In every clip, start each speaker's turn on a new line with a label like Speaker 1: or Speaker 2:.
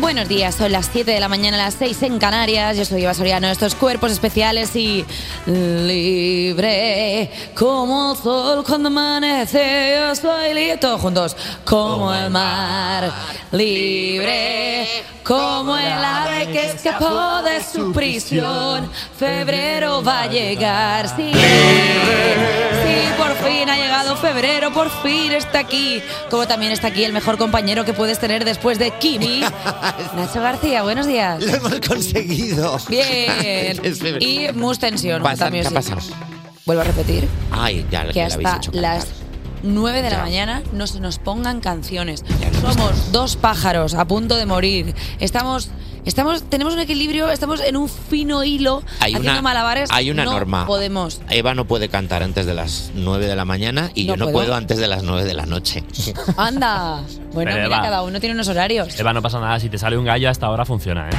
Speaker 1: Buenos días, son las 7 de la mañana, las 6 en Canarias. Yo soy Eva Soriano, estos cuerpos especiales y libre como el sol cuando amanece. Yo soy libre, todos juntos, como el mar, libre como el ave que escapó de su prisión. Febrero va a llegar, sí, sí, por fin ha llegado febrero, por fin está aquí. Como también está aquí el mejor compañero que puedes tener después de Kimi. Nacho García, buenos días.
Speaker 2: Lo hemos conseguido.
Speaker 1: Bien.
Speaker 2: Es verdad.
Speaker 1: Y mus tensión.
Speaker 2: Pasa-
Speaker 1: también
Speaker 2: ¿Qué ha
Speaker 1: sí.
Speaker 2: pasado?
Speaker 1: Vuelvo a repetir
Speaker 2: Ay, ya
Speaker 1: que
Speaker 2: que la habéis
Speaker 1: hasta
Speaker 2: hecho
Speaker 1: las 9 de la mañana no se nos pongan canciones. Somos dos pájaros a punto de morir. Estamos, estamos, tenemos un equilibrio, estamos en un fino hilo
Speaker 3: Hay
Speaker 1: haciendo
Speaker 3: una,
Speaker 1: malabares.
Speaker 3: hay una
Speaker 1: no
Speaker 3: norma.
Speaker 1: Podemos.
Speaker 3: Eva no puede cantar antes de las 9 de la mañana y
Speaker 1: No
Speaker 3: yo no
Speaker 1: puedo.
Speaker 3: puedo. antes de las 9 de la noche.
Speaker 1: Anda. Bueno,
Speaker 4: Pero
Speaker 1: mira,
Speaker 4: Eva.
Speaker 1: cada uno tiene unos horarios.
Speaker 4: Eva, no pasa nada. Si te sale un gallo, hasta ahora funciona, ¿eh?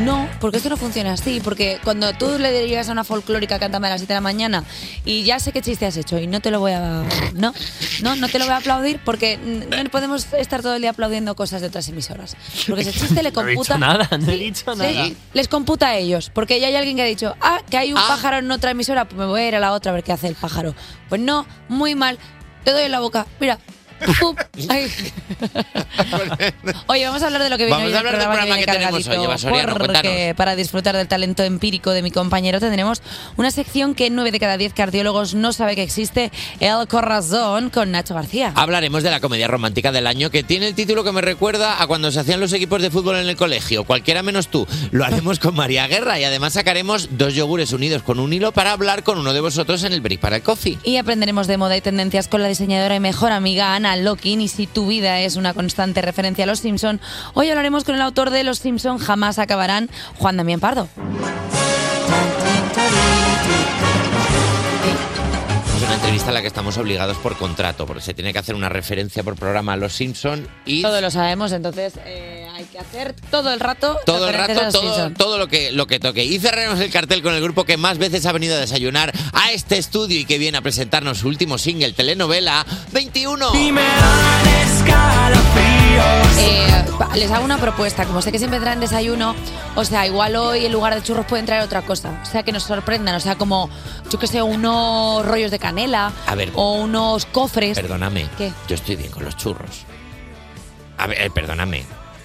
Speaker 1: No, porque esto no funciona así. Porque cuando tú le dirías a una folclórica cántame a las 7 de la mañana y ya sé qué chiste has hecho y no te lo voy a. No, no, no te lo voy a aplaudir porque mm, no podemos estar todo el día aplaudiendo cosas de otras emisoras. Porque ese chiste le
Speaker 4: No he
Speaker 1: computa.
Speaker 4: dicho nada, no he dicho
Speaker 1: le-
Speaker 4: nada.
Speaker 1: les computa a ellos, porque ya hay alguien que ha dicho, ah, que hay un pájaro en otra emisora, pues me voy a ir a la otra a ver qué hace el pájaro. Pues no, muy mal, te doy en la boca, mira. ¡Pum! Ay. Oye, vamos a hablar de lo que viene
Speaker 3: Vamos
Speaker 1: hoy
Speaker 3: a
Speaker 1: en el
Speaker 3: hablar del programa
Speaker 1: viene
Speaker 3: que tenemos
Speaker 1: cargadito,
Speaker 3: hoy, Eva Soriano,
Speaker 1: porque
Speaker 3: cuéntanos.
Speaker 1: para disfrutar del talento empírico de mi compañero tendremos una sección que 9 de cada 10 cardiólogos no sabe que existe, El Corazón con Nacho García.
Speaker 3: Hablaremos de la comedia romántica del año que tiene el título que me recuerda a cuando se hacían los equipos de fútbol en el colegio, cualquiera menos tú. Lo haremos con María Guerra y además sacaremos dos yogures unidos con un hilo para hablar con uno de vosotros en el break para el coffee.
Speaker 1: Y aprenderemos de moda y tendencias con la diseñadora y mejor amiga Ana Locking. Y si tu vida es una constante referencia a Los Simpson, hoy hablaremos con el autor de Los Simpson Jamás Acabarán, Juan Damián Pardo.
Speaker 3: Es una entrevista a la que estamos obligados por contrato, porque se tiene que hacer una referencia por programa a Los Simpson y
Speaker 1: Todo lo sabemos, entonces eh, hay que hacer todo el rato.
Speaker 3: Todo el
Speaker 1: referencias a
Speaker 3: rato,
Speaker 1: Los
Speaker 3: todo,
Speaker 1: Simpson.
Speaker 3: todo lo que lo que toque. Y cerraremos el cartel con el grupo que más veces ha venido a desayunar a este estudio y que viene a presentarnos su último single, telenovela 21.
Speaker 1: Eh, pa- les hago una propuesta, como sé que siempre traen desayuno, o sea, igual hoy en lugar de churros pueden traer otra cosa, o sea, que nos sorprendan, o sea, como, yo que sé, unos rollos de canela
Speaker 3: A ver.
Speaker 1: o unos cofres.
Speaker 3: Perdóname.
Speaker 1: ¿Qué?
Speaker 3: Yo estoy bien con los churros. A ver, eh, perdóname.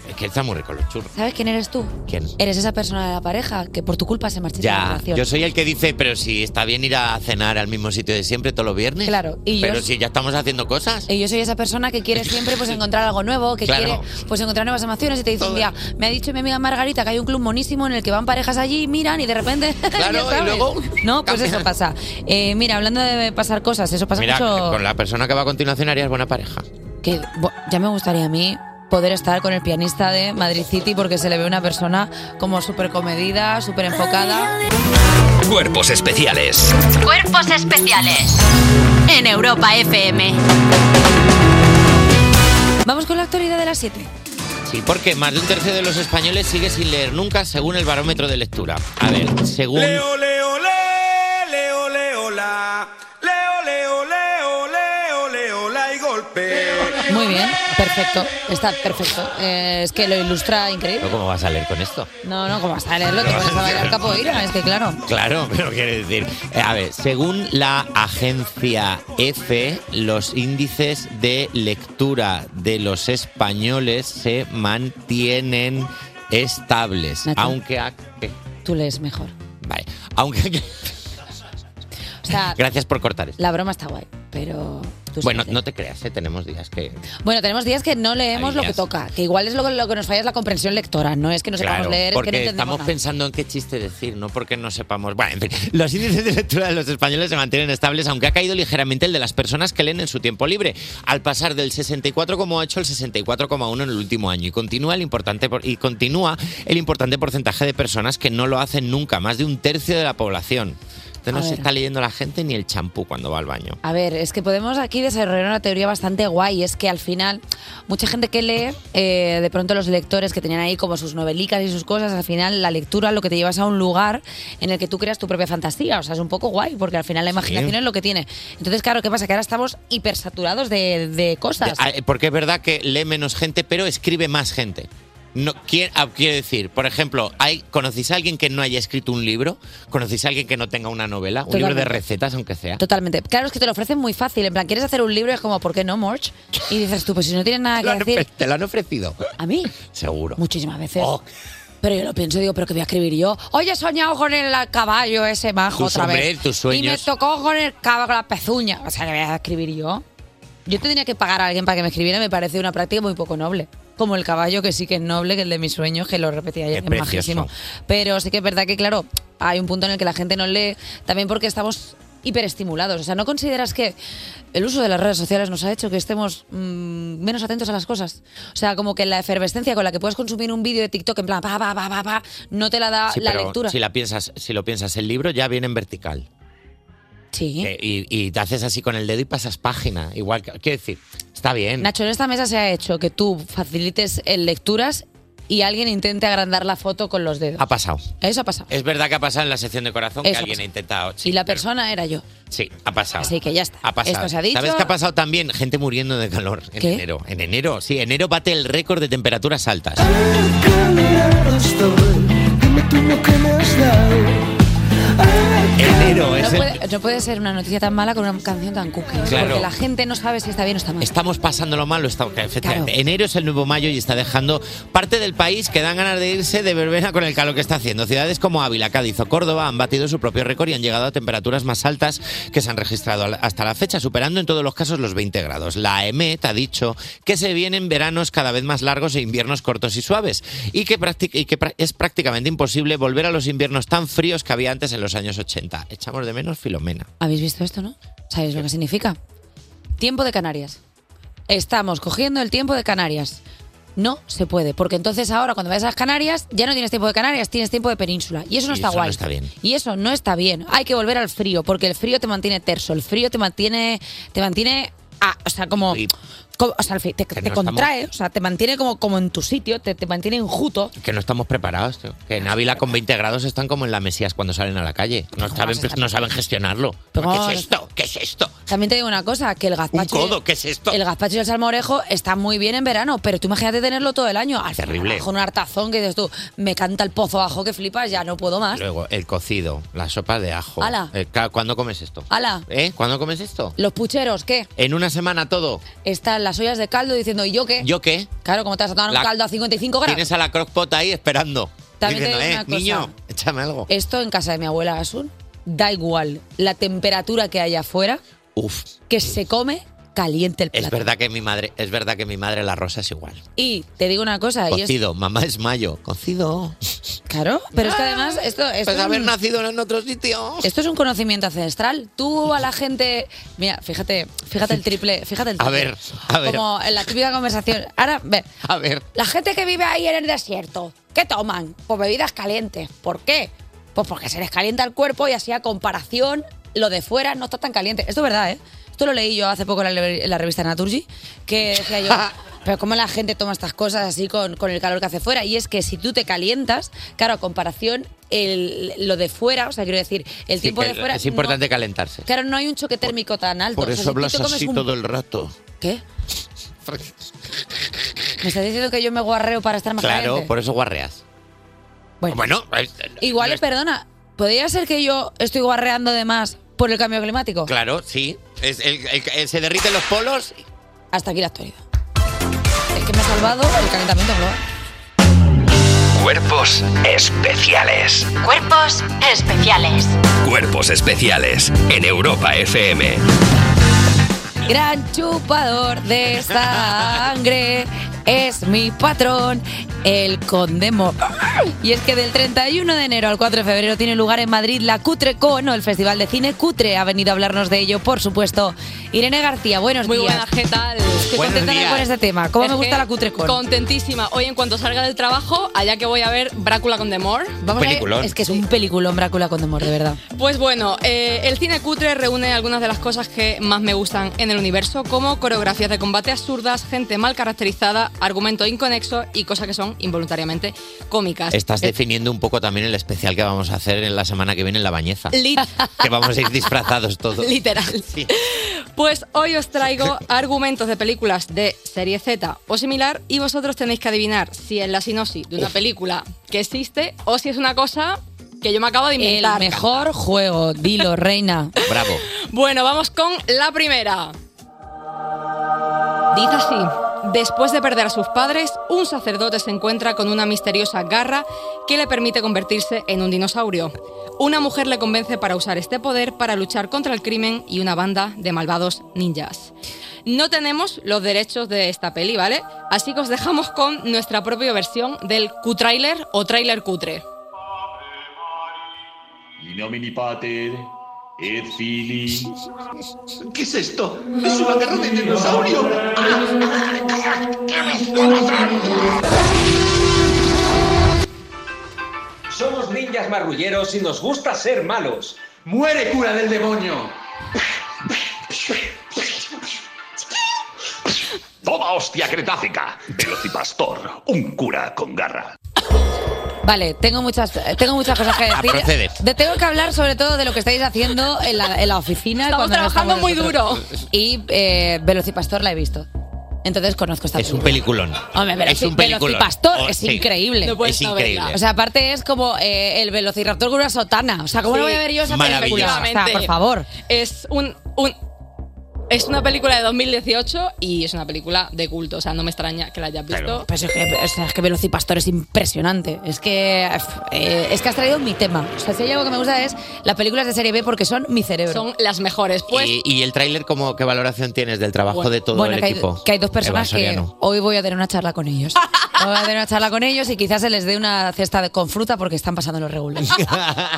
Speaker 3: Es que está muy rico los churros.
Speaker 1: ¿Sabes quién eres tú?
Speaker 3: ¿Quién?
Speaker 1: Eres esa persona de la pareja que por tu culpa se marchita la
Speaker 3: Ya,
Speaker 1: relación.
Speaker 3: yo soy el que dice, pero si está bien ir a cenar al mismo sitio de siempre todos los viernes.
Speaker 1: Claro, y yo-
Speaker 3: Pero si ya estamos haciendo cosas.
Speaker 1: Y yo soy esa persona que quiere siempre pues encontrar algo nuevo, que
Speaker 3: Claro.
Speaker 1: quiere pues encontrar nuevas emociones y te dice un día, me ha dicho mi amiga Margarita que hay un club monísimo en el que van parejas allí, miran y de repente... ya
Speaker 3: Claro, y
Speaker 1: sabes.
Speaker 3: luego-
Speaker 1: No, pues eso
Speaker 3: cambian.
Speaker 1: pasa. Eh, mira, hablando de pasar cosas, eso pasa
Speaker 3: Mira,
Speaker 1: mucho...
Speaker 3: con la persona que va a continuación harías buena pareja.
Speaker 1: Que bo- ya me gustaría a mí poder estar con el pianista de Madrid City porque se le ve una persona como súper comedida, súper enfocada.
Speaker 5: Cuerpos especiales
Speaker 6: Cuerpos especiales en Europa FM.
Speaker 1: Vamos con la actualidad de las 7.
Speaker 3: Sí, porque más de un tercio de los españoles sigue sin leer nunca según el barómetro de lectura. A ver, según...
Speaker 7: Leo, leo, le, leo, leo, la. Leo, leo, leo, leo, leo, la y golpe.
Speaker 1: Muy bien, perfecto, está perfecto. Eh, es que lo ilustra increíble.
Speaker 3: ¿Cómo vas a leer con esto?
Speaker 1: No, no, como vas a leerlo, te pones a bailar capoeira, es que claro.
Speaker 3: Claro, pero quiero decir... eh, A ver, según la agencia EFE, los índices de lectura de los españoles se mantienen estables,
Speaker 1: Nacho.
Speaker 3: aunque... ha- eh,
Speaker 1: Tú lees mejor.
Speaker 3: Vale, aunque...
Speaker 1: O sea,
Speaker 3: Gracias por cortar esto.
Speaker 1: la broma está guay, pero... Ah. tú
Speaker 3: Bueno,
Speaker 1: sabes.
Speaker 3: no te creas, ¿eh? tenemos días que...
Speaker 1: Bueno, tenemos días que no leemos
Speaker 3: Hay
Speaker 1: lo que
Speaker 3: días.
Speaker 1: toca, que igual es lo, lo que nos falla es la comprensión lectora, no es que no sepamos
Speaker 3: Claro,
Speaker 1: leer, es que
Speaker 3: porque
Speaker 1: no entendemos
Speaker 3: estamos
Speaker 1: nada.
Speaker 3: pensando en qué chiste decir, no porque no sepamos. Bueno, en fin, los índices de lectura de los españoles se mantienen estables, aunque ha caído ligeramente el de las personas que leen en su tiempo libre, al pasar del 64,8 al 64,1 en el último año. Y continúa el importante por- y continúa el importante porcentaje de personas que no lo hacen nunca, más de un tercio de la población. Entonces, no
Speaker 1: A
Speaker 3: se
Speaker 1: ver.
Speaker 3: está leyendo la gente ni el champú cuando va al baño.
Speaker 1: A ver, es que podemos aquí desarrollar una teoría bastante guay. Es que al final, mucha gente que lee, eh, de pronto los lectores que tenían ahí como sus novelicas y sus cosas, al final la lectura lo que te llevas a un lugar en el que tú creas tu propia fantasía. O sea, es un poco guay, porque al final la imaginación es lo que tiene. Entonces, claro, ¿qué pasa? Que ahora estamos hipersaturados de, de cosas.
Speaker 3: Ah, eh, Porque es verdad que lee menos gente, pero escribe más gente. No, quiere, quiero decir, por ejemplo, hay, ¿conocéis a alguien que no haya escrito un libro? ¿Conocéis a alguien que no tenga una novela? Un libro de
Speaker 1: Totalmente.
Speaker 3: recetas, aunque sea.
Speaker 1: Totalmente. Claro, es que te lo ofrecen muy fácil. En plan, ¿quieres hacer un libro? Y es como, ¿por qué no, Morch? Y dices tú, pues si no tienes nada que decir.
Speaker 3: Te lo han ofrecido.
Speaker 1: ¿A mí?
Speaker 3: Seguro.
Speaker 1: Muchísimas veces. Pero yo lo pienso y digo, ¿pero qué voy a escribir yo? Hoy he soñado con el caballo ese majo
Speaker 3: Tus,
Speaker 1: otra
Speaker 3: hombre,
Speaker 1: vez.
Speaker 3: tus
Speaker 1: Y me
Speaker 3: sueños.
Speaker 1: tocó con el caballo, con la pezuña. O sea, ¿qué voy a escribir yo? Yo tendría que pagar a alguien para que me escribiera, me parece una práctica muy poco noble. Como el caballo que sí que es noble, que el de mis sueños, que lo repetía ayer,
Speaker 3: Es
Speaker 1: que es majísimo. Pero sí que es verdad que, claro, hay un punto en el que la gente no lee, también porque estamos hiperestimulados. O sea, ¿no consideras que el uso de las redes sociales nos ha hecho que estemos mm, menos atentos a las cosas? O sea, como que la efervescencia con la que puedes consumir un vídeo de TikTok en plan, pa, pa, pa, pa, pa, no te la da
Speaker 3: Sí,
Speaker 1: la
Speaker 3: pero
Speaker 1: lectura.
Speaker 3: Si, la piensas, si lo piensas, el libro ya viene en vertical.
Speaker 1: Sí.
Speaker 3: Eh, y, y te haces así con el dedo y pasas página. Igual, que- quiero decir, está bien.
Speaker 1: Nacho, en esta mesa se ha hecho que tú facilites eh, lecturas y alguien intente agrandar la foto con los dedos.
Speaker 3: Ha Eh, pasado.
Speaker 1: Eso ha pasado.
Speaker 3: Es verdad que ha pasado en la sección de corazón
Speaker 1: Eso
Speaker 3: que
Speaker 1: ha
Speaker 3: alguien ha intentado.
Speaker 1: y la persona era yo.
Speaker 3: Sí, ha pasado.
Speaker 1: Así que ya está.
Speaker 3: Ha pasado.
Speaker 1: Esto se ha dicho.
Speaker 3: ¿Sabes qué ha pasado también? Gente muriendo de calor en
Speaker 1: ¿Qué?
Speaker 3: enero. En enero, sí, enero bate el récord de temperaturas altas. Enero
Speaker 1: No
Speaker 3: es el-
Speaker 1: puede, no puede ser una noticia tan mala con una canción tan cookie.
Speaker 3: Claro.
Speaker 1: Porque la gente no sabe si está bien o está mal.
Speaker 3: Estamos pasándolo mal, lo está- efectivamente. Enero es el nuevo mayo y está dejando parte del país que dan ganas de irse de verbena con el calor que está haciendo. Ciudades como Ávila, Cádiz o Córdoba han batido su propio récord y han llegado a temperaturas más altas que se han registrado al- hasta la fecha, superando en todos los casos los 20 grados. La EMET ha dicho que se vienen veranos cada vez más largos e inviernos cortos y suaves y que, prácti- y que prá- es prácticamente imposible volver a los inviernos tan fríos que había antes en los años 80. Echamos de menos Filomena.
Speaker 1: ¿Habéis visto esto, no? ¿Sabéis lo que significa? Tiempo de Canarias. Estamos cogiendo el tiempo de Canarias. No se puede, porque entonces ahora cuando vayas a las Canarias ya no tienes tiempo de Canarias, tienes tiempo de península. Y eso no
Speaker 3: Y
Speaker 1: está
Speaker 3: eso no
Speaker 1: guay.
Speaker 3: está bien.
Speaker 1: Y eso no está bien. Hay que volver al frío, porque el frío te mantiene terso, el frío te mantiene, te mantiene, ah, o sea, como, co- o sea, al fin- te, te
Speaker 3: no
Speaker 1: contrae, o sea, te mantiene como, como en tu sitio, te, te mantiene enjuto.
Speaker 3: Que no estamos preparados, tío. Que en Ávila con 20 grados están como en la Mesías cuando salen a la calle. No saben, no saben gestionarlo.
Speaker 1: ¿Cómo vas a
Speaker 3: ¿Qué es esto? ¿Qué es esto?
Speaker 1: También te digo una cosa, que el
Speaker 3: ¿Un
Speaker 1: gazpacho...
Speaker 3: codo? ¿Qué es esto?
Speaker 1: El gazpacho y el salmorejo está muy bien en verano, pero tú imagínate tenerlo todo el año. Al
Speaker 3: Terrible.
Speaker 1: Con un hartazón que dices tú, me canta el pozo ajo que flipas, ya no puedo más.
Speaker 3: Luego, el cocido, la sopa de ajo.
Speaker 1: Ala.
Speaker 3: Eh, claro, ¿Cuándo comes esto?
Speaker 1: Ala.
Speaker 3: ¿Eh? ¿Cuándo comes esto?
Speaker 1: Los pucheros, ¿qué?
Speaker 3: En una semana todo.
Speaker 1: Están las ollas de caldo diciendo, ¿y yo qué?
Speaker 3: ¿Yo qué?
Speaker 1: Claro, como te vas a tomar
Speaker 3: La-
Speaker 1: un caldo a 55 grados.
Speaker 3: Tienes a la crockpot ahí esperando.
Speaker 1: También te
Speaker 3: Diciendo,
Speaker 1: digo
Speaker 3: eh,
Speaker 1: una cosa.
Speaker 3: niño, échame algo.
Speaker 1: Esto en casa de mi abuela Asun, da igual la temperatura que haya afuera,
Speaker 3: Uf,
Speaker 1: que se come caliente el
Speaker 3: es
Speaker 1: plato.
Speaker 3: verdad que mi madre, es verdad que mi madre la rosa es igual.
Speaker 1: Y te digo una cosa, y es-
Speaker 3: Cocido, mamá es mayo. Cocido.
Speaker 1: claro, pero es que además esto, esto
Speaker 3: Pues
Speaker 1: es
Speaker 3: haber
Speaker 1: un-
Speaker 3: nacido en otro sitio.
Speaker 1: Esto es un conocimiento ancestral. Tú a la gente. Mira, fíjate, fíjate el triple. Fíjate el
Speaker 3: A
Speaker 1: triple.
Speaker 3: ver, a ver.
Speaker 1: Como en la típica conversación. Ahora, ve.
Speaker 3: A ver.
Speaker 1: La gente que vive ahí en el desierto, ¿qué toman? Pues bebidas calientes. ¿Por qué? Pues porque se les calienta el cuerpo y así a comparación, lo de fuera no está tan caliente. Esto es verdad, ¿eh? Esto lo leí yo hace poco en la, en la revista Naturgy, que decía yo, pero cómo la gente toma estas cosas así con, con el calor que hace fuera. Y es que si tú te calientas, claro, a comparación, el- lo de fuera, o sea, quiero decir, el
Speaker 3: Sí,
Speaker 1: tiempo
Speaker 3: que
Speaker 1: de fuera...
Speaker 3: es importante
Speaker 1: no-
Speaker 3: calentarse.
Speaker 1: Claro, no hay un choque térmico tan alto.
Speaker 3: Por
Speaker 1: O sea,
Speaker 3: eso
Speaker 1: si tú
Speaker 3: hablas
Speaker 1: te comes
Speaker 3: así
Speaker 1: un-
Speaker 3: todo el rato.
Speaker 1: ¿Qué? ¿Me estás diciendo que yo me guarreo para estar más
Speaker 3: Claro,
Speaker 1: caliente?
Speaker 3: por eso guarreas.
Speaker 1: Bueno.
Speaker 3: pues,
Speaker 1: Igual,
Speaker 3: no es-
Speaker 1: perdona, ¿podría ser que yo estoy guarreando de más por el cambio climático?
Speaker 3: Claro, sí. Es el- el- el- se derriten los polos.
Speaker 1: Hasta aquí la actualidad. Es que me ha salvado el calentamiento global.
Speaker 5: Cuerpos especiales.
Speaker 6: Cuerpos especiales.
Speaker 5: Cuerpos especiales en Europa FM.
Speaker 1: Gran chupador de sangre es mi patrón, el Condemo. Y es que del 31 de enero al 4 de febrero tiene lugar en Madrid la Cutre Con, o el Festival de Cine Cutre. Ha venido a hablarnos de ello, por supuesto. Irene García, buenos
Speaker 8: Muy
Speaker 1: días.
Speaker 8: buenas, ¿qué tal?
Speaker 1: Estoy Buenos contenta días. con este tema. ¿Cómo me gusta
Speaker 8: que
Speaker 1: la cutre con?
Speaker 8: Contentísima. Hoy, en cuanto salga del trabajo, allá que voy a ver Brácula con Demor.
Speaker 1: Vamos a ver, es que es un peliculón Brácula Condemor, de verdad.
Speaker 8: Pues bueno, eh, el cine cutre reúne algunas de las cosas que más me gustan en el universo, como coreografías de combate absurdas, gente mal caracterizada, argumento inconexo y cosas que son involuntariamente cómicas. Eh,
Speaker 1: Eh.
Speaker 3: Estás definiendo un poco también el especial que vamos a hacer en la semana que viene en La Bañeza.
Speaker 8: Lit-
Speaker 3: Que vamos a ir disfrazados todos.
Speaker 8: Literal. Pues hoy os traigo argumentos de películas de serie Z o similar y vosotros tenéis que adivinar si es la sinopsis de una película que existe o si es una cosa que yo me acabo de
Speaker 1: El
Speaker 8: inventar.
Speaker 1: mejor juego, dilo, reina.
Speaker 3: Bravo.
Speaker 8: Bueno, vamos con la primera. Dice así. Después de perder a sus padres, un sacerdote se encuentra con una misteriosa garra que le permite convertirse en un dinosaurio. Una mujer le convence para usar este poder para luchar contra el crimen y una banda de malvados ninjas. No tenemos los derechos de esta peli, ¿vale? Así que os dejamos con nuestra propia versión del Q-Trailer o Trailer Cutre.
Speaker 9: In nomine pater et filii.
Speaker 10: ¿Qué es esto? ¿Es una garra de dinosaurio?
Speaker 5: Somos ninjas marrulleros y nos gusta ser malos. ¡Muere, cura del demonio!
Speaker 10: Toda hostia cretácica. Velocipastor, un cura con garra.
Speaker 1: Vale, tengo muchas, tengo muchas cosas que
Speaker 3: Ah,
Speaker 1: decir.
Speaker 10: procede.
Speaker 1: De- tengo que hablar sobre todo de lo que estáis haciendo en la, en la oficina.
Speaker 8: Estamos
Speaker 1: cuando no
Speaker 8: trabajando muy
Speaker 1: nosotros.
Speaker 8: duro.
Speaker 1: Y eh, Velocipastor la he visto. Entonces conozco esta
Speaker 3: Es un
Speaker 1: película.
Speaker 3: peliculón.
Speaker 1: Hombre, Veloci-
Speaker 3: es un peliculón.
Speaker 1: Velocipastor
Speaker 3: Oh,
Speaker 1: es
Speaker 3: sí.
Speaker 1: increíble.
Speaker 3: es increíble.
Speaker 1: O sea, aparte es como eh, el Velociraptor con una sotana. O sea, ¿cómo
Speaker 8: Sí.
Speaker 1: lo voy a ver yo esa película? O sea,
Speaker 8: Efectivamente.
Speaker 1: por favor.
Speaker 8: Es un, un- es una película de 2018 y es una película de culto, o sea, no me extraña que la hayas visto.
Speaker 1: Pues es que, o sea, es que Velocipastor es impresionante. Es que eh, es que has traído mi tema. O sea, si hay algo que me gusta es las películas de serie B porque son mi cerebro.
Speaker 8: Son las mejores. Pues
Speaker 3: ¿Y, y el tráiler cómo qué valoración tienes del trabajo
Speaker 1: Bueno,
Speaker 3: de todo
Speaker 1: bueno,
Speaker 3: el
Speaker 1: que hay,
Speaker 3: equipo?
Speaker 1: que hay dos personas
Speaker 3: Eva
Speaker 1: que
Speaker 3: Soriano.
Speaker 1: hoy voy a tener una charla con ellos. Hoy voy a tener una charla con ellos y quizás se les dé una cesta de- con fruta porque están pasando los regulos.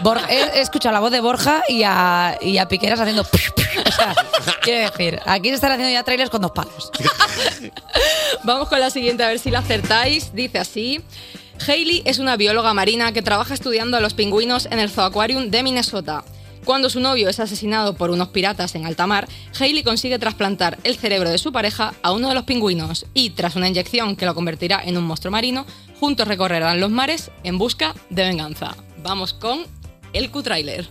Speaker 1: Bor- he, he escuchado la voz de Borja y a, y a Piqueras haciendo... o sea, quiero decir, aquí se están haciendo ya trailers con dos palos.
Speaker 8: vamos con la siguiente a ver si la acertáis. Dice así. Hailey es una bióloga marina que trabaja estudiando a los pingüinos en el Zooaquarium de Minnesota. Cuando su novio es asesinado por unos piratas en alta mar, Hailey consigue trasplantar el cerebro de su pareja a uno de los pingüinos y, tras una inyección que lo convertirá en un monstruo marino, juntos recorrerán los mares en busca de venganza. Vamos con el Q-Trailer.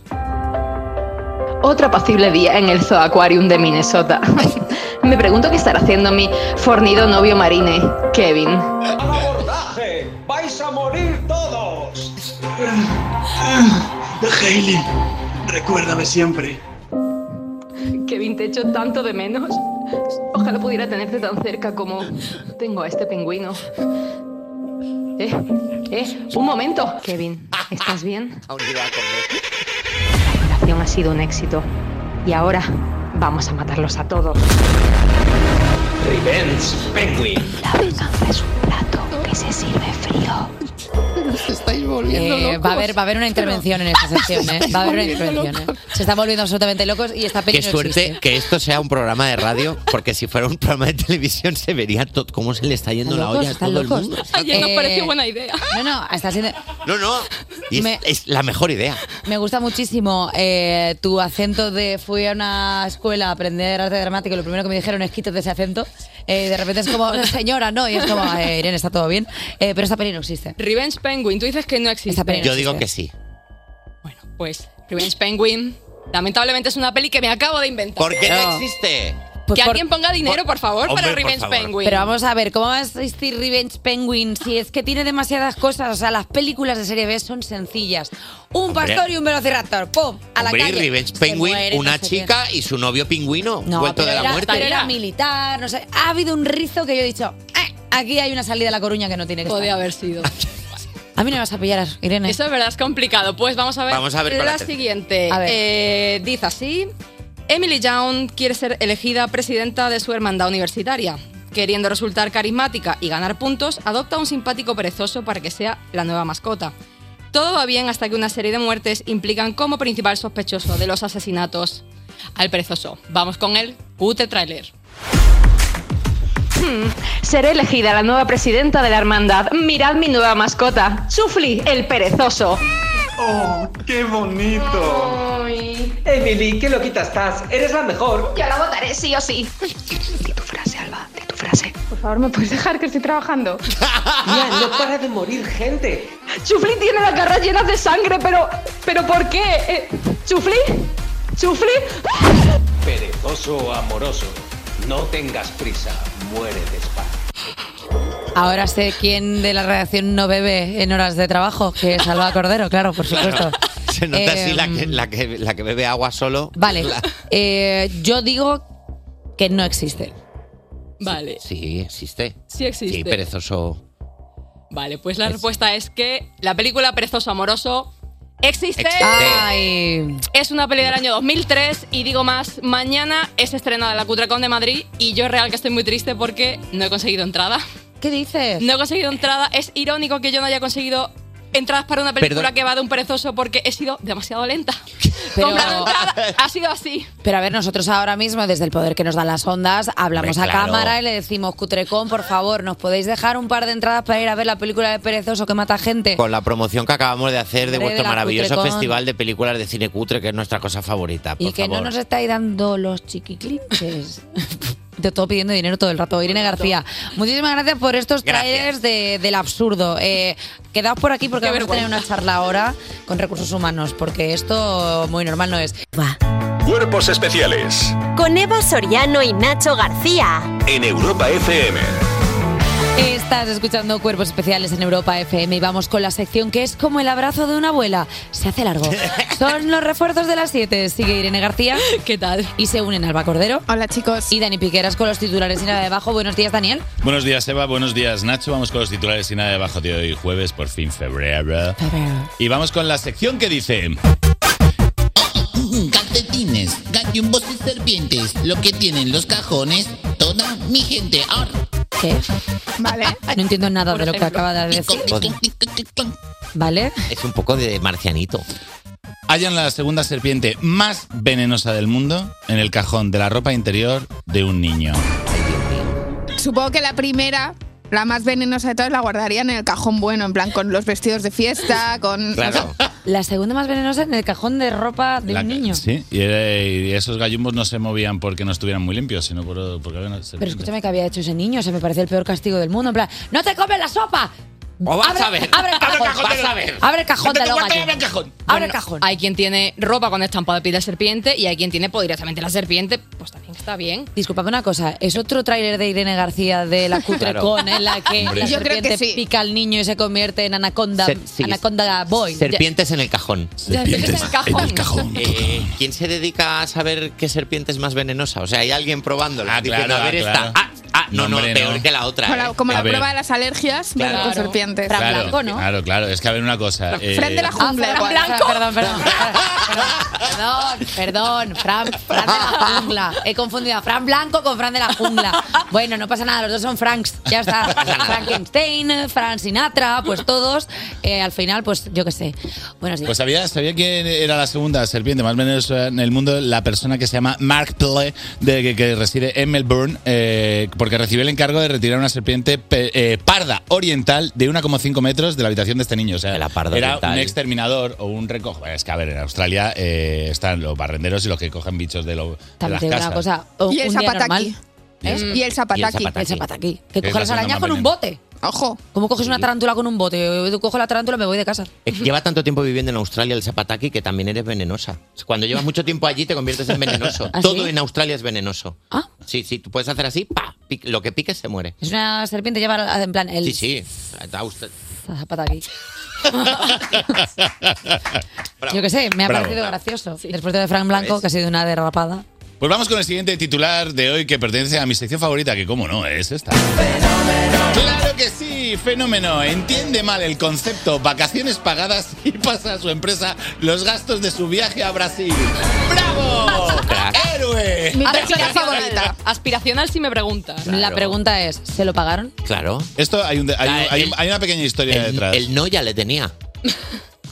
Speaker 11: Otro apacible día en el Zoo Aquarium de Minnesota. Me pregunto qué estará haciendo mi fornido novio marine, Kevin.
Speaker 5: ¡Abordaje! ¡Vais a morir todos!
Speaker 12: Ah, Hailey, recuérdame siempre.
Speaker 11: Kevin, te echo tanto de menos. Ojalá pudiera tenerte tan cerca como tengo a este pingüino. Eh, eh, un momento. Kevin, ¿estás bien? La operación ha sido un éxito. Y ahora vamos a matarlos a todos.
Speaker 5: Revenge Penguin.
Speaker 11: La venganza es un plato que se sirve frío.
Speaker 1: Nos estáis
Speaker 11: volviendo locos.
Speaker 1: Eh, va, a haber, va a haber una intervención en esta sección, ¿eh? Va a haber una
Speaker 11: volviendo
Speaker 1: intervención, ¿eh? Se están volviendo absolutamente locos y esta peli
Speaker 3: Qué
Speaker 1: no
Speaker 3: suerte
Speaker 1: existe.
Speaker 3: que esto sea un programa de radio, porque si fuera un programa de televisión se vería todo, cómo se le está yendo la olla a todo el mundo.
Speaker 8: Ayer nos
Speaker 1: Eh,
Speaker 8: pareció buena idea.
Speaker 1: No, no, está siendo...
Speaker 3: No, no. Y es,
Speaker 1: Me-
Speaker 3: es la mejor idea.
Speaker 1: Me gusta muchísimo eh, tu acento de fui a una escuela a aprender arte dramático y lo primero que me dijeron es quítate ese acento. Eh, y de repente es como, señora, no, y es como, "Eh, Irene, está todo bien. Eh, pero esta peli no existe.
Speaker 8: Revenge Penguin, tú dices que no existe.
Speaker 3: Yo digo que sí.
Speaker 8: Pues Revenge Penguin, lamentablemente es una peli que me acabo de inventar.
Speaker 3: ¿Por qué no existe?
Speaker 1: Pues
Speaker 8: que alguien ponga dinero, por, favor,
Speaker 3: Hombre,
Speaker 8: para
Speaker 3: por
Speaker 8: Revenge
Speaker 3: favor.
Speaker 8: Penguin.
Speaker 1: Pero vamos a ver, ¿cómo va a existir Revenge Penguin si es que tiene demasiadas cosas? O sea, las películas de serie B son sencillas. Un
Speaker 3: Hombre.
Speaker 1: pastor y un velociraptor, ¡pum! A la
Speaker 3: Hombre, y
Speaker 1: calle.
Speaker 3: Revenge
Speaker 1: Se
Speaker 3: Penguin,
Speaker 1: mueren,
Speaker 3: una
Speaker 1: no sé qué.
Speaker 3: chica y su novio pingüino,
Speaker 1: No,
Speaker 3: vuelto
Speaker 1: pero
Speaker 3: de la
Speaker 1: era,
Speaker 3: muerte.
Speaker 1: pero era militar, no sé. Ha habido un rizo que yo he dicho, "Eh, aquí hay una salida a La Coruña que no tiene que
Speaker 8: Podía
Speaker 1: estar".
Speaker 8: haber sido.
Speaker 1: A mí no me vas a pillar, Irene.
Speaker 8: Eso es verdad, es complicado. Pues vamos a ver,
Speaker 1: Vamos a ver con la
Speaker 8: la
Speaker 1: tercera.
Speaker 8: siguiente.
Speaker 1: A ver.
Speaker 8: Eh, dice así, Emily Young quiere ser elegida presidenta de su hermandad universitaria. Queriendo resultar carismática y ganar puntos, adopta a un simpático perezoso para que sea la nueva mascota. Todo va bien hasta que una serie de muertes implican como principal sospechoso de los asesinatos al perezoso. Vamos con el QT trailer.
Speaker 13: Hmm, Seré elegida la nueva presidenta de la hermandad. Mirad mi nueva mascota, Chufli, el perezoso.
Speaker 5: ¡Oh, qué bonito! Emily, qué loquita estás. Eres la mejor.
Speaker 13: Yo la votaré sí o sí. Di tu frase, Alba, di tu frase. Por favor, ¿me puedes dejar que estoy trabajando?
Speaker 5: Mira, no para de morir gente.
Speaker 13: Chufli tiene las garras llenas de sangre, pero... ¿Pero por qué? Eh, ¿Chufli? ¿Chufli? ¡Ah!
Speaker 5: Perezoso amoroso. No tengas prisa. Muere despacio.
Speaker 1: Ahora sé quién de la redacción no bebe en horas de trabajo, que es Alba Cordero, claro, por supuesto.
Speaker 3: Se nota así
Speaker 1: Eh,
Speaker 3: la que, la, que, la que bebe agua solo.
Speaker 1: Vale,
Speaker 3: La-
Speaker 1: eh, yo digo que no existe.
Speaker 8: Vale.
Speaker 3: Sí, existe.
Speaker 8: Sí existe.
Speaker 3: Sí, perezoso.
Speaker 8: Vale, pues la respuesta es que la película Perezoso Amoroso existe.
Speaker 3: Existe.
Speaker 8: Es una peli del año 2003 y digo más, mañana es estrenada la Cutracón de Madrid y yo real que estoy muy triste porque no he conseguido entrada.
Speaker 1: ¿Qué dices?
Speaker 8: No he conseguido entrada. Es irónico que yo no haya conseguido entradas para una película
Speaker 1: Perdón.
Speaker 8: que va de un perezoso porque he sido demasiado lenta. Comprando entrada ha sido así.
Speaker 1: Pero a ver, nosotros ahora mismo, desde el poder que nos dan las ondas, hablamos
Speaker 8: Hombre,
Speaker 1: a
Speaker 8: claro.
Speaker 1: cámara y le decimos, Cutrecón, por favor, ¿nos podéis dejar un par de entradas para ir a ver la película de Perezoso que mata gente?
Speaker 3: Con la promoción que acabamos de hacer de
Speaker 1: Eh. Hombre,
Speaker 3: vuestro
Speaker 1: de la
Speaker 3: maravilloso
Speaker 1: Cutrecon.
Speaker 3: festival de películas de cine cutre, que es nuestra cosa favorita. Por
Speaker 1: y que
Speaker 3: favor.
Speaker 1: no nos estáis dando los chiquiclinches. Te estoy pidiendo dinero todo el rato. Irene García, muchísimas gracias por estos
Speaker 3: Gracias.
Speaker 1: trailers de- del absurdo. Eh, quedaos por aquí porque
Speaker 6: Qué
Speaker 1: vamos a tener una
Speaker 6: vergüenza.
Speaker 1: charla ahora con recursos humanos, porque esto muy normal no es.
Speaker 9: Cuerpos especiales
Speaker 6: Con Eva Soriano y Nacho García.
Speaker 9: en Europa FM.
Speaker 1: Estás escuchando Cuerpos Especiales en Europa FM y vamos con la sección que es como el abrazo de una abuela. Se hace largo. Son los refuerzos de las 7. Sigue Irene García.
Speaker 8: ¿Qué tal?
Speaker 1: Y se unen Alba Cordero. Hola chicos. Y Dani Piqueras con los titulares y nada debajo. Buenos días, Daniel.
Speaker 10: Buenos días, Eva. Buenos días, Nacho. Vamos con los titulares y nada de abajo de hoy, jueves, por fin febrero. Y vamos con la sección que dice...
Speaker 14: Calcetines, gallumbos y serpientes, lo que tienen los cajones, toda mi gente. Ahora.
Speaker 1: ¿Qué? Vale. No entiendo nada de lo que acaba de decir. ¿Vale?
Speaker 3: Es un poco de marcianito.
Speaker 10: Hallan la segunda serpiente más venenosa del mundo en el cajón de la ropa interior de un niño.
Speaker 15: Supongo que la primera, la más venenosa de todas, la guardarían en el cajón bueno, en plan con los vestidos de fiesta, con.
Speaker 10: Claro.
Speaker 1: La segunda más venenosa en el cajón de ropa de
Speaker 10: La-
Speaker 1: un niño.
Speaker 10: Sí, y, era- y esos gallumbos no se movían porque no estuvieran muy limpios, sino por, porque había una
Speaker 1: Pero
Speaker 10: serpiente.
Speaker 1: escúchame que había hecho ese niño. Se me parece el peor castigo del mundo. En plan, ¡no te comes la sopa!
Speaker 3: O
Speaker 8: vas
Speaker 1: abre,
Speaker 8: a ver.
Speaker 1: Abre
Speaker 8: Abre
Speaker 1: el
Speaker 8: el
Speaker 1: cajón.
Speaker 8: cajón, vas a ver.
Speaker 1: Abre el cajón
Speaker 8: Vete
Speaker 1: de
Speaker 8: a tu
Speaker 1: los
Speaker 8: cuarto y
Speaker 1: gallos.
Speaker 8: abre el
Speaker 1: cajón.
Speaker 8: Bueno,
Speaker 1: Abre el cajón.
Speaker 8: Hay quien tiene ropa con estampa de piel de serpiente y hay quien tiene pues, directamente la serpiente. Pues también está bien.
Speaker 1: Disculpame una cosa, es otro tráiler de Irene García de la Cutrecon
Speaker 8: Claro.
Speaker 1: en la que
Speaker 3: Hombre.
Speaker 1: la
Speaker 3: Yo
Speaker 8: creo que
Speaker 1: serpiente pica al niño y se convierte en Anaconda,
Speaker 3: Ser- sí.
Speaker 1: Anaconda Boy.
Speaker 3: Serpientes en el cajón.
Speaker 1: Serpientes en el cajón. En el cajón.
Speaker 3: Eh, ¿Quién se dedica a saber qué serpiente es más venenosa? O sea, hay alguien probándola.
Speaker 10: Ah,
Speaker 3: diciendo,
Speaker 10: claro,
Speaker 3: a ver
Speaker 10: ah,
Speaker 3: esta.
Speaker 10: claro.
Speaker 3: Ah, ah, no, no,
Speaker 10: No, hombre,
Speaker 3: peor
Speaker 10: no.
Speaker 3: que la otra. ¿eh?
Speaker 15: Como la, como
Speaker 10: A
Speaker 15: la
Speaker 10: ver.
Speaker 15: prueba de las alergias, bueno,
Speaker 10: Claro.
Speaker 15: con serpientes.
Speaker 10: Claro, claro, claro. Es que a ver una cosa. eh,
Speaker 15: Fran de la jungla.
Speaker 1: Fran
Speaker 15: igual.
Speaker 1: Blanco. Perdón, perdón. Perdón, perdón, Fran, Fran de la jungla. He confundido a Fran Blanco con Fran de la jungla. Bueno, no pasa nada, los dos son Franks. Ya está. Frankenstein, Fran Sinatra, pues todos. eh, al final, pues yo qué sé. Bueno, sí.
Speaker 10: Pues sabía, sabía quién era la segunda serpiente más venenosa en el mundo, la persona que se llama Mark Ple, de, que, que reside en Melbourne, eh, porque recibió el encargo de retirar una serpiente pe- eh, parda oriental de 1,5 metros de la habitación de este niño. O sea, era
Speaker 3: oriental.
Speaker 10: un exterminador o un recojo. Bueno, Es que, a ver, en Australia eh, están los barrenderos y los que cogen bichos de, lo- de
Speaker 1: También
Speaker 10: las
Speaker 1: te digo
Speaker 10: casas.
Speaker 1: una cosa. un-
Speaker 15: Y el
Speaker 1: un día
Speaker 15: zapataki.
Speaker 1: normal,
Speaker 15: ¿Eh? Y el
Speaker 1: zapataki.
Speaker 15: zapataki.
Speaker 1: El zapataki. Que
Speaker 10: Es
Speaker 1: coges
Speaker 10: la
Speaker 1: las
Speaker 10: zona
Speaker 1: arañas
Speaker 10: más
Speaker 1: con un
Speaker 10: venenosa.
Speaker 1: bote. Ojo. ¿Cómo coges una tarántula con un bote? Yo cojo la tarántula y me voy de casa.
Speaker 3: Eh, Lleva tanto tiempo viviendo en Australia el zapataki que también eres venenosa. Cuando llevas mucho tiempo allí te conviertes en venenoso.
Speaker 1: ¿Ah, sí?
Speaker 3: Todo en Australia es venenoso. Sí, sí, tú puedes hacer así, pa, pic- lo que piques se muere.
Speaker 1: Ah, Es una serpiente lleva en plan el
Speaker 3: Sí, sí. Aust-
Speaker 1: zapataki.
Speaker 10: Bravo.
Speaker 1: Yo qué sé, me ha
Speaker 10: Bravo.
Speaker 1: parecido gracioso. Después de lo de Frank Blanco, que ha sido una derrapada.
Speaker 10: Pues vamos con el siguiente titular de hoy que pertenece a mi sección favorita, que cómo no, es esta. Claro que sí. Luigi Fenómeno entiende mal el concepto vacaciones pagadas y pasa a su empresa los gastos de su viaje a Brasil. ¡Bravo!
Speaker 3: Ah,
Speaker 10: ¡Héroe! Mi persona
Speaker 8: favorita. Aspiracional si me preguntas.
Speaker 1: La pregunta es, ¿se lo pagaron?
Speaker 3: Claro. Ah,
Speaker 10: Esto hay, un de- hay un- hay un- hay una pequeña historia detrás.
Speaker 3: El no ya le tenía.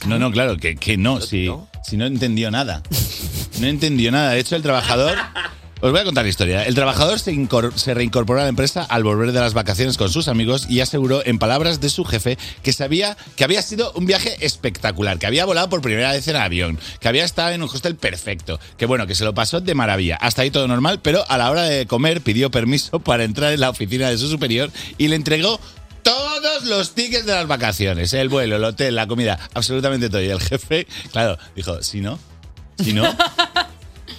Speaker 10: No, no, claro, que, que no, si, si no entendió nada. No entendió nada. De hecho, el trabajador. Os voy a contar la historia. El trabajador se, incor- se reincorporó a la empresa al volver de las vacaciones con sus amigos y aseguró, en palabras de su jefe, que sabía que había sido un viaje espectacular, que había volado por primera vez en avión, que había estado en un hostel perfecto, que bueno, que se lo pasó de maravilla. Hasta ahí todo normal, pero a la hora de comer pidió permiso para entrar en la oficina de su superior y le entregó todos los tickets de las vacaciones, el vuelo, el hotel, la comida, absolutamente todo. Y el jefe, claro, dijo, si no, si no.
Speaker 16: Ah,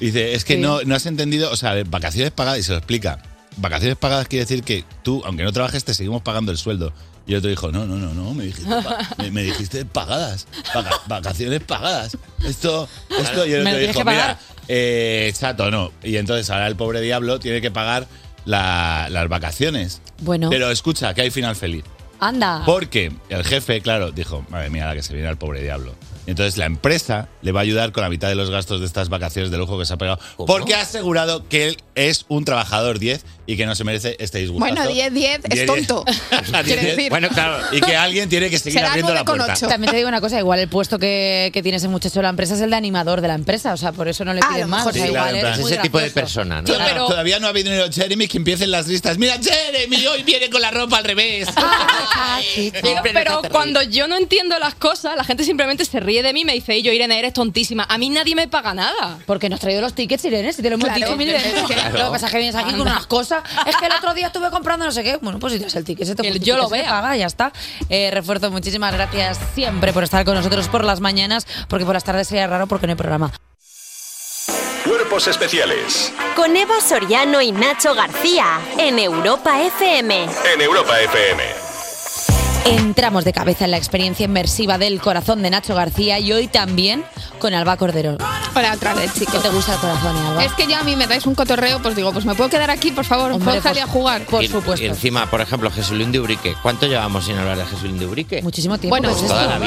Speaker 10: Dice, es que
Speaker 17: Sí.
Speaker 10: no, no has entendido, o sea, vacaciones pagadas, y se lo explica. Vacaciones pagadas quiere decir que tú, aunque no trabajes, te seguimos pagando el sueldo. Y el otro dijo, no, no, no, no, me dijiste, pa- me, me dijiste pagadas, vaca- vacaciones pagadas. Esto, esto, y el
Speaker 1: Me
Speaker 10: otro
Speaker 1: lo tienes
Speaker 10: dijo,
Speaker 1: que pagar.
Speaker 10: mira, eh, chato, no. Y entonces ahora el pobre diablo tiene que pagar la- las vacaciones.
Speaker 1: Bueno.
Speaker 10: Pero escucha, que hay final feliz.
Speaker 1: Anda.
Speaker 10: Porque el jefe, claro, dijo, madre mía, la que se viene al pobre diablo. Entonces la empresa le va a ayudar con la mitad de los gastos de estas vacaciones de lujo que se ha pegado. Porque ha asegurado que él es un trabajador 10 y que no se merece este disgusto.
Speaker 15: Bueno, 10-10 es
Speaker 10: 10.
Speaker 15: tonto. Quiero decir.
Speaker 10: Bueno, claro. Y que alguien tiene que seguir abriendo la puerta.
Speaker 1: También te digo una cosa, igual el puesto que, que tiene ese muchacho de la empresa es el de animador de la empresa, o sea, por eso no le
Speaker 15: Ah,
Speaker 1: piden más. o sea,
Speaker 3: Sí, claro,
Speaker 1: igual
Speaker 3: en
Speaker 1: es
Speaker 3: plan,
Speaker 1: muy
Speaker 3: ese tipo de
Speaker 1: gracioso.
Speaker 3: persona, ¿no?
Speaker 10: Todavía- Todavía no ha venido Jeremy que empiecen las listas. Mira, Jeremy hoy viene con la ropa al revés.
Speaker 8: Digo, pero cuando yo no entiendo las cosas, la gente simplemente se ríe de mí y me dice, "Y yo Irene, eres tontísima. A mí nadie me paga nada.
Speaker 1: Porque nos has traído los tickets, Irene, si te lo hemos
Speaker 8: Claro.
Speaker 1: dicho mil veces.
Speaker 8: Claro.
Speaker 1: Lo que pasa es que vienes aquí con
Speaker 8: Anda.
Speaker 1: unas cosas. Es que el otro día estuve comprando no sé qué. Bueno, pues si tienes el ticket, se te
Speaker 8: Que
Speaker 1: justifica,
Speaker 8: yo lo
Speaker 1: se te
Speaker 8: vea.
Speaker 1: paga, ya está. Eh, refuerzo, muchísimas gracias siempre por estar con nosotros por las mañanas, porque por las tardes sería raro porque no hay programa.
Speaker 9: Cuerpos especiales
Speaker 6: Con Eva Soriano y Nacho García en Europa FM.
Speaker 9: en Europa FM.
Speaker 1: Entramos de cabeza en la experiencia inmersiva del corazón de Nacho García y hoy también con Alba Cordero.
Speaker 15: Hola, otra vez, chicos.
Speaker 1: ¿Qué te gusta el corazón, eh, Alba?
Speaker 15: Es que ya a mí me dais un cotorreo, pues digo, pues me puedo quedar aquí, por favor, puedo salir
Speaker 1: pues,
Speaker 15: a jugar.
Speaker 3: Y- Y encima, por ejemplo, Jesulín de Ubrique. ¿Cuánto llevamos sin hablar de Jesulín de Ubrique?
Speaker 1: Muchísimo tiempo.
Speaker 3: Bueno,
Speaker 15: Bueno,
Speaker 3: pues
Speaker 15: es
Speaker 3: toda la
Speaker 15: esto.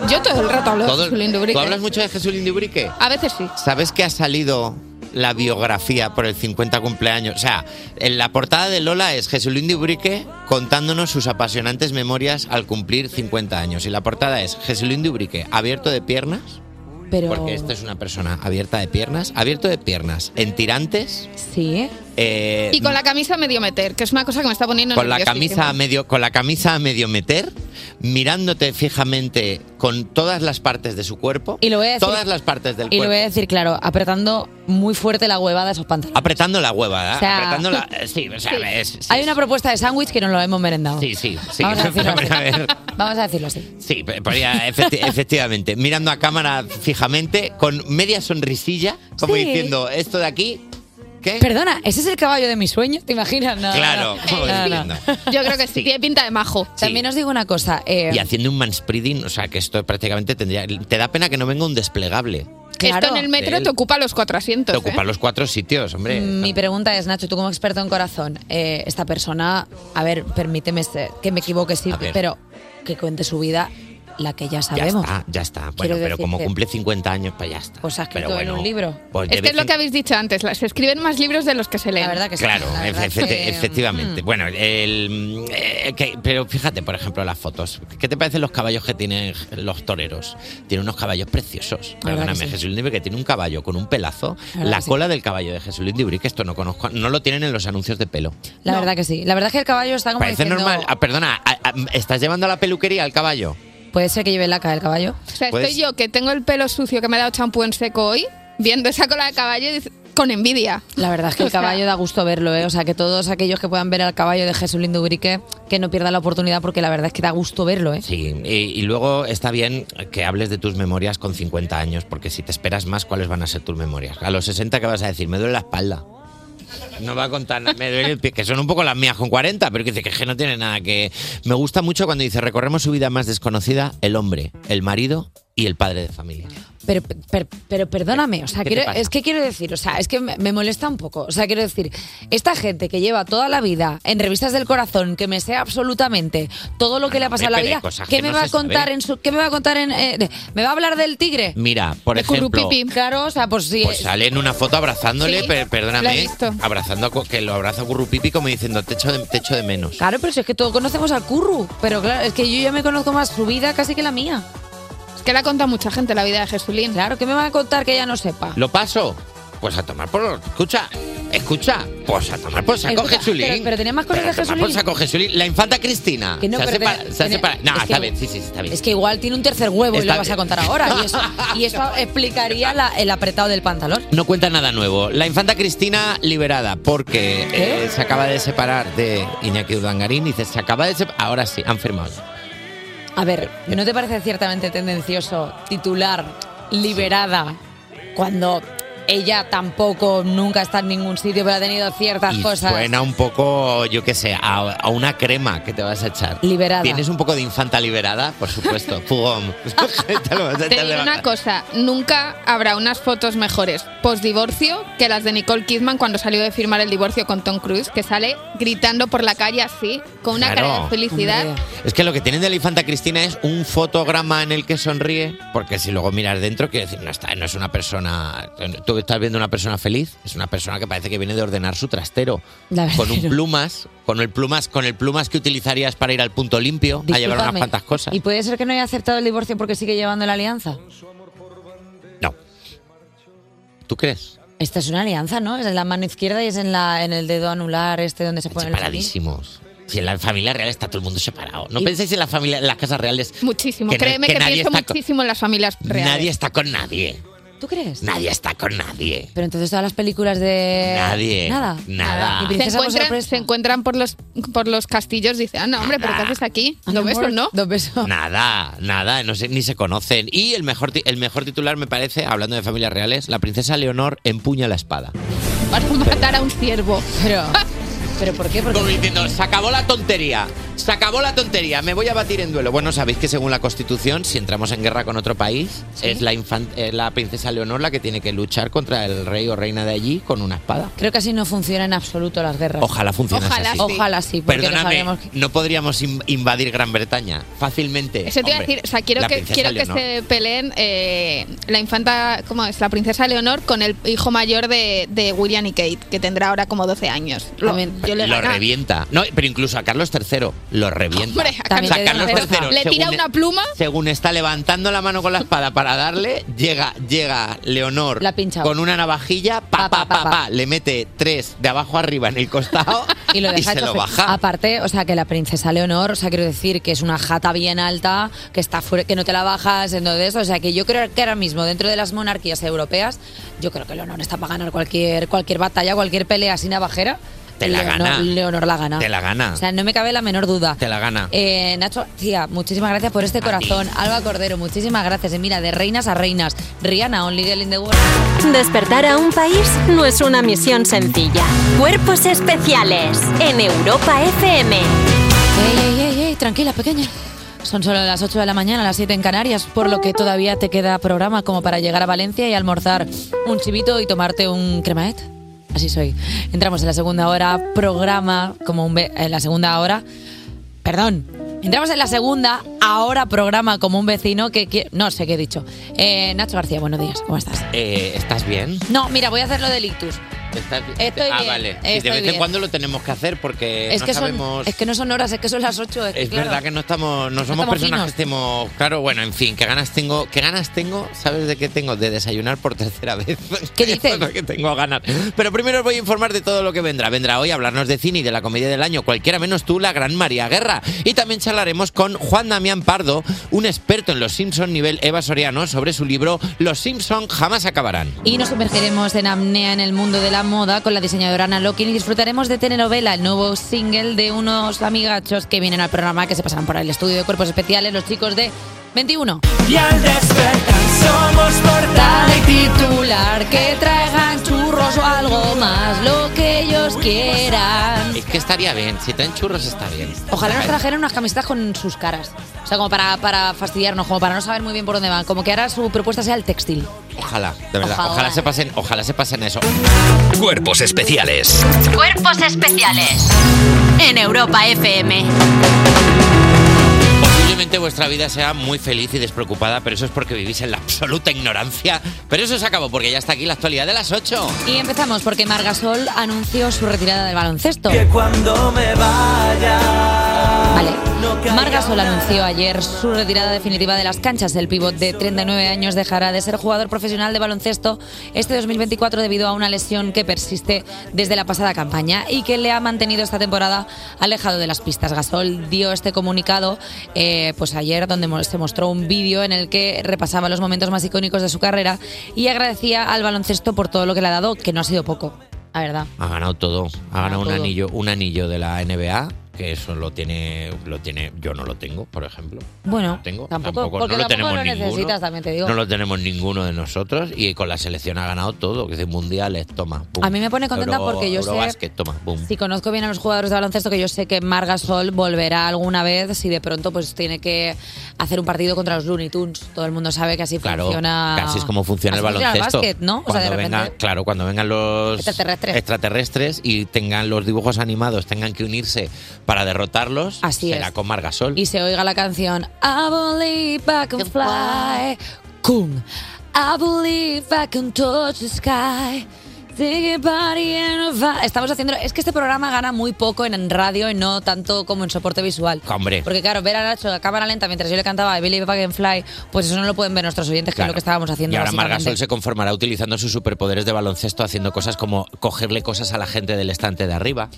Speaker 3: vida.
Speaker 15: Yo todo el rato hablo
Speaker 3: Todo-
Speaker 15: de Jesulín de
Speaker 3: ¿Tú
Speaker 15: Ubrique.
Speaker 3: hablas mucho de Jesulín de Ubrique?
Speaker 15: A veces sí.
Speaker 3: ¿Sabes que ha salido la biografía por el 50 cumpleaños? O sea, en la portada de Lola es Jesulín de Ubrique contándonos sus apasionantes memorias al cumplir 50 años. Y la portada es Jesulín de Ubrique, abierto de piernas.
Speaker 1: Pero...
Speaker 3: Porque esta es una persona abierta de piernas, abierto de piernas, en tirantes.
Speaker 1: Sí.
Speaker 3: eh,
Speaker 15: Y con la camisa medio meter, que es una cosa que me está poniendo
Speaker 3: con la
Speaker 15: nerviosísima.
Speaker 3: camisa a medio con la camisa a medio meter mirándote fijamente con todas las partes de su cuerpo
Speaker 1: Y lo voy a decir-
Speaker 3: todas las partes del
Speaker 1: Y lo
Speaker 3: cuerpo
Speaker 1: voy a decir claro, apretando muy fuerte la huevada de esos pantalones.
Speaker 3: apretando la hueva ¿eh?
Speaker 1: O sea-
Speaker 3: apretando la eh, sí o sea es- sí,
Speaker 1: Hay una propuesta de sándwich que no lo hemos merendado.
Speaker 3: sí sí, sí.
Speaker 1: Vamos a decirlo así.
Speaker 3: A ver,
Speaker 1: Vamos a decirlo así.
Speaker 3: sí, pe- podría- efecti- efectivamente mirando a cámara fijamente con media sonrisilla como
Speaker 1: Sí.
Speaker 3: diciendo esto de aquí ¿Qué?
Speaker 1: Perdona, ¿ese es el caballo de mi sueño? ¿Te imaginas? No,
Speaker 3: Claro,
Speaker 1: no,
Speaker 3: como
Speaker 1: no, no.
Speaker 3: diciendo.
Speaker 15: Yo creo que sí, tiene pinta de majo.
Speaker 1: También os digo una cosa. eh,
Speaker 3: y haciendo un manspreading o sea que esto prácticamente tendría te da pena que no venga un desplegable
Speaker 15: Esto en el metro
Speaker 3: Del-
Speaker 15: te ocupa los cuatro asientos.
Speaker 3: Te
Speaker 15: ¿eh?
Speaker 3: ocupa los cuatro sitios, hombre.
Speaker 1: Mm, mi pregunta es, Nacho, tú como experto en corazón, eh, esta persona, a ver, permíteme este- que me equivoque, sí,
Speaker 3: A ver.
Speaker 1: pero que cuente su vida, la que ya
Speaker 3: Ya
Speaker 1: sabemos.
Speaker 3: está, ya está. Bueno,
Speaker 1: Quiero
Speaker 3: pero
Speaker 1: decir
Speaker 3: como
Speaker 1: que-
Speaker 3: cumple 50 años, pues ya está.
Speaker 1: Pues ha escrito
Speaker 3: Pero
Speaker 1: en
Speaker 3: bueno,
Speaker 1: un libro.
Speaker 3: pues
Speaker 15: Es
Speaker 3: de
Speaker 15: que es
Speaker 3: vez
Speaker 15: lo que habéis dicho antes, la- se escriben más libros de los que se leen. La verdad
Speaker 1: que mm.
Speaker 3: Claro, efecti- efectivamente. Bueno, el, eh, que- pero fíjate, por ejemplo, las fotos. ¿Qué te parecen los caballos que tienen los toreros? Tiene unos caballos preciosos.
Speaker 1: La verdad
Speaker 3: Perdóname,
Speaker 1: que sí.
Speaker 3: Jesulín de Ubrique tiene un caballo con un pelazo. La,
Speaker 1: La verdad que sí.
Speaker 3: cola del caballo de Jesulín de Ubrique, esto no conozco, no lo tienen en los anuncios de pelo.
Speaker 1: La verdad que sí. La verdad es que el caballo está como
Speaker 3: Parece
Speaker 1: diciendo,
Speaker 3: normal. Ah, perdona, a- a- ¿estás llevando a la peluquería al caballo?
Speaker 1: Puede ser que lleve laca el caballo.
Speaker 15: O sea,
Speaker 3: Pues-
Speaker 15: estoy yo que tengo el pelo sucio que me ha dado champú en seco hoy, viendo esa cola de caballo y dic- con envidia.
Speaker 1: La verdad es que el
Speaker 15: O sea-
Speaker 1: caballo da gusto verlo, ¿eh? O sea, que todos aquellos que puedan ver al caballo de Jesulín de Ubrique, que no pierdan la oportunidad porque la verdad es que da gusto verlo, ¿eh?
Speaker 3: Sí, y, y luego está bien que hables de tus memorias con 50 años, porque si te esperas más, ¿cuáles van a ser tus memorias? A los 60, ¿qué vas a decir? Me duele la espalda. No va a contar, nada, me duele el pie, que son un poco las mías con 40, pero que dice que es que no tiene nada que... Me gusta mucho cuando dice, recorremos su vida más desconocida, el hombre, el marido y el padre de familia.
Speaker 1: Pero, per- pero perdóname, o sea,
Speaker 3: ¿Qué te
Speaker 1: quiero-
Speaker 3: pasa?
Speaker 1: es que quiero decir, o sea, es que me, me molesta un poco. O sea, quiero decir, esta gente que lleva toda la vida en revistas del corazón, que me sea absolutamente todo lo que le ha pasado a la
Speaker 3: pero hay
Speaker 1: vida,
Speaker 3: cosas
Speaker 1: ¿qué
Speaker 3: que
Speaker 1: me,
Speaker 3: no
Speaker 1: va a
Speaker 3: se
Speaker 1: contar
Speaker 3: saben.
Speaker 1: en su, ¿qué me va a contar en. eh, de- ¿Me va a hablar del tigre?
Speaker 3: Mira, por
Speaker 1: de
Speaker 3: ejemplo,
Speaker 1: Curupipi, claro, o sea, pues sí.
Speaker 3: pues sale en una foto abrazándole,
Speaker 1: Sí,
Speaker 3: per-
Speaker 1: lo he
Speaker 3: perdóname,
Speaker 1: visto.
Speaker 3: abrazando a cu- que lo abraza Gurrupipi como diciendo, te echo de, te echo de menos.
Speaker 1: Claro, pero si es que todos conocemos al Curru. Pero claro, es que yo ya me conozco más su vida casi que la mía.
Speaker 15: Es que la conta mucha gente la vida de Jesulín.
Speaker 1: Claro, ¿qué me va a contar que ella no sepa?
Speaker 3: ¿Lo paso? Pues a tomar por... Escucha, escucha, pues a tomar por saco
Speaker 1: Escucha,
Speaker 3: Jesulín.
Speaker 1: Pero, pero tenía más cosas
Speaker 3: Pero
Speaker 1: de
Speaker 3: a tomar por
Speaker 1: Jesulín.
Speaker 3: saco Jesulín. La infanta Cristina.
Speaker 1: Que no,
Speaker 3: se ha
Speaker 1: pero
Speaker 3: separa-
Speaker 1: tiene-
Speaker 3: se ha
Speaker 1: tiene-
Speaker 3: separado. No,
Speaker 1: es que-
Speaker 3: está bien, sí, sí, está bien.
Speaker 1: Es que igual tiene un tercer huevo y
Speaker 3: Está
Speaker 1: lo vas
Speaker 3: bien.
Speaker 1: a contar ahora. Y eso, y eso explicaría la- el apretado del pantalón.
Speaker 3: No cuenta nada nuevo. La infanta Cristina liberada porque eh, se acaba de separar de Iñaki Urdangarín y dice, se acaba de separar. Ahora sí, han firmado.
Speaker 1: A ver, ¿no te parece ciertamente tendencioso titular liberada cuando ella tampoco nunca está en ningún sitio, pero ha tenido ciertas
Speaker 3: Y
Speaker 1: cosas?
Speaker 3: suena un poco, yo qué sé, a, a una crema que te vas a echar.
Speaker 1: Liberada.
Speaker 3: ¿Tienes un poco de infanta liberada? Por supuesto. Fugón. Te lo vas a
Speaker 15: Te
Speaker 3: echar
Speaker 15: diré
Speaker 3: de
Speaker 15: una
Speaker 3: vaca.
Speaker 15: cosa, nunca habrá unas fotos mejores post-divorcio que las de Nicole Kidman cuando salió de firmar el divorcio con Tom Cruise, que sale gritando por la calle así, con una
Speaker 3: Claro.
Speaker 15: cara de felicidad.
Speaker 3: Es que lo que tienen de la infanta Cristina es un fotograma en el que sonríe, porque si luego miras dentro, quiero decir, no, está, no es una persona. Tú estás viendo una persona feliz, es una persona que parece que viene de ordenar su trastero.
Speaker 1: La verdad
Speaker 3: Con
Speaker 1: que
Speaker 3: un
Speaker 1: no.
Speaker 3: plumas, con el plumas, con el plumas que utilizarías para ir al punto limpio, a llevar unas
Speaker 1: Discúlpame.
Speaker 3: cuantas cosas.
Speaker 1: ¿Y puede ser que no haya aceptado el divorcio porque sigue llevando la alianza?
Speaker 3: ¿Tú crees?
Speaker 1: Esta es una alianza, ¿no? Es en la mano izquierda y es en, la, en el dedo anular este donde se pone el flequillo.
Speaker 3: Paradísimos. Si en la familia real está todo el mundo separado. No
Speaker 1: Y-
Speaker 3: penséis en la familia, en las casas reales.
Speaker 15: Muchísimo,
Speaker 3: Que na-
Speaker 15: créeme
Speaker 3: que
Speaker 15: que,
Speaker 3: nadie
Speaker 15: pienso
Speaker 3: está co-
Speaker 15: muchísimo en las familias reales.
Speaker 3: Nadie está con nadie.
Speaker 1: ¿Tú crees?
Speaker 3: Nadie está con nadie.
Speaker 1: Pero entonces todas las películas de...
Speaker 3: Nadie.
Speaker 1: Nada.
Speaker 3: Nada.
Speaker 1: ¿Y
Speaker 15: Se
Speaker 1: Princesa por
Speaker 15: encuentran, se encuentran por los por los castillos, dice, ah, no, hombre, ¿pero qué haces aquí? ¿Dos besos, no?
Speaker 1: Dos besos.
Speaker 3: Nada, nada, no sé, ni se conocen. Y el mejor, ti- el mejor titular me parece, hablando de familias reales, la princesa Leonor empuña la espada.
Speaker 15: Para matar a un ciervo.
Speaker 1: Pero, ¿pero por qué?
Speaker 3: Como diciendo, se acabó la tontería, se acabó la tontería, me voy a batir en duelo. Bueno, sabéis que según la Constitución, si entramos en guerra con otro país, es la, infan- eh, la princesa Leonor la que tiene que luchar contra el rey o reina de allí con una espada.
Speaker 1: Creo que así no funciona en absoluto las guerras.
Speaker 3: Ojalá funcionase
Speaker 1: Ojalá
Speaker 3: así.
Speaker 1: sí. Ojalá sí, porque no
Speaker 3: Perdóname,
Speaker 1: sabemos
Speaker 3: no podríamos in- invadir Gran Bretaña fácilmente.
Speaker 15: Eso te iba a
Speaker 3: Hombre,
Speaker 15: decir, o sea, quiero
Speaker 3: la
Speaker 15: que,
Speaker 3: princesa
Speaker 15: quiero que este
Speaker 3: Leonor.
Speaker 15: se peleen eh, la infanta, ¿cómo es? La princesa Leonor con el hijo mayor de, de William y Kate, que tendrá ahora como 12 años. Lo, yo le
Speaker 3: lo
Speaker 15: gana.
Speaker 3: revienta. No, pero incluso a Carlos III lo revienta.
Speaker 15: Hombre, a También
Speaker 3: O sea,
Speaker 15: Carlos- te digo
Speaker 3: Carlos
Speaker 15: una cosa.
Speaker 3: III,
Speaker 15: Le tira
Speaker 3: según-
Speaker 15: una pluma.
Speaker 3: Según está levantando la mano con la espada para darle, llega, llega Leonor
Speaker 1: La ha pinchado.
Speaker 3: con una navajilla, pa, pa, pa, pa, le mete tres de abajo arriba en el costado
Speaker 1: Y lo deja
Speaker 3: se
Speaker 1: hecho
Speaker 3: lo
Speaker 1: fe-
Speaker 3: baja.
Speaker 1: Aparte, o sea, que la princesa Leonor, o sea, quiero decir que es una jata bien alta, que está fuera, que no te la bajas, entonces, o sea, que yo creo que ahora mismo dentro de las monarquías europeas, yo creo que Leonor está para ganar cualquier cualquier batalla, cualquier pelea así navajera.
Speaker 3: Te la
Speaker 1: Leonor,
Speaker 3: gana.
Speaker 1: Leonor la gana.
Speaker 3: Te la gana.
Speaker 1: O sea, no me cabe la menor duda.
Speaker 3: Te la gana.
Speaker 1: Ah, Eh, Nacho, tía, muchísimas gracias por este corazón. Alba Cordero, muchísimas gracias. Y mira, de reinas a reinas. Rihanna, Only Girl in the World.
Speaker 6: Despertar a un país no es una misión sencilla. Cuerpos especiales en Europa FM.
Speaker 1: Ey, ey, ey, ey, Eh, tranquila, pequeña. Son solo las 8 de la mañana, las 7 en Canarias, por lo que todavía te queda programa como para llegar a Valencia y almorzar un chivito y tomarte un cremaet. Así soy. Entramos en la segunda hora, programa como un... ve- En la segunda hora... Perdón. Entramos en la segunda, ahora programa como un vecino que... quie- no sé qué he dicho. Eh, Nacho García, buenos días, ¿cómo estás?
Speaker 3: Eh, ¿Estás bien?
Speaker 1: No, mira, voy a hacer lo del ictus.
Speaker 3: ¿Estás bien?
Speaker 1: Estoy
Speaker 3: ah,
Speaker 1: bien,
Speaker 3: vale. Sí, de
Speaker 1: estoy
Speaker 3: vez en
Speaker 1: bien.
Speaker 3: cuando lo tenemos que hacer porque
Speaker 1: es,
Speaker 3: no
Speaker 1: que
Speaker 3: sabemos...
Speaker 1: son, es que no son horas, es que son las 8. Es, que
Speaker 3: Es
Speaker 1: claro.
Speaker 3: verdad que no estamos, no somos
Speaker 1: estamos
Speaker 3: personas
Speaker 1: finos.
Speaker 3: que estemos, claro, bueno, en fin, qué ganas tengo, qué ganas tengo, ¿sabes de qué tengo? De desayunar por tercera vez. ¿Qué dices? que tengo ganas. Pero primero os voy a informar de todo lo que vendrá. Vendrá hoy a hablarnos de cine y de la comedia del año, cualquiera menos tú, la gran María Guerra. Y también charlaremos con Juan Damián Pardo, un experto en los Simpson nivel Eva Soriano, sobre su libro Los Simpson jamás acabarán.
Speaker 1: Y nos sumergiremos en apnea en el mundo de la moda con la diseñadora Ana Lokin y disfrutaremos de Telenovela, el nuevo single de unos amigachos que vienen al programa, que se pasan por el estudio de cuerpos especiales, los chicos de 21.
Speaker 11: Y al despertar somos portales.
Speaker 1: Dale titular que traigan churros o algo más, lo que ellos quieran.
Speaker 3: Es que estaría bien, si traen churros está bien.
Speaker 1: Ojalá nos
Speaker 3: Ay,
Speaker 1: trajeran unas camisetas con sus caras. O sea, como para, para fastidiarnos, como para no saber muy bien por dónde van. Como que ahora su propuesta sea el textil.
Speaker 3: Ojalá, de verdad,
Speaker 1: Ojalá.
Speaker 3: ojalá, se pasen, ojalá se pasen eso.
Speaker 18: Cuerpos especiales.
Speaker 6: Cuerpos especiales en Europa FM.
Speaker 3: Posiblemente vuestra vida sea muy feliz y despreocupada, pero eso es porque vivís en la absoluta ignorancia. Pero eso se acabó porque ya está aquí la actualidad de las 8.
Speaker 1: Y empezamos porque Margasol anunció su retirada del baloncesto.
Speaker 11: Cuando me vaya.
Speaker 1: Vale. Margasol anunció ayer su retirada definitiva de las canchas. El pívot de 39 años dejará de ser jugador profesional de baloncesto este 2024 debido a una lesión que persiste desde la pasada campaña y que le ha mantenido esta temporada alejado de las pistas. Gasol dio este comunicado eh, pues ayer donde mo- se mostró un vídeo en el que repasaba los momentos más icónicos de su carrera y agradecía al baloncesto por todo lo que le ha dado, que no ha sido poco, la verdad.
Speaker 3: Ha ganado todo. Ha ganado un
Speaker 1: todo.
Speaker 3: anillo, un anillo de la NBA, que eso lo tiene, lo tiene, yo no lo tengo, por ejemplo.
Speaker 1: Bueno,
Speaker 3: No tengo,
Speaker 1: tampoco,
Speaker 3: tampoco,
Speaker 1: porque
Speaker 3: no lo
Speaker 1: tampoco
Speaker 3: tenemos
Speaker 1: lo
Speaker 3: ninguno.
Speaker 1: necesitas, también te digo.
Speaker 3: No lo tenemos ninguno de nosotros y con la selección ha ganado todo, que de mundiales, toma. pum.
Speaker 1: A mí me pone contenta porque yo sé-
Speaker 3: Eurobasket, toma, pum.
Speaker 1: Si conozco bien a los jugadores de baloncesto, que yo sé que Margasol volverá alguna vez si de pronto pues tiene que hacer un partido contra los Looney Tunes. Todo el mundo sabe que así
Speaker 3: Claro,
Speaker 1: funciona.
Speaker 3: que así es como funciona el
Speaker 1: así funciona el
Speaker 3: baloncesto.
Speaker 1: básquet, ¿no? O sea,
Speaker 3: Cuando
Speaker 1: de repente-
Speaker 3: vengan- claro, cuando vengan los
Speaker 1: Extraterrestres.
Speaker 3: extraterrestres y tengan los dibujos animados, tengan que unirse para derrotarlos,
Speaker 1: Así
Speaker 3: será
Speaker 1: es.
Speaker 3: con Margasol.
Speaker 1: Y se oiga la canción I believe I can fly. Kun. I believe I can touch the sky. Think about it and va- Estamos haciendo. Es que este programa gana muy poco en- en radio y no tanto como en soporte visual.
Speaker 3: Hombre.
Speaker 1: Porque claro, ver a Nacho a cámara lenta mientras yo le cantaba I Believe I Can Fly, pues eso no lo pueden ver nuestros oyentes, que es
Speaker 3: Claro.
Speaker 1: lo que estábamos haciendo.
Speaker 3: Y ahora
Speaker 1: básicamente.
Speaker 3: Margasol se conformará utilizando sus superpoderes de baloncesto haciendo cosas como cogerle cosas a la gente del estante de arriba.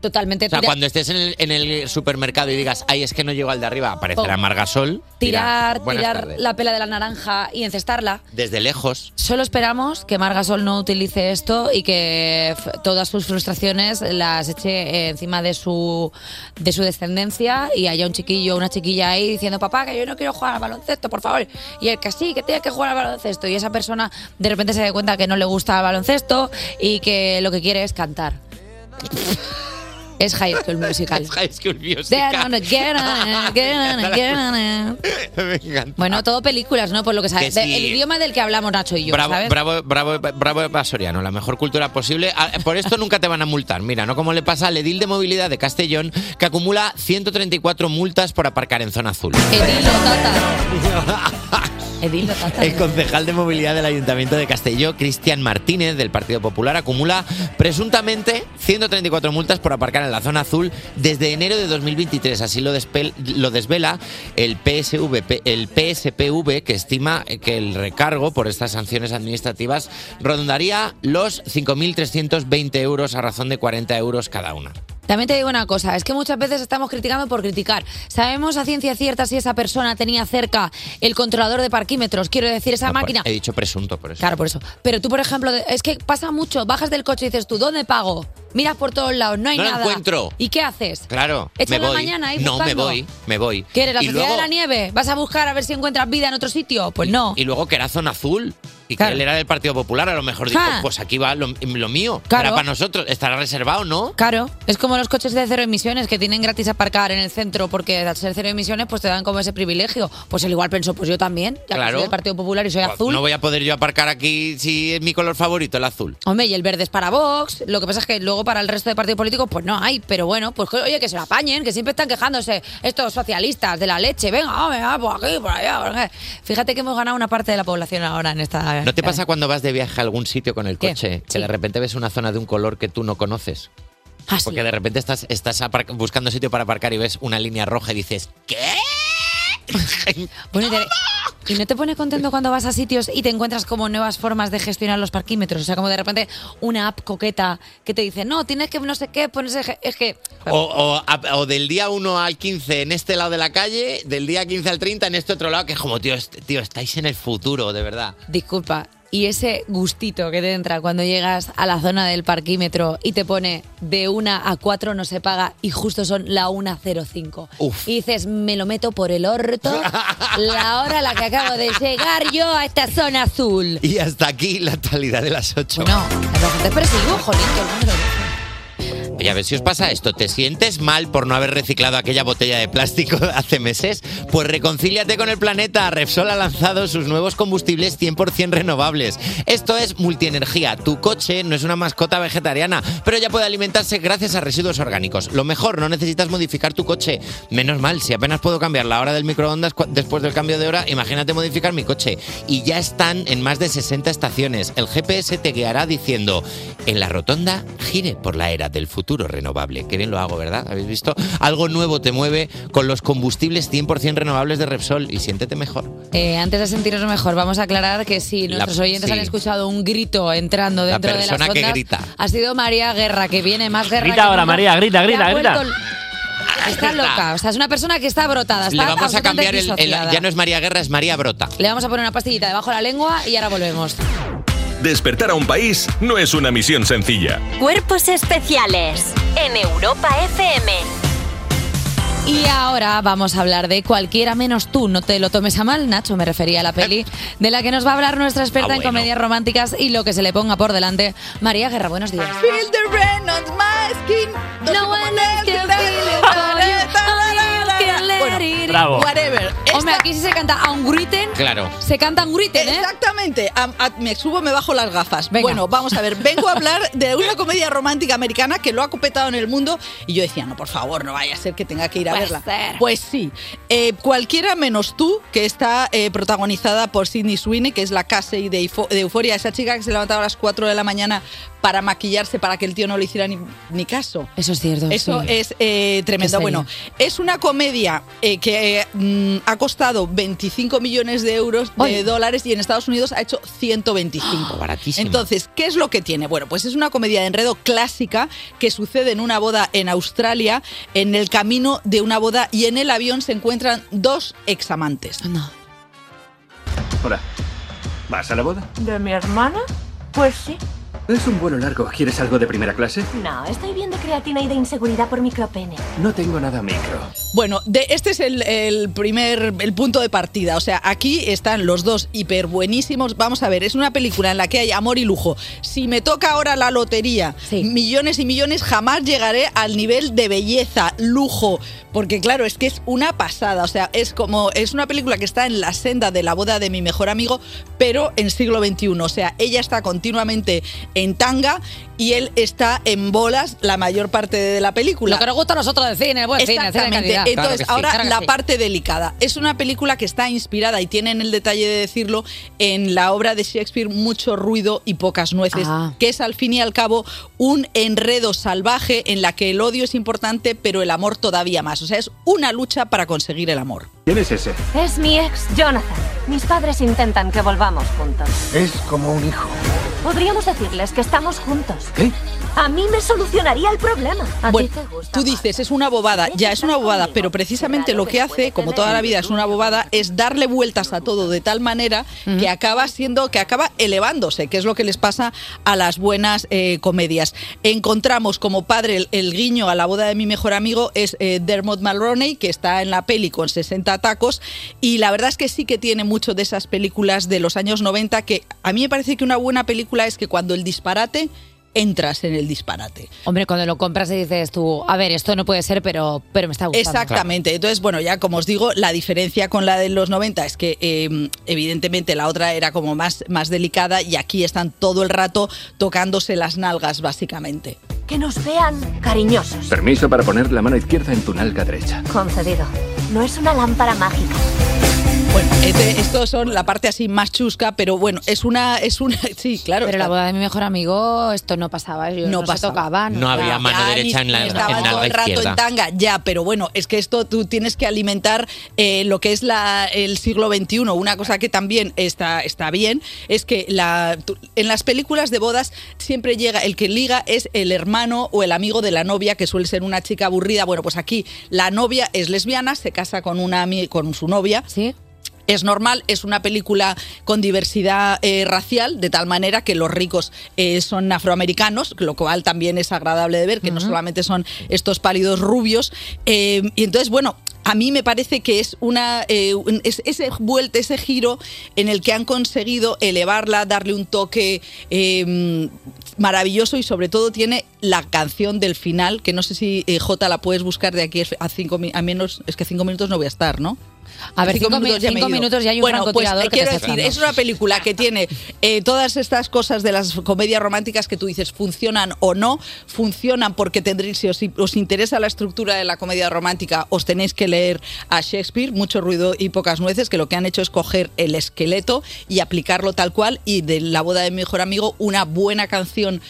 Speaker 1: Totalmente
Speaker 3: O sea,
Speaker 1: tira-
Speaker 3: cuando estés en el, en el supermercado y digas, ay, es que no llego al de arriba, aparecerá
Speaker 1: Pum.
Speaker 3: Margasol. dirá,
Speaker 1: tirar,
Speaker 3: "Buenas
Speaker 1: tirar
Speaker 3: tardes".
Speaker 1: la pela de la naranja y encestarla.
Speaker 3: Desde lejos.
Speaker 1: Solo esperamos que Margasol no utilice esto y que f- todas sus frustraciones las eche eh, encima de su, de su descendencia y haya un chiquillo o una chiquilla ahí diciendo, papá, que yo no quiero jugar al baloncesto, por favor. Y el que sí, que tienes que jugar al baloncesto. Y esa persona de repente se dé cuenta que no le gusta el baloncesto y que lo que quiere es cantar. es High School Musical.
Speaker 3: High School Musical.
Speaker 1: Get on it, get on it, get on it, get on it.
Speaker 3: Me encanta.
Speaker 1: Bueno, todo películas, ¿no? Por lo que sabes.
Speaker 3: Que sí.
Speaker 1: El idioma del que hablamos Nacho y yo,
Speaker 3: Bravo,
Speaker 1: ¿sabes?
Speaker 3: bravo, bravo, bravo Vasoriano, la mejor cultura posible. Ah, Por esto nunca te van a multar. Mira, no como le pasa al edil de movilidad de Castellón, que acumula 134 multas por aparcar en zona azul.
Speaker 1: Edil, tata.
Speaker 3: El concejal de movilidad del Ayuntamiento de Castelló, Cristian Martínez, del Partido Popular, acumula presuntamente 134 multas por aparcar en la zona azul desde enero de 2023. Así lo, despe- lo desvela el, PSV, el PSPV, que estima que el recargo por estas sanciones administrativas rondaría los 5.320 euros a razón de 40 euros cada una.
Speaker 1: También te digo una cosa, es que muchas veces estamos criticando por criticar. Sabemos a ciencia cierta si esa persona tenía cerca el controlador de parquímetros, quiero decir, esa
Speaker 3: No, eh. por-
Speaker 1: máquina.
Speaker 3: He dicho presunto, por eso.
Speaker 1: Claro, por eso. Pero tú, por ejemplo, de- es que pasa mucho, bajas del coche y dices tú, ¿dónde pago? Miras por todos lados, no hay
Speaker 3: No la
Speaker 1: nada.
Speaker 3: encuentro.
Speaker 1: ¿Y qué haces?
Speaker 3: Claro,
Speaker 1: Echa
Speaker 3: me
Speaker 1: la
Speaker 3: voy.
Speaker 1: mañana ahí
Speaker 3: no, me
Speaker 1: buscando.
Speaker 3: voy, me voy.
Speaker 1: ¿Qué eres, la
Speaker 3: Y
Speaker 1: sociedad
Speaker 3: luego-
Speaker 1: de la nieve? ¿Vas a buscar a ver si encuentras vida en otro sitio? Pues no.
Speaker 3: Y luego que era zona azul. Y que él era del Partido Popular, a lo mejor dijo,
Speaker 1: Ja.
Speaker 3: pues aquí va lo, lo mío.
Speaker 1: Ah. Claro.
Speaker 3: Era para nosotros, estará reservado, ¿no?
Speaker 1: Claro, es como los coches de cero emisiones que tienen gratis aparcar en el centro porque al ser cero emisiones pues te dan como ese privilegio. Pues él igual pensó, pues yo también, ya que
Speaker 3: Claro. Pues
Speaker 1: soy del Partido Popular y soy azul.
Speaker 3: No voy a poder yo aparcar aquí si es mi color favorito, el azul.
Speaker 1: Hombre, y el verde es para Vox, lo que pasa es que luego para el resto de partidos políticos pues no hay, pero bueno, pues que- oye, que se lo apañen, que siempre están quejándose estos socialistas de la leche, venga, hombre, ah, por aquí, por allá, por acá. Fíjate que hemos ganado una parte de la población ahora en esta...
Speaker 3: ¿No te pasa cuando vas de viaje a algún sitio con el
Speaker 1: Eh, ¿Qué?
Speaker 3: coche que
Speaker 1: Sí.
Speaker 3: de repente ves una zona de un color que tú no conoces?
Speaker 1: Ah, sí.
Speaker 3: Porque de repente estás, estás aparca- buscando sitio para aparcar y ves una línea roja y dices, ¿qué?
Speaker 1: Bueno, y, te- y no te pone contento cuando vas a sitios y te encuentras como nuevas formas de gestionar los parquímetros. O sea, como de repente una app coqueta que te dice, no, tienes que no sé qué, ponerse. ge- Es que.
Speaker 3: O, o a- o del día 1 al 15 en este lado de la calle, del día 15 al 30 en este otro lado, que es como, tío, est- tío estáis en el futuro, de verdad.
Speaker 1: Disculpa. Y ese gustito que te entra cuando llegas a la zona del parquímetro y te pone de 1 a 4 no se paga y justo son la 1.05.
Speaker 3: Uf.
Speaker 1: Y dices, me lo meto por el orto la hora a la que acabo de llegar yo a esta zona azul.
Speaker 3: Y hasta aquí la actualidad de las 8.
Speaker 1: No, Pero gente expresivo, jolín, todo el mundo lo dice.
Speaker 3: Oye, a ver si os pasa esto. ¿Te sientes mal por no haber reciclado aquella botella de plástico hace meses? Pues reconcíliate con el planeta. Repsol ha lanzado sus nuevos combustibles 100% renovables. Esto es multienergía. Tu coche no es una mascota vegetariana, pero ya puede alimentarse gracias a residuos orgánicos. Lo mejor, no necesitas modificar tu coche. Menos mal, si apenas puedo cambiar la hora del microondas cu- después del cambio de hora, imagínate modificar mi coche. Y ya están en más de 60 estaciones. El GPS te guiará diciendo, en la rotonda, gire por la era del futuro renovable. Qué bien lo hago, ¿verdad? ¿Habéis visto? Algo nuevo te mueve con los combustibles 100% renovables de Repsol y siéntete mejor.
Speaker 1: Eh, antes de sentirnos mejor, vamos a aclarar que si
Speaker 3: La-
Speaker 1: nuestros oyentes
Speaker 3: sí.
Speaker 1: han escuchado un grito entrando
Speaker 3: La
Speaker 1: dentro de las
Speaker 3: persona
Speaker 1: ondas,
Speaker 3: que grita.
Speaker 1: ha sido María Guerra, que viene más guerra.
Speaker 4: Grita
Speaker 1: que
Speaker 4: ahora,
Speaker 1: nunca.
Speaker 4: María, grita,
Speaker 1: Se
Speaker 4: grita,
Speaker 1: ha
Speaker 4: grita.
Speaker 1: vuelto- Está loca, o sea, es una persona que está brotada. Está
Speaker 3: Le vamos a
Speaker 1: absolutamente
Speaker 3: cambiar el, el-
Speaker 1: disociada.
Speaker 3: Ya no es María Guerra, es María Brota.
Speaker 1: Le vamos a poner una pastillita debajo de la lengua y ahora volvemos.
Speaker 9: Despertar a un país no es una misión sencilla.
Speaker 19: Cuerpos especiales en Europa FM.
Speaker 1: Y ahora vamos a hablar de cualquiera menos tú, no te lo tomes a mal, Nacho, me refería a la peli de la que nos va a hablar nuestra experta
Speaker 20: Ah,
Speaker 1: en
Speaker 20: bueno.
Speaker 1: comedias románticas y lo que se le ponga por delante, María Guerra, buenos días.
Speaker 20: Feel the rain on my skin. No one else can feel it. Bueno,
Speaker 1: Bravo.
Speaker 20: Whatever.
Speaker 1: Hombre, aquí sí se canta Aunguriten.
Speaker 3: Claro.
Speaker 1: Se canta Aunguriten, ¿eh?
Speaker 20: Exactamente. Am- a- me subo, me bajo las gafas. Bueno, vamos a ver. Vengo a hablar de una comedia romántica americana que lo ha copetado en el mundo y yo decía, no, por favor, no vaya a ser que tenga que ir a
Speaker 21: Puede
Speaker 20: verla.
Speaker 21: ser.
Speaker 20: Pues sí. Eh, cualquiera menos tú, que está eh, protagonizada por Sidney Sweeney, que es la Casey de, Eufo- de Euforia, esa chica que se levantaba a las 4 de la mañana para maquillarse para que el tío no le hiciera ni, ni caso.
Speaker 1: Eso es cierto.
Speaker 20: Eso
Speaker 1: sí.
Speaker 20: es eh, tremendo.
Speaker 1: Qué seria.
Speaker 20: Bueno, es una comedia eh, que eh, mm, ha costado 25 millones de euros, de dólares, y en Estados Unidos ha hecho 125.
Speaker 3: Baratísimo.
Speaker 20: Entonces, ¿qué es lo que tiene? Bueno, pues es una comedia de enredo clásica que sucede en una boda en Australia, en el camino de una boda, y en el avión se encuentran dos examantes.
Speaker 5: Hola. ¿Vas a la boda?
Speaker 6: ¿De mi hermana? Pues sí.
Speaker 5: Es un vuelo largo. ¿Quieres algo de primera clase?
Speaker 6: No, Ah, estoy viendo creatina y de inseguridad por micropene.
Speaker 5: No tengo nada micro.
Speaker 20: Bueno, de, este es el, el primer el punto de partida. O sea, aquí están los dos hiper buenísimos. Vamos a ver, es una película en la que hay amor y lujo. Si me toca ahora la lotería, millones y millones, jamás llegaré al nivel de belleza, lujo. Porque claro, es que es una pasada. O sea, es como. Es una película que está en la senda de la boda de mi mejor amigo, pero en siglo XXI. O sea, ella está continuamente en tanga y él está en bolas la mayor parte de la película.
Speaker 1: Lo que nos gusta a nosotros de cine, el buen cine, el cine de
Speaker 20: Exactamente.
Speaker 1: calidad.
Speaker 20: Entonces, ahora
Speaker 1: Claro que
Speaker 20: la
Speaker 1: sí.
Speaker 20: parte delicada. Es una película que está inspirada, y tienen el detalle de decirlo, en la obra de Shakespeare Mucho ruido y pocas nueces,
Speaker 1: Ah.
Speaker 20: que es al fin y al cabo un enredo salvaje en la que el odio es importante, pero el amor todavía más. O sea, es una lucha para conseguir el amor.
Speaker 5: ¿Quién es ese?
Speaker 6: Es mi ex, Jonathan. Mis padres intentan que volvamos juntos.
Speaker 5: Es como un hijo.
Speaker 6: Podríamos decirles que estamos juntos.
Speaker 5: ¿Qué?
Speaker 6: A mí me solucionaría el problema. A
Speaker 20: Bueno,
Speaker 6: ti te gusta.
Speaker 20: tú dices, es una bobada, ya es una bobada, pero precisamente lo que hace, como toda la vida es una bobada, es darle vueltas a todo de tal manera que acaba siendo, que acaba elevándose, que es lo que les pasa a las buenas eh, comedias. Encontramos como padre el, el guiño a la boda de mi mejor amigo, es eh, Dermot Mulroney, que está en la peli con 60 tacos, y la verdad es que sí que tiene mucho de esas películas de los años 90, que a mí me parece que una buena película es que cuando el disparate, entras en el disparate.
Speaker 1: Hombre, cuando lo compras y dices tú, a ver, esto no puede ser, pero, pero me está gustando.
Speaker 20: Exactamente. Entonces, bueno, ya como os digo, la diferencia con la de los 90 es que eh, evidentemente la otra era como más, más delicada y aquí están todo el rato tocándose las nalgas, básicamente.
Speaker 6: Que nos vean cariñosos.
Speaker 5: Permiso para poner la mano izquierda en tu nalga derecha.
Speaker 6: Concedido. No es una lámpara mágica.
Speaker 20: Este- estos son la parte así más chusca, pero bueno, es una, es una, sí, claro.
Speaker 1: Pero
Speaker 20: está-
Speaker 1: la boda de mi mejor amigo, esto no pasaba, yo-
Speaker 20: No
Speaker 1: no, se
Speaker 20: pasaba.
Speaker 1: tocaba.
Speaker 3: No había mano
Speaker 20: Ya,
Speaker 3: derecha en
Speaker 20: ni-
Speaker 3: la,
Speaker 20: ni
Speaker 3: en
Speaker 20: estaba todo
Speaker 3: nalga
Speaker 20: el rato
Speaker 3: izquierda.
Speaker 20: en tanga, ya, pero bueno, es que esto tú tienes que alimentar eh, lo que es la, el siglo XXI. Una cosa que también está, está bien es que la, tú- en las películas de bodas siempre llega, el que liga es el hermano o el amigo de la novia, que suele ser una chica aburrida. Bueno, pues aquí la novia es lesbiana, se casa con, una, ami- con su novia.
Speaker 1: Sí.
Speaker 20: Es normal, es una película con diversidad eh, racial, de tal manera que los ricos eh, son afroamericanos, lo cual también es agradable de ver, que no solamente son estos pálidos rubios. Eh, y entonces, bueno, a mí me parece que es una eh, un- es- ese vuelta, ese giro en el que han conseguido elevarla, darle un toque eh, maravilloso y sobre todo tiene la canción del final, que no sé si eh, Jota la puedes buscar de aquí a cinco mi- a menos, es que cinco minutos no voy a estar, ¿no?
Speaker 8: A ver, cinco mi-
Speaker 20: me he
Speaker 8: cinco
Speaker 20: ido.
Speaker 8: minutos ya hay un
Speaker 20: bueno,
Speaker 8: francotirador
Speaker 20: pues,
Speaker 8: que
Speaker 20: eh,
Speaker 8: te
Speaker 20: quiero
Speaker 8: está
Speaker 20: decir,
Speaker 8: esperando.
Speaker 20: es una película que tiene eh, todas estas cosas de las comedias románticas que tú dices funcionan o no, funcionan porque tendréis, si os, os interesa la estructura de la comedia romántica, os tenéis que leer a Shakespeare, mucho ruido y pocas nueces, que lo que han hecho es coger el esqueleto y aplicarlo tal cual y de la boda de mi mejor amigo una buena canción.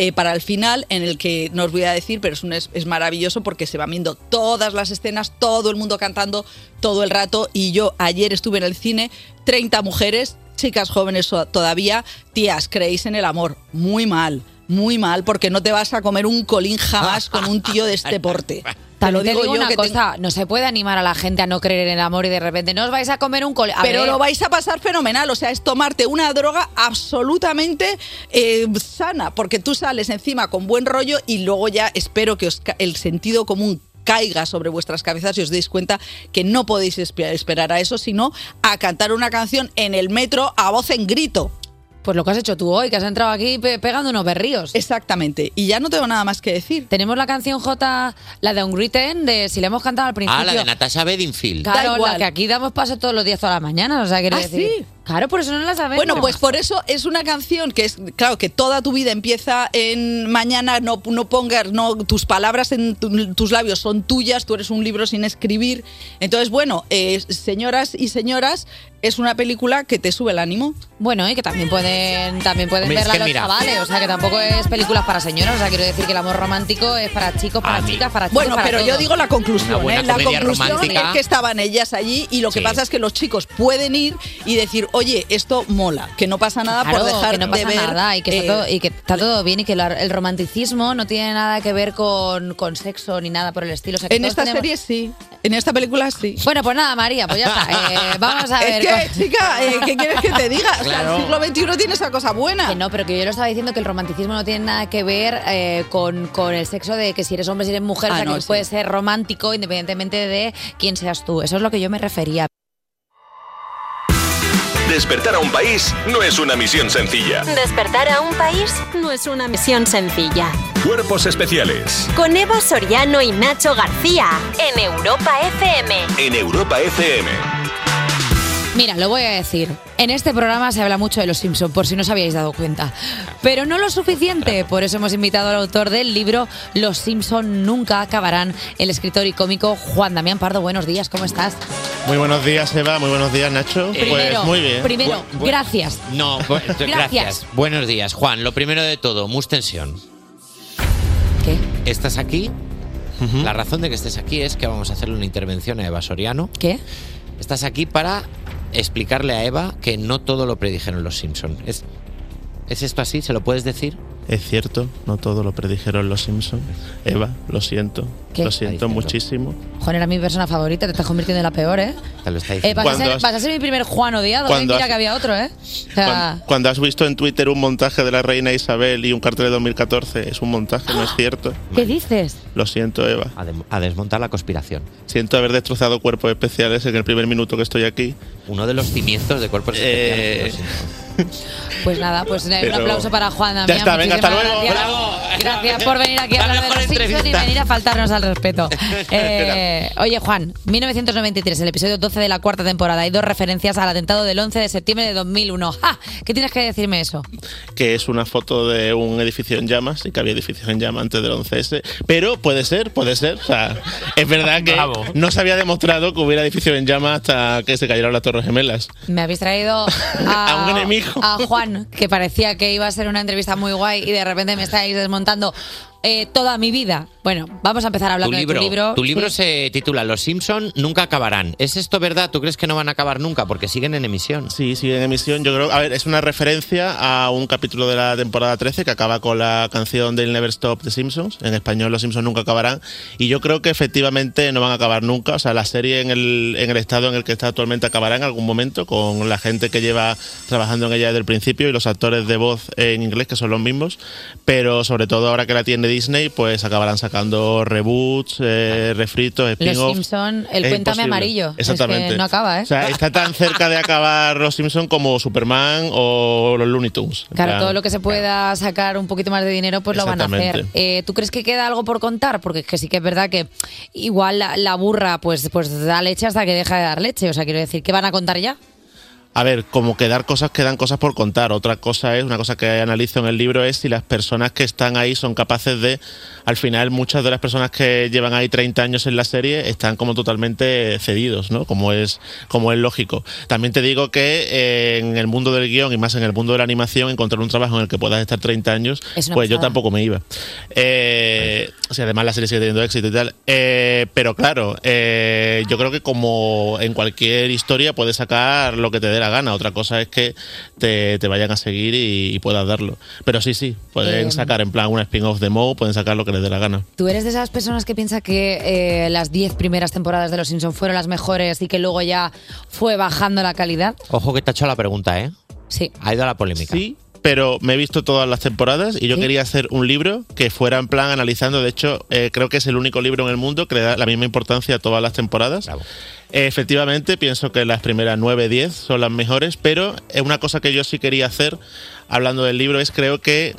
Speaker 20: eh, para el final, en el que no os voy a decir, pero es, un- es- es maravilloso porque se van viendo todas las escenas, todo el mundo cantando todo el rato. Y yo ayer estuve en el cine, 30 mujeres, chicas jóvenes so- todavía, tías, creéis en el amor. Muy mal, muy mal, porque no te vas a comer un colín jamás con un tío de este porte. Te lo
Speaker 1: También
Speaker 20: digo, yo
Speaker 1: una
Speaker 20: que te-
Speaker 1: cosa, no se puede animar a la gente a no creer en el amor y de repente no os vais a comer un col. a
Speaker 20: pero
Speaker 1: ver,
Speaker 20: lo vais a pasar fenomenal. O sea, es tomarte una droga absolutamente eh, sana, porque tú sales encima con buen rollo y luego ya espero que os ca- el sentido común caiga sobre vuestras cabezas y os deis cuenta que no podéis espe- esperar a eso, sino a cantar una canción en el metro a voz en grito.
Speaker 1: Pues lo que has hecho tú hoy, que has entrado aquí pe- pegando unos berríos.
Speaker 20: Exactamente. Y ya no tengo nada más que decir.
Speaker 1: Tenemos la canción J, la de Unwritten, de si la hemos cantado al principio.
Speaker 3: Ah, la de Natasha Bedingfield.
Speaker 1: Claro, la que aquí damos paso todos los días, todas las mañanas. O sea, quiero
Speaker 20: ¿Ah,
Speaker 1: decir.
Speaker 20: sí?
Speaker 1: Claro, Eh, por eso no la sabemos.
Speaker 20: Bueno, pues por eso es una canción que es, claro, que toda tu vida empieza en mañana, no, no pongas, no, tus palabras en tu- tus labios son tuyas, tú eres un libro sin escribir. Entonces, bueno, eh, señoras y señoras, es una película que te sube el ánimo.
Speaker 1: Bueno, y que también pueden, también pueden
Speaker 20: Hombre, es
Speaker 1: verla
Speaker 20: que
Speaker 1: los
Speaker 20: mira.
Speaker 1: chavales. O sea, que tampoco es películas para señoras. O sea, quiero decir que el amor romántico es para chicos, para chicas, para chicos.
Speaker 20: Bueno, pero yo digo la conclusión,
Speaker 1: Una buena
Speaker 20: ¿eh? La
Speaker 1: comedia
Speaker 20: conclusión
Speaker 1: romántica.
Speaker 20: es que estaban ellas allí y lo que
Speaker 1: Sí.
Speaker 20: pasa es que los chicos pueden ir y decir, oye, esto mola, que no pasa nada Ah, por
Speaker 1: que
Speaker 20: dejar
Speaker 1: no pasa
Speaker 20: de ver.
Speaker 1: nada y que,
Speaker 20: eh,
Speaker 1: está todo, y que está todo bien y que la- el romanticismo no tiene nada que ver con, con sexo ni nada por el estilo. O sea, que
Speaker 20: en
Speaker 1: todos
Speaker 20: esta
Speaker 1: tenemos-
Speaker 20: serie sí, en esta película sí.
Speaker 1: Bueno, pues nada, María, pues ya está. Eh, vamos a
Speaker 20: Es
Speaker 1: ver.
Speaker 20: que, chica, eh, ¿qué quieres que te diga? O sea, Claro. el siglo
Speaker 1: XXI tiene esa cosa buena. no, pero que yo lo estaba diciendo que el romanticismo no tiene nada que ver eh, con, con el sexo de que si eres hombre, si eres mujer,
Speaker 20: Ah,
Speaker 1: o sea,
Speaker 20: no,
Speaker 1: que
Speaker 20: sí.
Speaker 1: puedes ser romántico independientemente de quién seas tú. Eso es lo que yo me refería.
Speaker 9: Despertar a un país no es una misión sencilla.
Speaker 6: Despertar a un país no es una misión sencilla.
Speaker 9: Cuerpos especiales
Speaker 6: Con Eva Soriano y Nacho García en Europa FM.
Speaker 9: en Europa FM.
Speaker 1: Mira, lo voy a decir. En este programa se habla mucho de los Simpson, por si no os habíais dado cuenta. Pero no lo suficiente. Por eso hemos invitado al autor del libro Los Simpson nunca acabarán, el escritor y cómico Juan Damián Pardo. Buenos días, ¿cómo estás?
Speaker 22: Muy buenos días, Eva. Muy buenos días,
Speaker 10: Eh,
Speaker 22: Nacho.
Speaker 1: primero,
Speaker 22: pues muy bien.
Speaker 1: primero, gracias.
Speaker 3: No, pues, gracias.
Speaker 1: Gracias.
Speaker 3: Buenos días, Juan. Lo primero de todo, mus tensión. ¿Qué? ¿Estás aquí? La razón de que estés aquí es que vamos a hacerle una intervención a Eva Soriano.
Speaker 1: ¿Qué?
Speaker 3: Estás aquí para explicarle a Eva que no todo lo predijeron los Simpson. ¿Es, ¿Es esto así? ¿Se lo puedes decir?
Speaker 22: Es cierto, no todo lo predijeron los Simpsons. Eva, lo siento.
Speaker 1: ¿Qué?
Speaker 22: Lo siento muchísimo.
Speaker 1: Juan era mi persona favorita, te estás convirtiendo en la peor, ¿eh?
Speaker 22: Te lo está
Speaker 1: Eh, vas, a ser, vas a ser mi primer Juan odiado, ¿eh?
Speaker 22: ¿Cuándo
Speaker 1: Mira
Speaker 22: has-
Speaker 1: que había otro, ¿eh? O sea,
Speaker 22: Cuando has visto en Twitter un montaje de la reina Isabel y un cartel de 2014, es un montaje, no es cierto.
Speaker 1: ¿qué dices?
Speaker 22: Lo siento, Eva.
Speaker 3: A, desmontar la conspiración.
Speaker 22: Siento haber destrozado cuerpos especiales en el primer minuto que estoy aquí. Eh,
Speaker 3: Uno de los cimientos de cuerpos especiales.
Speaker 1: Pues nada, pues eh,
Speaker 22: Pero-
Speaker 1: un aplauso para Juan Damián.
Speaker 22: Ya está, venga, hasta
Speaker 1: Muchísimas
Speaker 22: luego,
Speaker 1: Gracias. Gracias por venir aquí a hablar de los Simpson y venir a faltarnos al respeto. Eh, oye, Juan, 1993, el episodio 12 de la cuarta temporada. Hay dos referencias al atentado del 11 de septiembre de 2001. ¡Ja! ¿Qué tienes que decirme eso?
Speaker 22: que es una foto de un edificio en llamas y que había edificios en llamas antes del 11S. Pero puede ser, puede ser. O sea, es verdad que no se había demostrado que hubiera edificios en llamas hasta que se cayeron las Torres Gemelas.
Speaker 1: Me habéis traído a,
Speaker 22: A un enemigo.
Speaker 1: a Juan, que parecía que iba a ser una entrevista muy guay y de repente me estáis desmontando eh, toda mi vida. Bueno, vamos a empezar
Speaker 3: Tu
Speaker 1: hablando
Speaker 3: libro,
Speaker 1: de tu libro. Sí.
Speaker 3: se titula Los Simpson nunca acabarán. ¿Es esto verdad? ¿Tú crees que no van a acabar nunca? Porque siguen en emisión.
Speaker 22: Sí, sigue en emisión. Yo creo, a ver, es una referencia a un capítulo de la temporada 13 que acaba con la canción del Never Stop de Simpsons. En español, los Simpsons nunca acabarán. Y yo creo que efectivamente no van a acabar nunca. O sea, la serie en el, en el estado en el que está actualmente acabará en algún momento con la gente que lleva trabajando en ella desde el principio y los actores de voz en inglés que son los mismos. Pero sobre todo ahora que la tiene Disney, pues acabarán sacando reboots, eh, refritos,
Speaker 1: Los
Speaker 22: spin-offs.
Speaker 1: Simpson, el
Speaker 22: Es
Speaker 1: cuéntame
Speaker 22: imposible.
Speaker 1: amarillo. Es
Speaker 22: Exactamente.
Speaker 1: que no acaba, ¿eh?
Speaker 22: O sea, está tan cerca de acabar Los Simpson como Superman o los Looney Tunes. En
Speaker 1: Claro,
Speaker 22: plan,
Speaker 1: todo lo que se pueda sacar un poquito más de dinero, pues lo van a hacer.
Speaker 22: Exactamente.
Speaker 1: Eh, ¿Tú crees que queda algo por contar? Porque es que sí que es verdad que igual la, la burra pues, pues da leche hasta que deja de dar leche. O sea, quiero decir, ¿qué van a contar ya?
Speaker 22: A ver, como quedar cosas, quedan cosas por contar. Otra cosa es, una cosa que analizo en el libro es si las personas que están ahí son capaces de, al final muchas de las personas que llevan ahí 30 años en la serie están como totalmente cedidos, ¿no? Como es, como es lógico. También te digo que eh, en el mundo del guión y más en el mundo de la animación, encontrar un trabajo en el que puedas estar 30 años,
Speaker 23: Es una
Speaker 22: pues yo
Speaker 23: pasada.
Speaker 22: tampoco me iba. Eh, o sea, además la serie sigue teniendo éxito y tal. Eh, pero claro, eh, yo creo que como en cualquier historia puedes sacar lo que te dé la gana. Otra cosa es que te, te vayan a seguir y, y puedas darlo. Pero sí, sí, pueden
Speaker 1: Eh,
Speaker 22: sacar en plan una spin-off de Mo, pueden sacar lo que les dé la gana.
Speaker 1: ¿Tú eres de esas personas que piensa que eh, las 10 primeras temporadas de Los Simpson fueron las mejores y que luego ya fue bajando la calidad?
Speaker 3: Ojo que te ha hecho la pregunta, ¿eh?
Speaker 1: Sí.
Speaker 3: Ha ido a la polémica.
Speaker 22: Sí, pero me he visto todas las temporadas y yo quería hacer un libro que fuera en plan analizando. De hecho, eh, creo que es el único libro en el mundo que le da la misma importancia a todas las temporadas. Eh, Efectivamente, pienso que las primeras 9, 10 son las mejores, pero eh, una cosa que yo sí quería hacer, hablando del libro, es creo que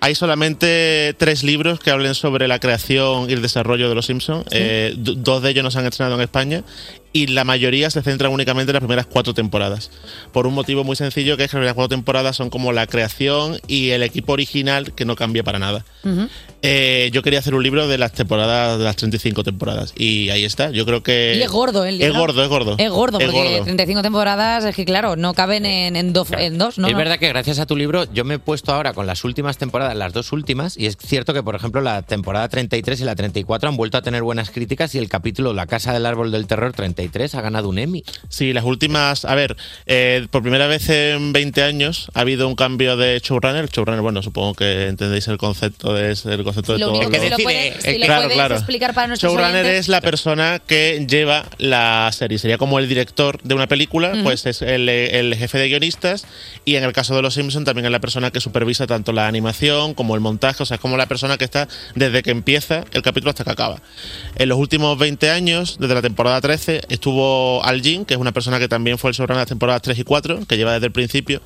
Speaker 22: hay solamente tres libros que hablen sobre la creación y el desarrollo de Los Eh, Simpsons. dos de ellos no se han estrenado en España y la mayoría se centran únicamente en las primeras cuatro temporadas. Por un motivo muy sencillo, que es que las primeras cuatro temporadas son como la creación y el equipo original que no cambia para nada. Eh, yo quería hacer un libro de las temporadas, de las 35 temporadas. Y ahí está. Yo creo que.
Speaker 1: Y es gordo, ¿eh? el
Speaker 22: Es
Speaker 1: libro.
Speaker 22: gordo, es gordo.
Speaker 1: Es gordo,
Speaker 22: Es
Speaker 1: porque
Speaker 22: gordo. Eh,
Speaker 1: 35 temporadas, es que claro, no caben en, en do- en dos, ¿no?
Speaker 3: es
Speaker 1: No.
Speaker 3: verdad que gracias a tu libro yo me he puesto ahora con las últimas temporadas, las dos últimas, y es cierto que por ejemplo la temporada 33 y la 34 han vuelto a tener buenas críticas y el capítulo La Casa del Árbol del Terror 33 ha ganado un Emmy.
Speaker 22: Sí, las últimas. A ver, eh, por primera vez en 20 años ha habido un cambio de showrunner. Showrunner, bueno, supongo que entendéis el concepto de, es el concepto de
Speaker 1: Lo
Speaker 22: todo.
Speaker 1: único que si lo puedes,
Speaker 3: eh,
Speaker 1: si lo puedes explicar para nuestros
Speaker 22: eh, Showrunner
Speaker 1: oyentes.
Speaker 22: es la persona que lleva la serie. Sería como el director de una película,
Speaker 1: Ujú.
Speaker 22: pues es el, el jefe de guionistas. Y en el caso de Los Simpson también es la persona que supervisa tanto la animación como el montaje. O sea, es como la persona que está desde que empieza el capítulo hasta que acaba. En los últimos 20 años, desde la temporada 13, estuvo Al Jean, que es una persona que también fue el showrunner de las temporadas 3 y 4, que lleva desde el principio,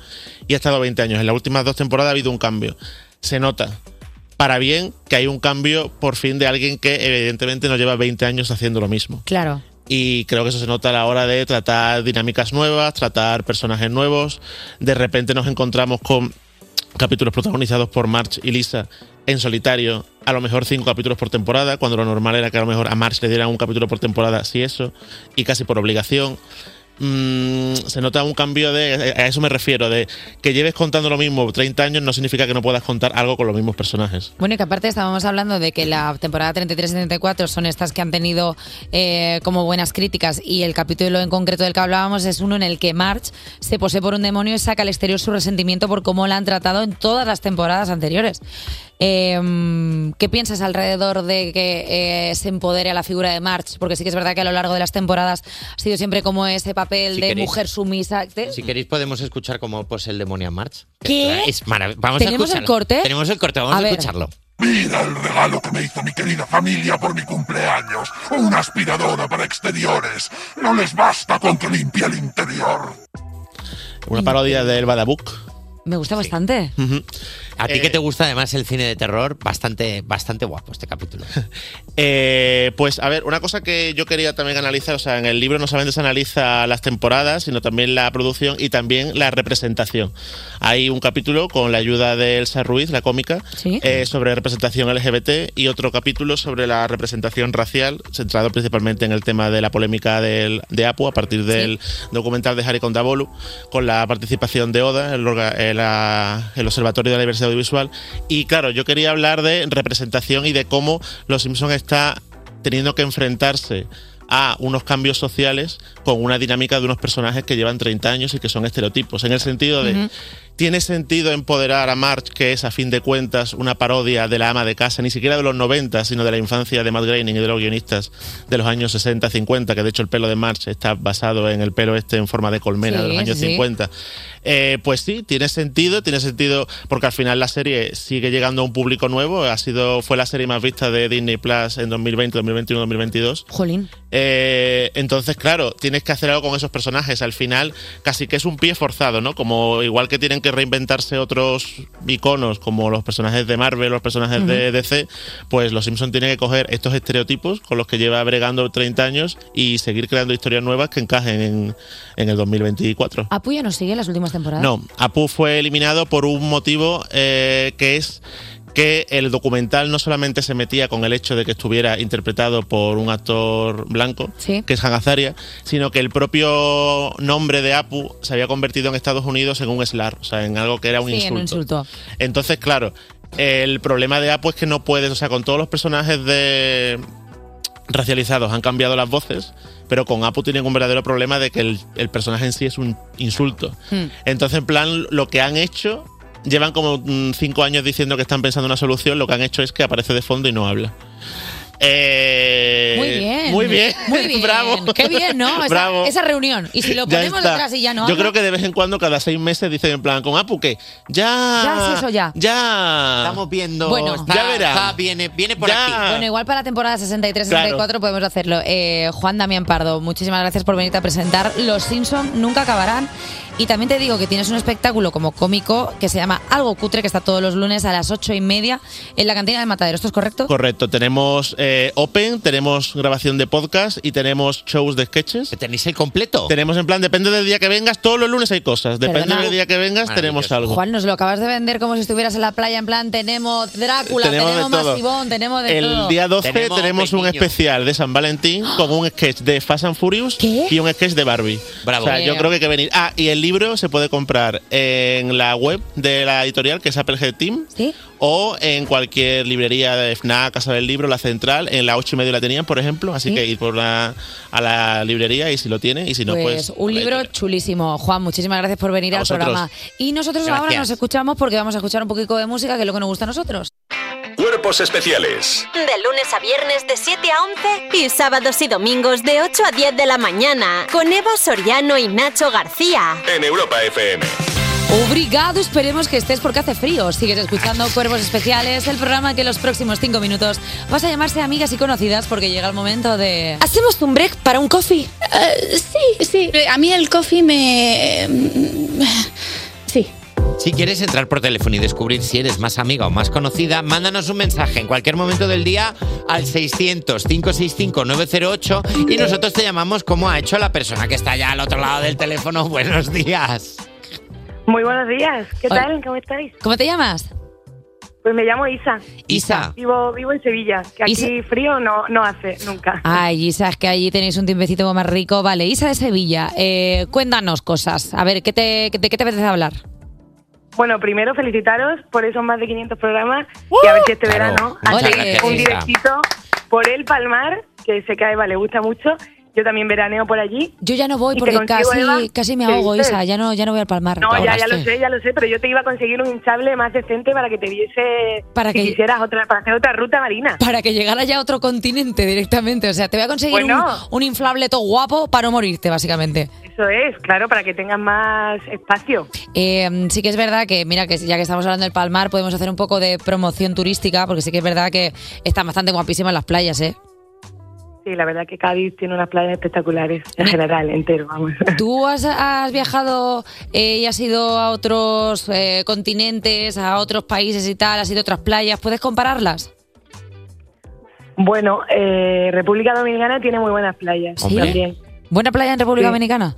Speaker 22: y ha estado 20 años. En las últimas dos temporadas ha habido un cambio. Se nota para bien que hay un cambio por fin de alguien que evidentemente no lleva 20 años haciendo lo mismo.
Speaker 1: Claro.
Speaker 22: Y creo que eso se nota a la hora de tratar dinámicas nuevas, tratar personajes nuevos. De repente nos encontramos con capítulos protagonizados por March y Lisa en solitario, a lo mejor cinco capítulos por temporada, cuando lo normal era que a lo mejor a March le dieran un capítulo por temporada, si eso, y casi por obligación. Mm, se nota un cambio de. eh, A eso me refiero, de que lleves contando lo mismo 30 años no significa que no puedas contar algo con los mismos personajes.
Speaker 1: Bueno, y que aparte estábamos hablando de que la temporada 33 y 34 son estas que han tenido eh, como buenas críticas y el capítulo en concreto del que hablábamos es uno en el que March se posee por un demonio y saca al exterior su resentimiento por cómo la han tratado en todas las temporadas anteriores. Eh, ¿Qué piensas alrededor de que eh, se empodere a la figura de March? Porque sí que es verdad que a lo largo de las temporadas ha sido siempre como ese papel
Speaker 3: Si
Speaker 1: de
Speaker 3: queréis-
Speaker 1: mujer sumisa. ¿Te-
Speaker 3: Si queréis podemos escuchar cómo posee el demonio a March.
Speaker 1: ¿Qué?
Speaker 3: Es marav- Vamos a
Speaker 1: ¿Tenemos el
Speaker 3: escucharlo.
Speaker 1: corte?
Speaker 3: Tenemos el corte, vamos
Speaker 1: A
Speaker 3: a,
Speaker 1: ver.
Speaker 3: escucharlo.
Speaker 24: querida familia por mi cumpleaños. Una aspiradora para exteriores. No les basta con que limpie el interior.
Speaker 22: Una parodia del Badabook. Eh,
Speaker 1: Me gusta bastante.
Speaker 3: A ti que te gusta además el cine de terror, bastante, bastante guapo este capítulo.
Speaker 22: Eh, pues a ver, una cosa que yo quería también analizar, o sea, en el libro no solamente se analiza las temporadas, sino también la producción y también la representación. Hay un capítulo con la ayuda de Elsa Ruiz, la cómica, eh, sobre representación LGBT y otro capítulo sobre la representación racial, centrado principalmente en el tema de la polémica del- de Apu a partir del documental de Harry Condabolu, con la participación de Oda, el orga- eh, la, la- el Observatorio de la Diversidad Audiovisual. Y claro, yo quería hablar de representación y de cómo Los Simpson está teniendo que enfrentarse a unos cambios sociales con una dinámica de unos personajes que llevan 30 años y que son estereotipos, en el sentido de...
Speaker 23: Ujú.
Speaker 22: ¿Tiene sentido empoderar a March, que es a fin de cuentas una parodia de la ama de casa, ni siquiera de los 90, sino de la infancia de Matt Groening y de los guionistas de los años 60, 50, que de hecho el pelo de March está basado en el pelo este en forma de colmena de los
Speaker 23: Sí,
Speaker 22: años
Speaker 23: sí, sí.
Speaker 22: 50? Eh, pues sí, tiene sentido, tiene sentido porque al final la serie sigue llegando a un público nuevo, ha sido fue la serie más vista de Disney Plus en 2020, 2021, 2022.
Speaker 1: Jolín.
Speaker 22: Eh, entonces, claro, tienes que hacer algo con esos personajes. Al final, casi que es un pie forzado, ¿no? Como igual que tienen que reinventarse otros iconos, como los personajes de Marvel, los personajes de
Speaker 10: Ujú.
Speaker 22: DC, pues los Simpsons tienen que coger estos estereotipos con los que lleva bregando 30 años y seguir creando historias nuevas que encajen en, en el 2024.
Speaker 1: ¿Apu ya no sigue las últimas temporadas?
Speaker 22: No, Apu fue eliminado por un motivo eh, que es que el documental no solamente se metía con el hecho de que estuviera interpretado por un actor blanco, que es Han Azaria, sino que el propio nombre de Apu se había convertido en Estados Unidos en un slar, o sea, en algo que era un
Speaker 1: sí, en un insulto.
Speaker 22: entonces, claro, el problema de Apu es que no puedes, o sea, con todos los personajes de racializados han cambiado las voces, pero con Apu tienen un verdadero problema de que el, el personaje en sí es un insulto.
Speaker 1: Hmm.
Speaker 22: Entonces, en plan, lo que han hecho, llevan como mm, cinco años diciendo que están pensando una solución, lo que han hecho es que aparece de fondo y no habla. Eh,
Speaker 1: Muy bien.
Speaker 22: Muy bien.
Speaker 1: Muy bien.
Speaker 22: Bravo.
Speaker 1: Qué bien, ¿no? Esa,
Speaker 22: Bravo.
Speaker 1: esa reunión. Y si lo
Speaker 22: Ya
Speaker 1: ponemos
Speaker 22: está.
Speaker 1: detrás y ya no.
Speaker 22: Yo
Speaker 1: habla,
Speaker 22: creo que de vez en cuando, cada seis meses, dicen en plan, con Apu que ya.
Speaker 1: Ya, sí, eso ya.
Speaker 22: Ya.
Speaker 3: Estamos viendo.
Speaker 1: Bueno.
Speaker 3: está-
Speaker 22: Ah. ya verá.
Speaker 3: está- viene, viene por
Speaker 22: Ya.
Speaker 3: aquí.
Speaker 1: Bueno, igual para la temporada 63-64
Speaker 22: Claro.
Speaker 1: podemos hacerlo. Eh, Juan Damián Pardo, muchísimas gracias por venirte a presentar. Los Simpson nunca acabarán. Y también te digo que tienes un espectáculo como cómico que se llama Algo Cutre, que está todos los lunes a las 8 y media en la cantina del Matadero. ¿Esto es correcto?
Speaker 22: Correcto, tenemos eh, Open, tenemos grabación de podcast y tenemos shows de sketches.
Speaker 3: ¿Tenéis el completo?
Speaker 22: Tenemos en plan, depende del día que vengas, todos los lunes hay cosas. Depende
Speaker 1: Perdona.
Speaker 22: del día que vengas, tenemos algo.
Speaker 1: Juan, nos lo acabas de vender como si estuvieras en la playa en plan tenemos Drácula,
Speaker 22: Tenemos
Speaker 1: tenemos,
Speaker 22: de todo.
Speaker 1: Masivón, tenemos de
Speaker 22: el
Speaker 1: todo.
Speaker 22: día 12 tenemos, un especial de San Valentín con un sketch de Fast and Furious y un sketch de Barbie.
Speaker 3: Bravo.
Speaker 22: O sea, yo
Speaker 3: Bien.
Speaker 22: creo que hay que venir. Ah, y el libro se puede comprar en la web de la editorial, que es Applehead Team, o en cualquier librería de FNAC, Casa del Libro, La Central. En la 8 y media la tenían, por ejemplo. Así que ir por la, a la librería y si lo tiene, y si no, pues...
Speaker 1: Pues un libro chulísimo. Juan, muchísimas gracias por venir
Speaker 22: A
Speaker 1: al
Speaker 22: vosotros.
Speaker 1: programa. Y nosotros ahora
Speaker 9: Gracias.
Speaker 1: nos escuchamos porque vamos a escuchar un poquito de música, que es lo que nos gusta a nosotros.
Speaker 9: Cuerpos especiales
Speaker 6: De lunes a viernes de 7 a 11 y sábados y domingos de 8 a 10 de la mañana con Eva Soriano y Nacho García.
Speaker 9: en Europa FM.
Speaker 1: Obrigado, esperemos que estés porque hace frío. Sigues escuchando Cuervos Especiales, el programa que en los próximos cinco minutos vas a llamarse Amigas y Conocidas porque llega el momento de...
Speaker 25: ¿Hacemos un break para un coffee?
Speaker 1: Eh,
Speaker 25: sí, sí. A mí el coffee me... em, Sí.
Speaker 3: Si quieres entrar por teléfono y descubrir si eres más amiga o más conocida, mándanos un mensaje en cualquier momento del día al 600-565-908 y nosotros te llamamos como ha hecho la persona que está allá al otro lado del teléfono. Buenos días.
Speaker 26: Muy buenos días. ¿Qué
Speaker 1: Hola.
Speaker 26: tal? ¿Cómo estáis?
Speaker 1: ¿Cómo te llamas?
Speaker 26: Pues me llamo Isa.
Speaker 3: Isa.
Speaker 26: Vivo, vivo en Sevilla, que aquí
Speaker 1: Isa.
Speaker 26: frío no, no hace nunca.
Speaker 1: Ay, Isa, es que allí tenéis un tiempecito más rico. Vale, Isa de Sevilla, eh, cuéntanos cosas. A ver, ¿qué te, ¿de qué te apetece hablar?
Speaker 26: Bueno, primero felicitaros por esos más de 500 programas
Speaker 1: ¡Uh!
Speaker 26: y a ver si este
Speaker 3: Claro.
Speaker 26: verano
Speaker 3: Muchas
Speaker 26: hacéis
Speaker 3: gracias,
Speaker 26: un
Speaker 3: Isa.
Speaker 26: directito por el Palmar, que sé que a Eva le gusta mucho. Yo también veraneo por allí.
Speaker 1: Yo ya no voy
Speaker 26: Y te
Speaker 1: porque
Speaker 26: consigo,
Speaker 1: casi,
Speaker 26: Eva,
Speaker 1: casi me
Speaker 26: ¿qué
Speaker 1: ahogo,
Speaker 26: dices?
Speaker 1: Isa. Ya no, ya no voy al palmar.
Speaker 26: No, ya, ya lo
Speaker 1: Ahogaste.
Speaker 26: sé, ya lo sé, pero yo te iba a conseguir un hinchable más decente para que te viese
Speaker 1: Para
Speaker 26: si
Speaker 1: que-
Speaker 26: quisieras otra, para hacer otra ruta marina.
Speaker 1: Para que llegara ya a otro continente directamente. O sea, te voy a conseguir
Speaker 26: Bueno.
Speaker 1: un, un inflable todo guapo para no morirte, básicamente.
Speaker 26: Eso es, claro, para que tengas más espacio.
Speaker 1: Eh, sí que es verdad que, mira, que ya que estamos hablando del Palmar, podemos hacer un poco de promoción turística, porque sí que es verdad que están bastante guapísimas las playas, ¿eh?
Speaker 26: Sí, la verdad que Cádiz tiene unas playas espectaculares, en general, entero, vamos.
Speaker 1: ¿Tú has, has viajado eh, y has ido a otros eh, continentes, a otros países y tal? ¿Has ido a otras playas? ¿Puedes compararlas?
Speaker 26: Bueno, eh, República Dominicana tiene muy buenas playas
Speaker 3: Hombre.
Speaker 26: también.
Speaker 1: ¿Buena playa en República
Speaker 26: Sí.
Speaker 1: Dominicana?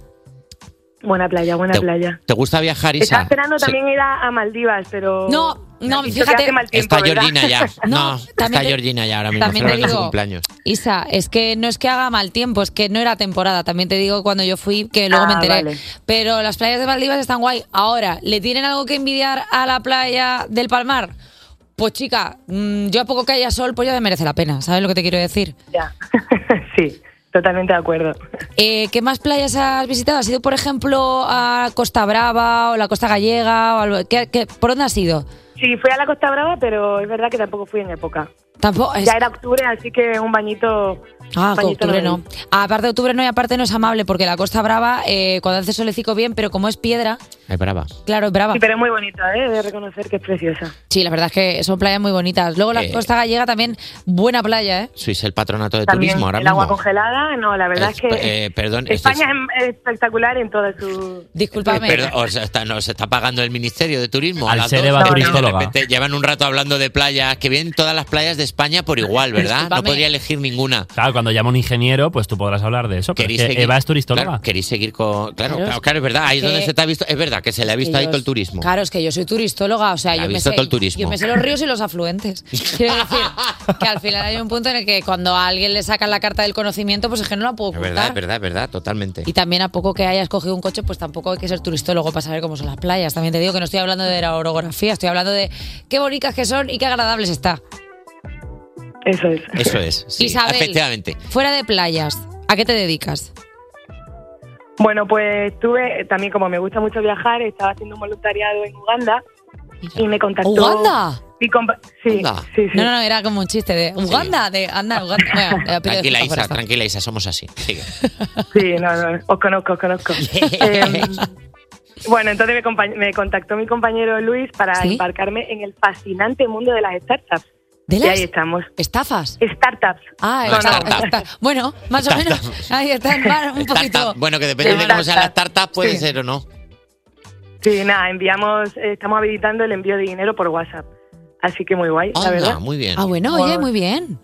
Speaker 26: Buena playa, buena playa.
Speaker 3: ¿Te gusta viajar, Isa?
Speaker 26: Estaba esperando
Speaker 3: Sí.
Speaker 26: también ir a, a Maldivas, pero...
Speaker 1: No, No,
Speaker 3: Has dicho
Speaker 1: fíjate.
Speaker 3: que Oh. hace mal tiempo, Está ¿verdad? Georgina ya. No, está
Speaker 1: también te-
Speaker 3: Georgina ya ahora mismo,
Speaker 1: también te
Speaker 3: celebrando su
Speaker 1: digo,
Speaker 3: cumpleaños.
Speaker 1: Isa, es que no es que haga mal tiempo, es que no era temporada. También te digo cuando yo fui que luego
Speaker 23: Ah,
Speaker 1: me enteré.
Speaker 23: vale.
Speaker 1: Pero las playas de Maldivas están guay. Ahora, ¿le tienen algo que envidiar a la playa del Palmar? Pues chica, mm, yo a poco que haya sol, pues ya me merece la pena. ¿Sabes lo que te quiero decir?
Speaker 23: Ya. sí, totalmente de acuerdo.
Speaker 1: Eh, ¿Qué más playas has visitado? ¿Has ido, por ejemplo, a Costa Brava o la Costa Gallega? O algo? ¿Qué- qué- ¿Por dónde has ido?
Speaker 23: Sí, fui a la Costa Brava, pero es verdad que tampoco fui en época.
Speaker 1: Tampoco. es-
Speaker 23: Ya era octubre, así que un bañito.
Speaker 1: Ah, que
Speaker 23: bañito me
Speaker 1: octubre no.
Speaker 23: di.
Speaker 1: Aparte de octubre no y aparte no es amable porque la Costa Brava eh, cuando hace solecico bien, pero como es piedra,
Speaker 3: Ay, brava.
Speaker 1: claro, es brava.
Speaker 23: Sí, pero es muy bonita, ¿eh? De reconocer que es preciosa.
Speaker 1: Sí, la verdad es que son playas muy bonitas. Luego la
Speaker 3: Eh.
Speaker 1: Costa Gallega también, buena playa, ¿eh?
Speaker 3: Sois el patronato de
Speaker 23: También
Speaker 3: turismo ahora
Speaker 23: el
Speaker 3: mismo.
Speaker 23: agua congelada, no, la verdad es,
Speaker 3: Es-
Speaker 23: que
Speaker 3: eh, perdón, esto
Speaker 23: España es espectacular en toda su...
Speaker 1: Disculpame.
Speaker 3: Eh, Perdón, os está, nos está pagando el Ministerio de Turismo.
Speaker 4: Al
Speaker 3: a las
Speaker 4: ser
Speaker 3: dos,
Speaker 4: Eva
Speaker 3: de
Speaker 4: turistóloga.
Speaker 3: repente llevan un rato hablando de playas, que vienen todas las playas de España por igual, ¿verdad? No
Speaker 4: Discúlpame.
Speaker 3: podría elegir ninguna.
Speaker 4: Claro, cuando llama un ingeniero, pues tú podrás hablar de eso. Pero es
Speaker 3: ¿Queréis
Speaker 4: que
Speaker 3: seguir?
Speaker 4: Eva es turistóloga.
Speaker 3: Claro, queréis seguir con. Claro,
Speaker 1: Claro.
Speaker 3: claro, claro, es verdad. Ahí es
Speaker 1: Que-
Speaker 3: donde se te ha visto. Es verdad que se le ha visto ahí
Speaker 1: Ellos-
Speaker 3: todo el turismo.
Speaker 1: Claro, es que yo soy turistóloga, o sea,
Speaker 3: Ha
Speaker 1: yo me,
Speaker 3: visto
Speaker 1: sé,
Speaker 3: todo el turismo.
Speaker 1: yo me sé los ríos y los afluentes. Quiero decir que al final hay un punto en el que cuando a alguien le sacan la carta del conocimiento, pues es que no la puedo
Speaker 3: Es
Speaker 1: ocultar.
Speaker 3: verdad, es verdad, es verdad, totalmente.
Speaker 1: Y también a poco que hayas cogido un coche, pues tampoco hay que ser turistólogo para saber cómo son las playas. También te digo que no estoy hablando de la orografía, estoy hablando de qué bonitas que son y qué agradables está.
Speaker 23: Eso es.
Speaker 3: Eso es. Sí,
Speaker 1: Isabel.
Speaker 3: efectivamente.
Speaker 1: Fuera de playas, ¿a qué te dedicas?
Speaker 23: Bueno, pues tuve, eh, también como me gusta mucho viajar, estaba haciendo un voluntariado en Uganda y me contactó...
Speaker 1: ¿Uganda?
Speaker 23: mi compa- sí,
Speaker 3: Uganda.
Speaker 23: sí, sí.
Speaker 1: No, no, no, era como un chiste de Uganda, de anda, Uganda. Bueno, eh, pido
Speaker 3: Tranquila,
Speaker 1: disculpas por
Speaker 3: Isa,
Speaker 1: esto.
Speaker 3: tranquila, Isa, somos así. Sigue.
Speaker 23: Sí, no, no, os conozco, os conozco. Eh, bueno, entonces me, compa- me contactó mi compañero Luis para
Speaker 1: ¿Sí?
Speaker 23: embarcarme en el fascinante mundo de las startups.
Speaker 1: ¿De
Speaker 23: Y
Speaker 1: las
Speaker 23: ahí estamos.
Speaker 1: ¿Estafas?
Speaker 23: Startups.
Speaker 1: Ah,
Speaker 23: No, no.
Speaker 1: está- está- bueno, más o menos. Ahí está, va, un poquito.
Speaker 3: Tarta- bueno, que depende de cómo sea la tarta, puede ser o no.
Speaker 23: Sí, nada, enviamos, eh, estamos habilitando el envío de dinero por WhatsApp. Así que muy guay, la verdad.
Speaker 3: muy bien.
Speaker 1: Ah, bueno, oye, muy bien.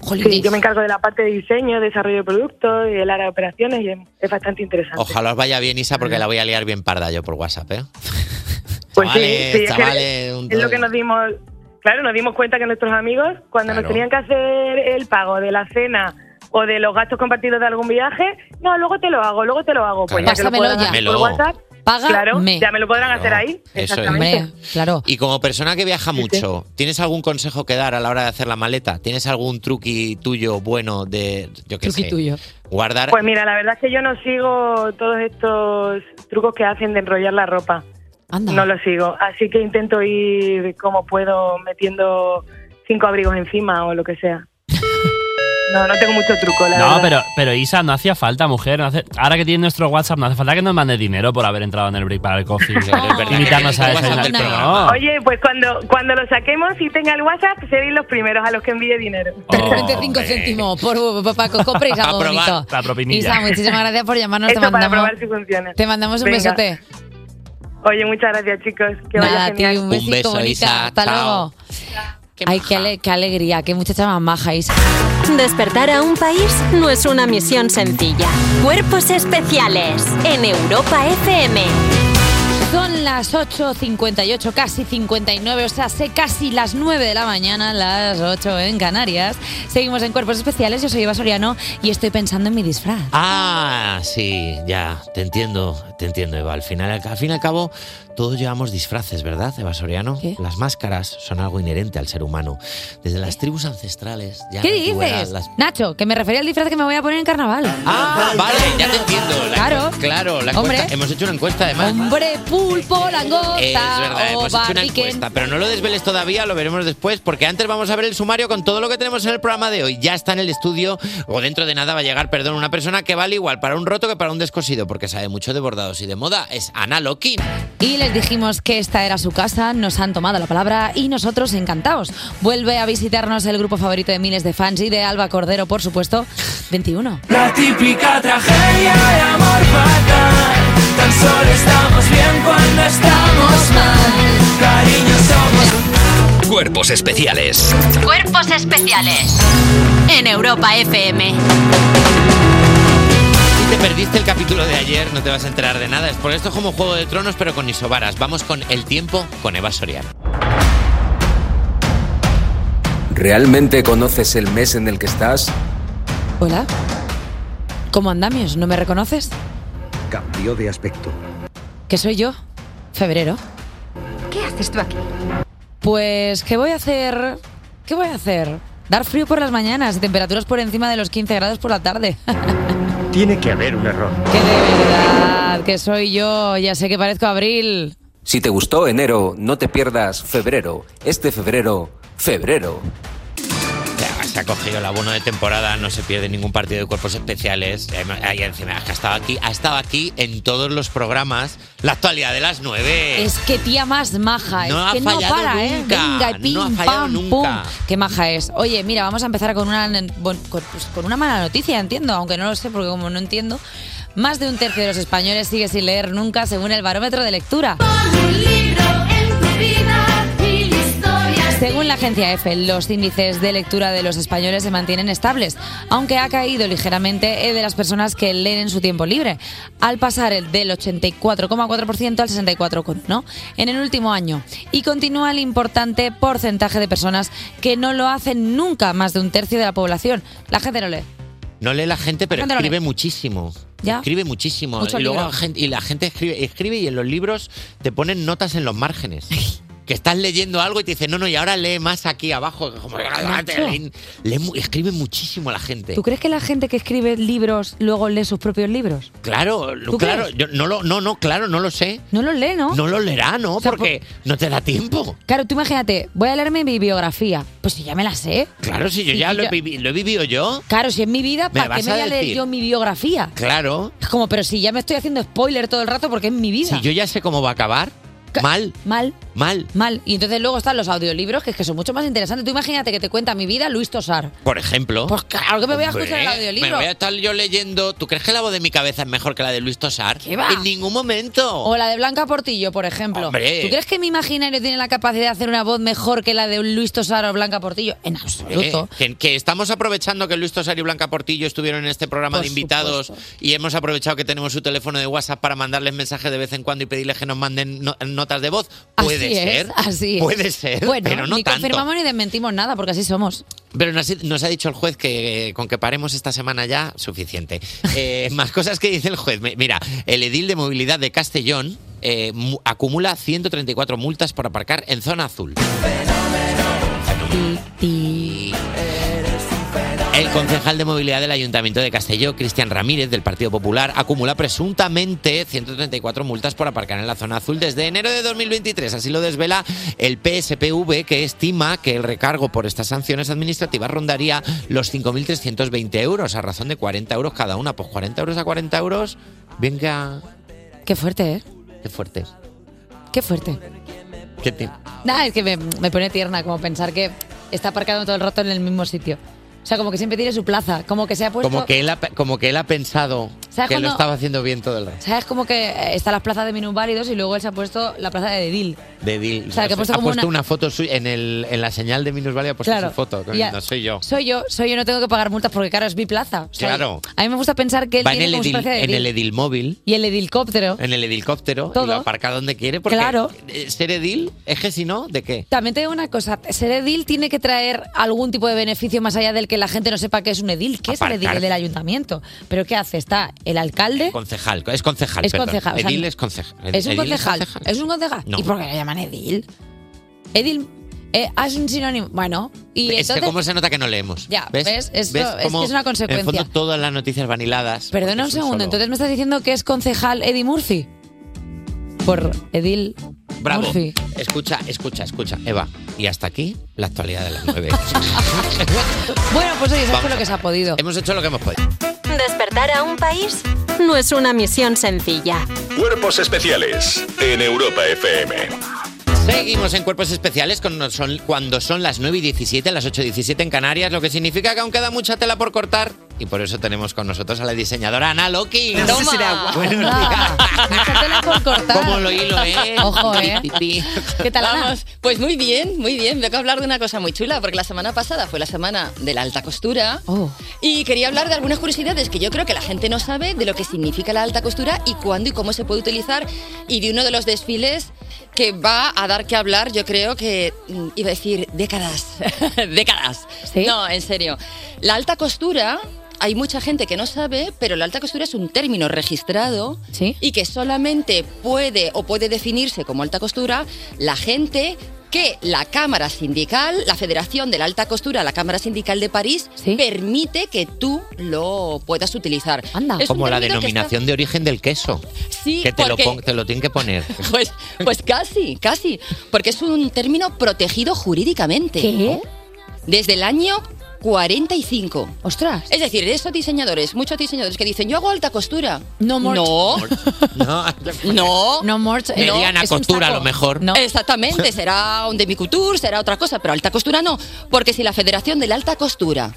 Speaker 1: Jolines.
Speaker 23: Sí, yo me encargo de la parte de diseño, desarrollo de productos y del área de operaciones y es, es bastante interesante.
Speaker 3: Ojalá os vaya bien, Isa, porque la voy a liar bien parda yo por WhatsApp, ¿eh?
Speaker 23: Pues sí,
Speaker 3: chavales,
Speaker 23: sí, es que
Speaker 3: chavales, un-
Speaker 23: es lo que nos dimos, claro, nos dimos cuenta que nuestros amigos, cuando
Speaker 3: Claro.
Speaker 23: nos tenían que hacer el pago de la cena o de los gastos compartidos de algún viaje, no, luego te lo hago, luego te lo hago. Pues
Speaker 3: Claro.
Speaker 23: ya que lo
Speaker 3: Pásamelo
Speaker 23: podrán
Speaker 3: ya.
Speaker 23: hacer
Speaker 3: Dámelo.
Speaker 23: por WhatsApp,
Speaker 1: Págame.
Speaker 23: claro, ya me lo podrán hacer
Speaker 3: Claro,
Speaker 23: ahí.
Speaker 3: eso es.
Speaker 23: Exactamente.
Speaker 3: Hombre,
Speaker 1: Claro.
Speaker 3: Y como persona que viaja mucho, ¿tienes algún consejo que dar a la hora de hacer la maleta? ¿Tienes algún truqui tuyo bueno de, yo qué
Speaker 23: Truqui
Speaker 3: sé,
Speaker 23: tuyo.
Speaker 3: guardar?
Speaker 23: Pues mira, la verdad es que yo no sigo todos estos trucos que hacen de enrollar la ropa. No lo sigo. Así que intento ir como puedo metiendo cinco abrigos encima o lo que sea. No, no tengo mucho truco, la
Speaker 4: No,
Speaker 23: verdad.
Speaker 4: pero, pero Isa, no hacía falta, mujer. no hace- ahora que tienes nuestro WhatsApp, no hace falta que nos mande dinero por haber entrado en el break para el coffee.
Speaker 3: verdad que
Speaker 4: Invitarnos a
Speaker 3: tienes el WhatsApp
Speaker 4: desayunar.
Speaker 3: del
Speaker 4: No.
Speaker 23: Oye, pues cuando, cuando lo saquemos y tenga el WhatsApp, seréis los primeros a los que envíe dinero.
Speaker 1: De repente 5 céntimos por papá, compréis algo bonito.
Speaker 4: La propinilla.
Speaker 1: Isa, muchísimas gracias por llamarnos.
Speaker 23: Esto para
Speaker 1: te mandamos,
Speaker 23: probar si funciona.
Speaker 1: te mandamos un
Speaker 23: Venga.
Speaker 1: besote.
Speaker 23: Oye, muchas gracias, chicos. Que
Speaker 1: Nada,
Speaker 23: vaya
Speaker 1: tío,
Speaker 23: genial.
Speaker 1: un besito bonita. Hasta luego. Ay, qué, ale- qué alegría, qué muchacha más maja, Isa.
Speaker 6: Despertar a un país no es una misión sencilla. Cuerpos especiales en Europa FM.
Speaker 1: Son las 8.58, casi 59, o sea, sé casi las 9 de la mañana, las 8 en Canarias. Seguimos en Cuerpos Especiales, yo soy Eva Soriano y estoy pensando en mi disfraz.
Speaker 3: Ah, sí, ya, te entiendo, te entiendo, Eva. Al final, al fin y al cabo, todos llevamos disfraces, ¿verdad, Eva Soriano? Las máscaras son algo inherente al ser humano. Desde las tribus ancestrales, ya en
Speaker 1: ¿Qué
Speaker 3: la antigüedad,
Speaker 1: dices?
Speaker 3: las-
Speaker 1: Nacho, que me refería al disfraz que me voy a poner en carnaval.
Speaker 3: Ah, vale, ya te entiendo. La
Speaker 1: Claro.
Speaker 3: encuesta- claro, la
Speaker 1: Hombre.
Speaker 3: encuesta- hemos hecho una encuesta además.
Speaker 1: Hombre, pulpo, langosta
Speaker 3: Es verdad,
Speaker 1: o
Speaker 3: hemos hecho una
Speaker 1: barbiquen.
Speaker 3: encuesta, pero no lo desveles todavía, lo veremos después, porque antes vamos a ver el sumario con todo lo que tenemos en el programa de hoy. Ya está en el estudio, o dentro de nada va a llegar, perdón, una persona que vale igual para un roto que para un descosido, porque sabe mucho de bordados y de moda. Es Ana Lokin.
Speaker 1: Y les dijimos que esta era su casa, nos han tomado la palabra y nosotros encantados. Vuelve a visitarnos el grupo favorito de miles de fans y de Alba Cordero, por supuesto, 21.
Speaker 11: La típica tragedia de amor fatal. Tan solo estamos bien cuando estamos mal. Cariño, somos.
Speaker 5: Cuerpos especiales.
Speaker 6: Cuerpos especiales en Europa FM.
Speaker 3: Si te perdiste el capítulo de ayer, no te vas a enterar de nada. Es por esto es como Juego de Tronos, pero con isobaras. Vamos con El Tiempo con Eva Soriano.
Speaker 10: ¿Realmente conoces el mes en el que estás?
Speaker 1: Hola. ¿Cómo andamios? ¿No me reconoces?
Speaker 10: Cambió de aspecto.
Speaker 1: ¿Qué soy yo? Febrero.
Speaker 27: ¿Qué haces tú aquí?
Speaker 1: Pues, ¿qué voy a hacer? ¿Qué voy a hacer? Dar frío por las mañanas y temperaturas por encima de los 15 grados por la tarde.
Speaker 28: Tiene que haber un error.
Speaker 1: Ah, que soy yo, ya sé que parezco abril.
Speaker 10: Si te gustó enero, no te pierdas febrero. Este febrero, febrero.
Speaker 3: Ya, Se ha cogido el abono de temporada, no se pierde ningún partido de cuerpos especiales. Además, ahí encima, es que ha estado aquí, ha estado aquí en todos los programas. La actualidad de las nueve.
Speaker 1: Es que tía más maja,
Speaker 3: Eh. No
Speaker 1: es
Speaker 3: ha
Speaker 1: que no
Speaker 3: fallado
Speaker 1: para, ¿eh?
Speaker 3: nunca,
Speaker 1: Venga, y
Speaker 3: no
Speaker 1: pim,
Speaker 3: ha fallado
Speaker 1: pam,
Speaker 3: nunca.
Speaker 1: pum. Qué maja es. Oye, mira, vamos a empezar con una, bueno, con, pues, con una mala noticia, entiendo, aunque no lo sé porque como no entiendo, más de un tercio de los españoles sigue sin leer nunca según el barómetro de lectura. Según la agencia EFE, los índices de lectura de los españoles se mantienen estables, aunque ha caído ligeramente eh, de las personas que leen en su tiempo libre, al pasar el del 84,4% al 64,1% ¿no? en el último año. Y continúa el importante porcentaje de personas que no lo hacen nunca, más de un tercio de la población. La gente no lee.
Speaker 3: No lee la gente, pero
Speaker 1: La gente no
Speaker 3: escribe
Speaker 1: lee.
Speaker 3: muchísimo.
Speaker 1: Ya.
Speaker 3: Escribe muchísimo.
Speaker 1: Mucho
Speaker 3: y luego
Speaker 1: libro.
Speaker 3: la gente, y la gente escribe, escribe y en los libros te ponen notas en los márgenes. Que estás leyendo algo y te dicen, no, no, y ahora lee más aquí abajo. Como, lee- lee mu- escribe muchísimo la gente.
Speaker 1: ¿Tú crees que la gente que escribe libros luego lee sus propios libros?
Speaker 3: Claro, lo-
Speaker 1: ¿Tú
Speaker 3: claro,
Speaker 1: crees?
Speaker 3: yo no lo, no, no, claro, no lo sé.
Speaker 1: No los lee, ¿no?
Speaker 3: No lo leerá, ¿no? Porque no te da tiempo.
Speaker 1: Claro, tú imagínate, voy a leerme mi biografía. Pues si ya me la sé.
Speaker 3: Claro, si yo
Speaker 1: Sí,
Speaker 3: ya
Speaker 1: sí,
Speaker 3: lo he,
Speaker 1: ya.
Speaker 3: vivi- lo he vivido yo.
Speaker 1: Claro, si es mi vida,
Speaker 3: ¿Me
Speaker 1: ¿para qué
Speaker 3: vas
Speaker 1: me
Speaker 3: a
Speaker 1: voy a leer
Speaker 3: decir?
Speaker 1: yo mi biografía?
Speaker 3: Claro.
Speaker 1: Es como, pero si ya me estoy haciendo spoiler todo el rato porque es mi vida.
Speaker 3: Si yo ya sé cómo va a acabar, mal,
Speaker 1: Mal,
Speaker 3: mal.
Speaker 1: mal. Y entonces luego están los audiolibros, que es que son mucho más interesantes. Tú imagínate que te cuenta mi vida Luis Tosar.
Speaker 3: Por ejemplo. Pues
Speaker 1: claro que me voy a escuchar el audiolibro.
Speaker 3: Me voy a estar yo leyendo. ¿Tú crees que la voz de mi cabeza es mejor que la de Luis Tosar?
Speaker 1: ¿Qué va? Oh,
Speaker 3: En ningún momento.
Speaker 1: O la de Blanca Portillo, por ejemplo.
Speaker 3: Hombre.
Speaker 1: ¿Tú crees que mi imaginario tiene la capacidad de hacer una voz mejor que la de Luis Tosar o Blanca Portillo? En absoluto.
Speaker 3: Eh, que, que estamos aprovechando que Luis Tosar y Blanca Portillo estuvieron en este programa
Speaker 1: Por
Speaker 3: de invitados y hemos aprovechado que tenemos su teléfono de WhatsApp para mandarles mensajes de vez en cuando y pedirles que nos manden no- notas de voz. Puede
Speaker 1: así
Speaker 3: ser.
Speaker 1: Es, así es.
Speaker 3: Puede ser.
Speaker 1: Bueno,
Speaker 3: pero no
Speaker 1: ni
Speaker 3: tanto.
Speaker 1: confirmamos ni desmentimos nada, porque así somos.
Speaker 3: Pero nos, nos ha dicho el juez que eh, con que paremos esta semana ya, suficiente. Eh, más cosas que dice el juez. Mi- Mira, el edil de movilidad de Castellón eh, mu- acumula 134 multas por aparcar en zona azul. El concejal de movilidad del Ayuntamiento de Castelló, Cristian Ramírez, del Partido Popular, acumula presuntamente 134 multas por aparcar en la zona azul desde enero de 2023. Así lo desvela el PSPV, que estima que el recargo por estas sanciones administrativas rondaría los 5.320 euros, a razón de 40 euros cada una. Pues 40 euros a 40 euros, venga,
Speaker 1: Qué fuerte, ¿eh?
Speaker 3: qué fuerte.
Speaker 1: Qué fuerte.
Speaker 3: Qué te-
Speaker 1: Nada, es que me, me pone tierna como pensar que está aparcado todo el rato en el mismo sitio. O sea, como que siempre tiene su plaza, como que se ha puesto...
Speaker 3: Como que él ha, pe- como que él ha pensado
Speaker 1: Pues ¿Sabes
Speaker 3: que lo
Speaker 1: cuando-
Speaker 3: estaba haciendo bien todo el resto.
Speaker 1: ¿Sabes? Como que eh, están las plazas de minusválidos y luego él se ha puesto la plaza de Edil.
Speaker 3: De Edil.
Speaker 1: O sea, que ha puesto como una-
Speaker 3: una... foto suya en, el, en la señal de Minusvalía, ha puesto
Speaker 1: Claro.
Speaker 3: su foto.
Speaker 1: Y a-
Speaker 3: No soy yo.
Speaker 1: Soy yo, soy yo, no tengo que pagar multas porque, claro, es mi plaza. O sea,
Speaker 3: Claro.
Speaker 1: A mí me gusta pensar que él
Speaker 3: Va en
Speaker 1: tiene
Speaker 3: el,
Speaker 1: como su
Speaker 3: edil,
Speaker 1: plaza de
Speaker 3: en el
Speaker 1: Edil.
Speaker 3: edil móvil,
Speaker 1: y el edilcóptero.
Speaker 3: en el edilcóptero,
Speaker 1: Todo.
Speaker 3: y lo aparca donde quiere, porque
Speaker 1: Claro.
Speaker 3: eh, ser edil es que si no, ¿de qué?
Speaker 1: También te digo una cosa, ser edil tiene que traer algún tipo de beneficio más allá del que la gente no sepa que es un edil. ¿Qué es el edil?
Speaker 3: Aparcar.
Speaker 1: El del ayuntamiento. ¿Pero ¿qué hace? Está el alcalde,
Speaker 3: Concejal, es concejal,
Speaker 1: ¿Eh? Es
Speaker 3: perdón.
Speaker 1: concejal, o sea,
Speaker 3: edil es concejal. Ed-
Speaker 1: es un
Speaker 3: edil
Speaker 1: concejal, es un concejal.
Speaker 3: No.
Speaker 1: ¿Y por qué lo llaman edil? Edil eh, ah, es un sinónimo. Bueno, y
Speaker 3: Es que
Speaker 1: entonces...
Speaker 3: cómo se nota que no leemos.
Speaker 1: Ya,
Speaker 3: ¿ves?
Speaker 1: ¿ves? Esto- es que
Speaker 3: cómo,
Speaker 1: es
Speaker 3: En
Speaker 1: una
Speaker 3: el
Speaker 1: consecuencia.
Speaker 3: fondo, todas las noticias van hiladas.
Speaker 1: Perdona un
Speaker 3: porque es
Speaker 1: segundo,
Speaker 3: solo-
Speaker 1: entonces me estás diciendo que es concejal Eddie Murphy. Por Edil
Speaker 3: Bravo.
Speaker 1: Murphy.
Speaker 3: Escucha, escucha, escucha, Eva. Y hasta aquí la actualidad de las nueve.
Speaker 1: Bueno, pues oye, eso
Speaker 3: Vamos
Speaker 1: fue lo
Speaker 3: a-
Speaker 1: que se ha podido.
Speaker 3: hemos hecho lo que hemos podido.
Speaker 6: Despertar a un país no es una misión sencilla.
Speaker 9: Cuerpos especiales en Europa FM.
Speaker 3: Seguimos en Cuerpos Especiales con- son- cuando son las 9 y 17, las 8 y 17 en Canarias, lo que significa que aún queda mucha tela por cortar Y por eso tenemos con nosotros a la diseñadora Ana Loki.
Speaker 1: Toma.
Speaker 3: Buenos
Speaker 1: Mucha tela por cortar.
Speaker 3: ¿Cómo lo hilo, eh?
Speaker 1: Ojo, eh.
Speaker 29: ¿Qué tal, Vamos, Pues muy bien, muy bien. Vengo a hablar de una cosa muy chula, porque la semana pasada fue la semana de la alta costura y quería hablar de algunas curiosidades que yo creo que la gente no sabe de lo que significa la alta costura y cuándo y cómo se puede utilizar y de uno de los desfiles que va a dar que hablar, yo creo que, mm, iba a decir, décadas, décadas. No, en serio. La alta costura... Hay mucha gente que no sabe, pero la alta costura es un término registrado y que solamente puede o puede definirse como alta costura la gente que la Cámara Sindical, la Federación de la Alta Costura, la Cámara Sindical de París, permite que tú lo puedas utilizar. Es un
Speaker 3: Como la
Speaker 29: término que está-
Speaker 3: denominación de origen del queso.
Speaker 29: Sí,
Speaker 3: que te lo,
Speaker 29: porque-
Speaker 3: pon- te lo tienen que poner.
Speaker 29: Pues, pues casi, casi. Porque es un término protegido jurídicamente. ¿Qué? Desde el año 45.
Speaker 1: Ostras.
Speaker 29: Es decir, esos diseñadores, muchos diseñadores que dicen, yo hago alta costura.
Speaker 1: No more.
Speaker 29: No,
Speaker 3: No,
Speaker 29: no.
Speaker 1: No more.
Speaker 3: Mediana
Speaker 29: es un
Speaker 3: costura a
Speaker 29: saco.
Speaker 3: lo mejor.
Speaker 29: Exactamente, será un demi-couture, será otra cosa, pero alta costura no. Porque si la Federación de la Alta Costura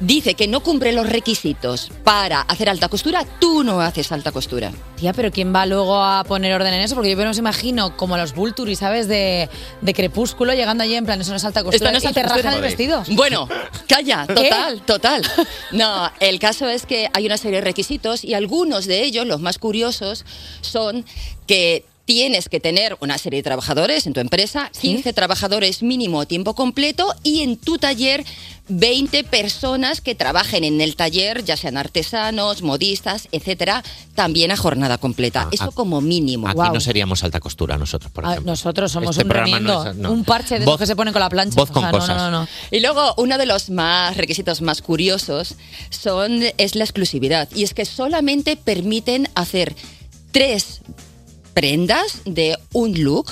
Speaker 29: dice que no cumple los requisitos para hacer alta costura, tú no haces alta costura.
Speaker 1: Tía, pero ¿quién va luego a poner orden en eso? Porque yo me los imagino como los Vulturi, ¿sabes? De, de crepúsculo, llegando allí en plan, eso no es alta costura.
Speaker 29: Esto no es
Speaker 1: y te
Speaker 29: alta
Speaker 1: rajan el
Speaker 29: costura.
Speaker 1: vestido.
Speaker 29: Bueno, calla, total, total. No, el caso es que hay una serie de requisitos y algunos de ellos, los más curiosos, son que tienes que tener una serie de trabajadores en tu empresa, 15 trabajadores mínimo a tiempo completo y en tu taller 20 personas que trabajen en el taller, ya sean artesanos, modistas, etcétera, también a jornada completa. Eso como mínimo.
Speaker 3: Ah, Aquí no seríamos alta costura nosotros, por
Speaker 1: Ah,
Speaker 3: ejemplo.
Speaker 1: nosotros somos
Speaker 3: Este
Speaker 1: un
Speaker 3: programa no
Speaker 1: remiendo,
Speaker 3: es- no.
Speaker 1: un parche de
Speaker 3: Voz-
Speaker 1: esos que se ponen con la plancha.
Speaker 3: voz con
Speaker 1: O sea, no,
Speaker 3: cosas.
Speaker 1: No, no, no.
Speaker 29: Y luego, uno de los más requisitos más curiosos son, es la exclusividad. Y es que solamente permiten hacer tres prendas de un look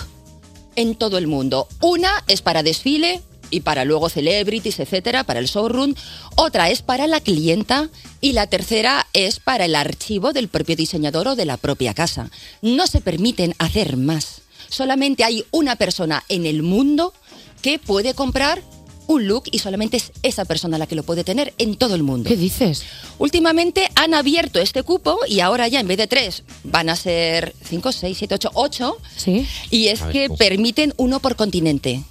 Speaker 29: en todo el mundo. Una es para desfile y para luego celebrities, etcétera, para el showroom. Otra es para la clienta y la tercera es para el archivo del propio diseñador o de la propia casa. No se permiten hacer más. Solamente hay una persona en el mundo que puede comprar un look y solamente es esa persona la que lo puede tener en todo el mundo.
Speaker 1: ¿Qué dices?
Speaker 29: Últimamente han abierto este cupo y ahora ya en vez de tres van a ser cinco, seis, siete, ocho, ocho.
Speaker 1: Sí.
Speaker 29: Y es
Speaker 1: A ver,
Speaker 29: que
Speaker 1: uf.
Speaker 29: permiten uno por continente.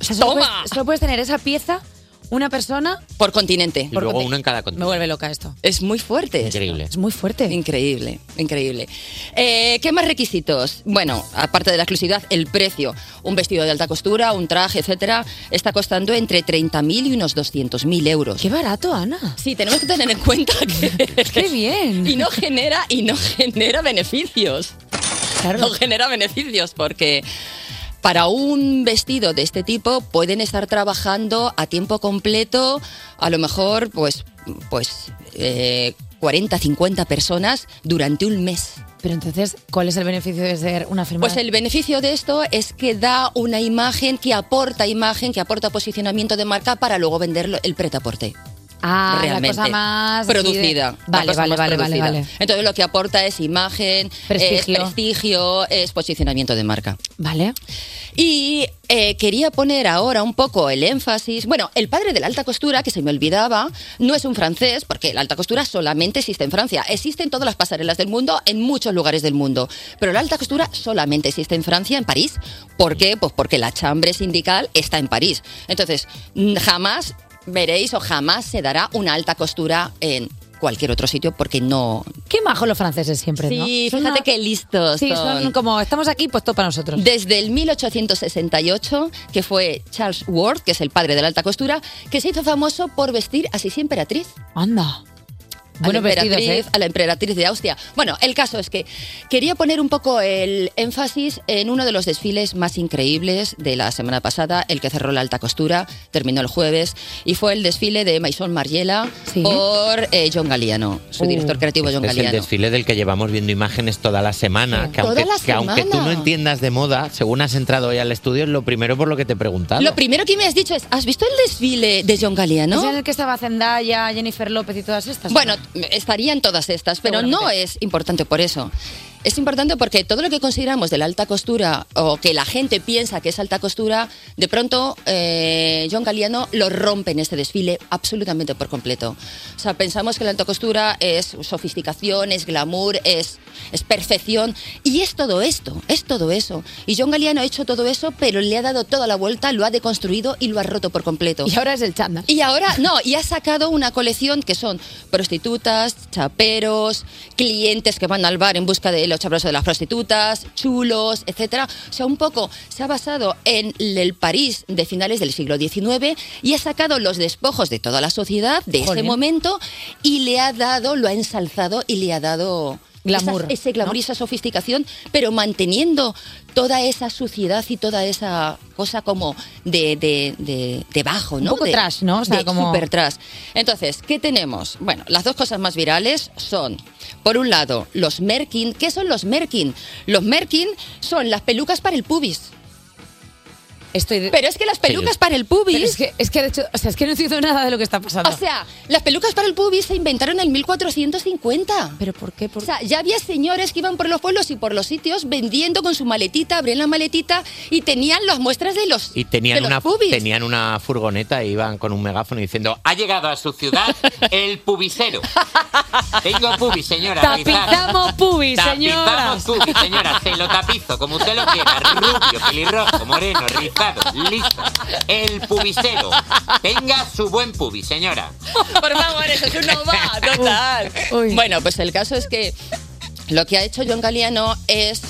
Speaker 1: O sea, solo, Puedes, solo puedes tener esa pieza, una persona.
Speaker 29: Por continente.
Speaker 3: Y luego uno en cada continente.
Speaker 1: Me vuelve loca esto.
Speaker 29: Es muy fuerte.
Speaker 3: Increíble.
Speaker 29: Es
Speaker 1: muy fuerte.
Speaker 29: Increíble, increíble. Eh, ¿Qué más requisitos? Bueno, aparte de la exclusividad, el precio. Un vestido de alta costura, un traje, etcétera, está costando entre 30.000 y unos 200.000 euros.
Speaker 1: Qué barato, Ana.
Speaker 29: Sí, tenemos que tener en cuenta que...
Speaker 1: ¡Qué bien!
Speaker 29: Y no genera, y no genera beneficios. No genera beneficios porque... Para un vestido de este tipo pueden estar trabajando a tiempo completo, a lo mejor pues, pues eh, 40, 50 personas durante un mes.
Speaker 1: Pero entonces, ¿cuál es el beneficio de ser una firma?
Speaker 29: Pues el beneficio de esto es que da una imagen, que aporta imagen, que aporta posicionamiento de marca para luego venderlo el pretaporte.
Speaker 1: ah,
Speaker 29: realmente
Speaker 1: la cosa más.
Speaker 29: producida.
Speaker 1: así de-
Speaker 29: la
Speaker 1: Vale,
Speaker 29: cosa
Speaker 1: vale,
Speaker 29: más
Speaker 1: vale, vale,
Speaker 29: producida.
Speaker 1: vale.
Speaker 29: Entonces lo que aporta es imagen,
Speaker 1: Prestigio.
Speaker 29: es prestigio, es posicionamiento de marca.
Speaker 1: Vale.
Speaker 29: Y eh, quería poner ahora un poco el énfasis. Bueno, el padre de la alta costura, que se me olvidaba, no es un francés, porque la alta costura solamente existe en Francia. Existe en todas las pasarelas del mundo, en muchos lugares del mundo. Pero la alta costura solamente existe en Francia, en París. ¿Por qué? Pues porque la chambre sindical está en París. Entonces, mm, jamás veréis o jamás se dará una alta costura en cualquier otro sitio porque no...
Speaker 1: Qué majos los franceses siempre, ¿no?
Speaker 29: Sí,
Speaker 1: Son
Speaker 29: fíjate
Speaker 1: una-
Speaker 29: qué listos
Speaker 1: Sí, son.
Speaker 29: son.
Speaker 1: como, estamos aquí, pues todo para nosotros.
Speaker 29: Desde el 1868, que fue Charles Ward, que es el padre de la alta costura, que se hizo famoso por vestir a Sisi Emperatriz.
Speaker 1: Anda.
Speaker 29: A la,
Speaker 1: Buenos vestidos,
Speaker 29: emperatriz,
Speaker 1: ¿eh?
Speaker 29: a la emperatriz de Austria. Bueno, el caso es que quería poner un poco el énfasis en uno de los desfiles más increíbles de la semana pasada, el que cerró la alta costura, terminó el jueves, y fue el desfile de Maison Margiela por eh, John Galliano, su
Speaker 3: Uh.
Speaker 29: director creativo John
Speaker 3: Este es el
Speaker 29: Galliano.
Speaker 3: desfile del que llevamos viendo imágenes toda la semana. Que,
Speaker 29: Toda
Speaker 3: aunque,
Speaker 29: la
Speaker 3: que aunque tú no
Speaker 29: semana.
Speaker 3: entiendas de moda, según has entrado hoy al estudio, es lo primero por lo que te he preguntado.
Speaker 29: Lo primero que me has dicho es, ¿has visto el desfile de John Galliano?
Speaker 1: ¿Es en el que estaba Zendaya, Jennifer López y todas estas?
Speaker 29: Bueno, estarían todas estas, pero no es importante por eso. Es importante porque todo lo que consideramos de la alta costura o que la gente piensa que es alta costura, de pronto eh, John Galliano lo rompe en este desfile absolutamente por completo. O sea, pensamos que la alta costura es sofisticación, es glamour, es, es perfección y es todo esto, es todo eso. Y John Galliano ha hecho todo eso, pero le ha dado toda la vuelta, lo ha deconstruido y lo ha roto por completo.
Speaker 1: Y ahora es el chándal.
Speaker 29: Y ahora, no, y ha sacado una colección que son prostitutas, chaperos, clientes que van al bar en busca de los chaperos de las prostitutas, chulos, etcétera. O sea, un poco se ha basado en el París de finales del siglo XIX y ha sacado los despojos de toda la sociedad de ese
Speaker 1: Jolín.
Speaker 29: momento y le ha dado, lo ha ensalzado y le ha dado
Speaker 1: Glamour,
Speaker 29: esas- ese glamour y esa sofisticación, pero manteniendo toda esa suciedad y toda esa cosa como de, de, de- de bajo,
Speaker 1: Un
Speaker 29: ¿no?
Speaker 1: poco
Speaker 29: De-
Speaker 1: trash, ¿no? O sea,
Speaker 29: de
Speaker 1: como-
Speaker 29: súper trash. Entonces, ¿qué tenemos? Bueno, las dos cosas más virales son, por un lado, los merkin. ¿Qué son los merkin? Los merkin son las pelucas para el pubis. Pero es que las pelucas
Speaker 1: Pero-
Speaker 29: para el pubis...
Speaker 1: Pero es que, es que de hecho, o sea, es que no entiendo nada de lo que está pasando.
Speaker 29: O sea, las pelucas para el pubis se inventaron en 1450.
Speaker 1: ¿Pero por qué? Por-
Speaker 29: O sea, ya había señores que iban por los pueblos y por los sitios vendiendo con su maletita, abrían la maletita y tenían las muestras de los
Speaker 3: Y tenían
Speaker 29: de los
Speaker 3: una,
Speaker 29: pubis.
Speaker 3: tenían una furgoneta y iban con un megáfono diciendo ha llegado a su ciudad el pubicero. Tengo pubis, señora.
Speaker 1: Tapizamos pubis, señora.
Speaker 3: Tapizamos pubis, señora. Se lo tapizo como usted lo quiera. Rubio, pelirrojo, moreno, rizado, liso. El pubicero. Tenga su buen pubis, señora.
Speaker 29: Por favor, eso es una va, total. Bueno, pues el caso es que lo que ha hecho John Galeano es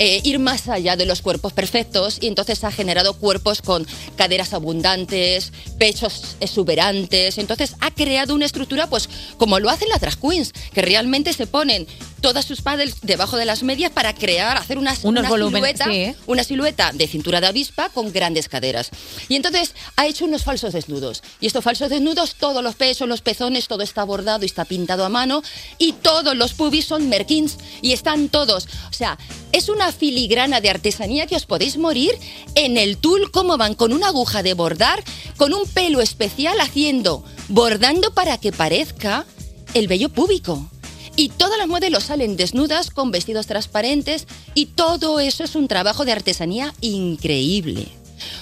Speaker 29: eh, ir más allá de los cuerpos perfectos y entonces ha generado cuerpos con caderas abundantes, pechos exuberantes. Entonces ha creado una estructura, pues como lo hacen las drag queens, que realmente se ponen todas sus paddles debajo de las medias para crear, hacer unas,
Speaker 1: Unos
Speaker 29: una
Speaker 1: volúmenes,
Speaker 29: silueta,
Speaker 1: sí, ¿eh?
Speaker 29: una silueta de cintura de avispa con grandes caderas. Y entonces ha hecho unos falsos desnudos. Y estos falsos desnudos, todos los pechos, los pezones, todo está bordado y está pintado a mano. Y todos los pubis son merkins y están todos. O sea, es una filigrana de artesanía que os podéis morir en el tul, como van con una aguja de bordar, con un pelo especial haciendo, bordando para que parezca el vello púbico. Y todas las modelos salen desnudas con vestidos transparentes y todo eso es un trabajo de artesanía increíble.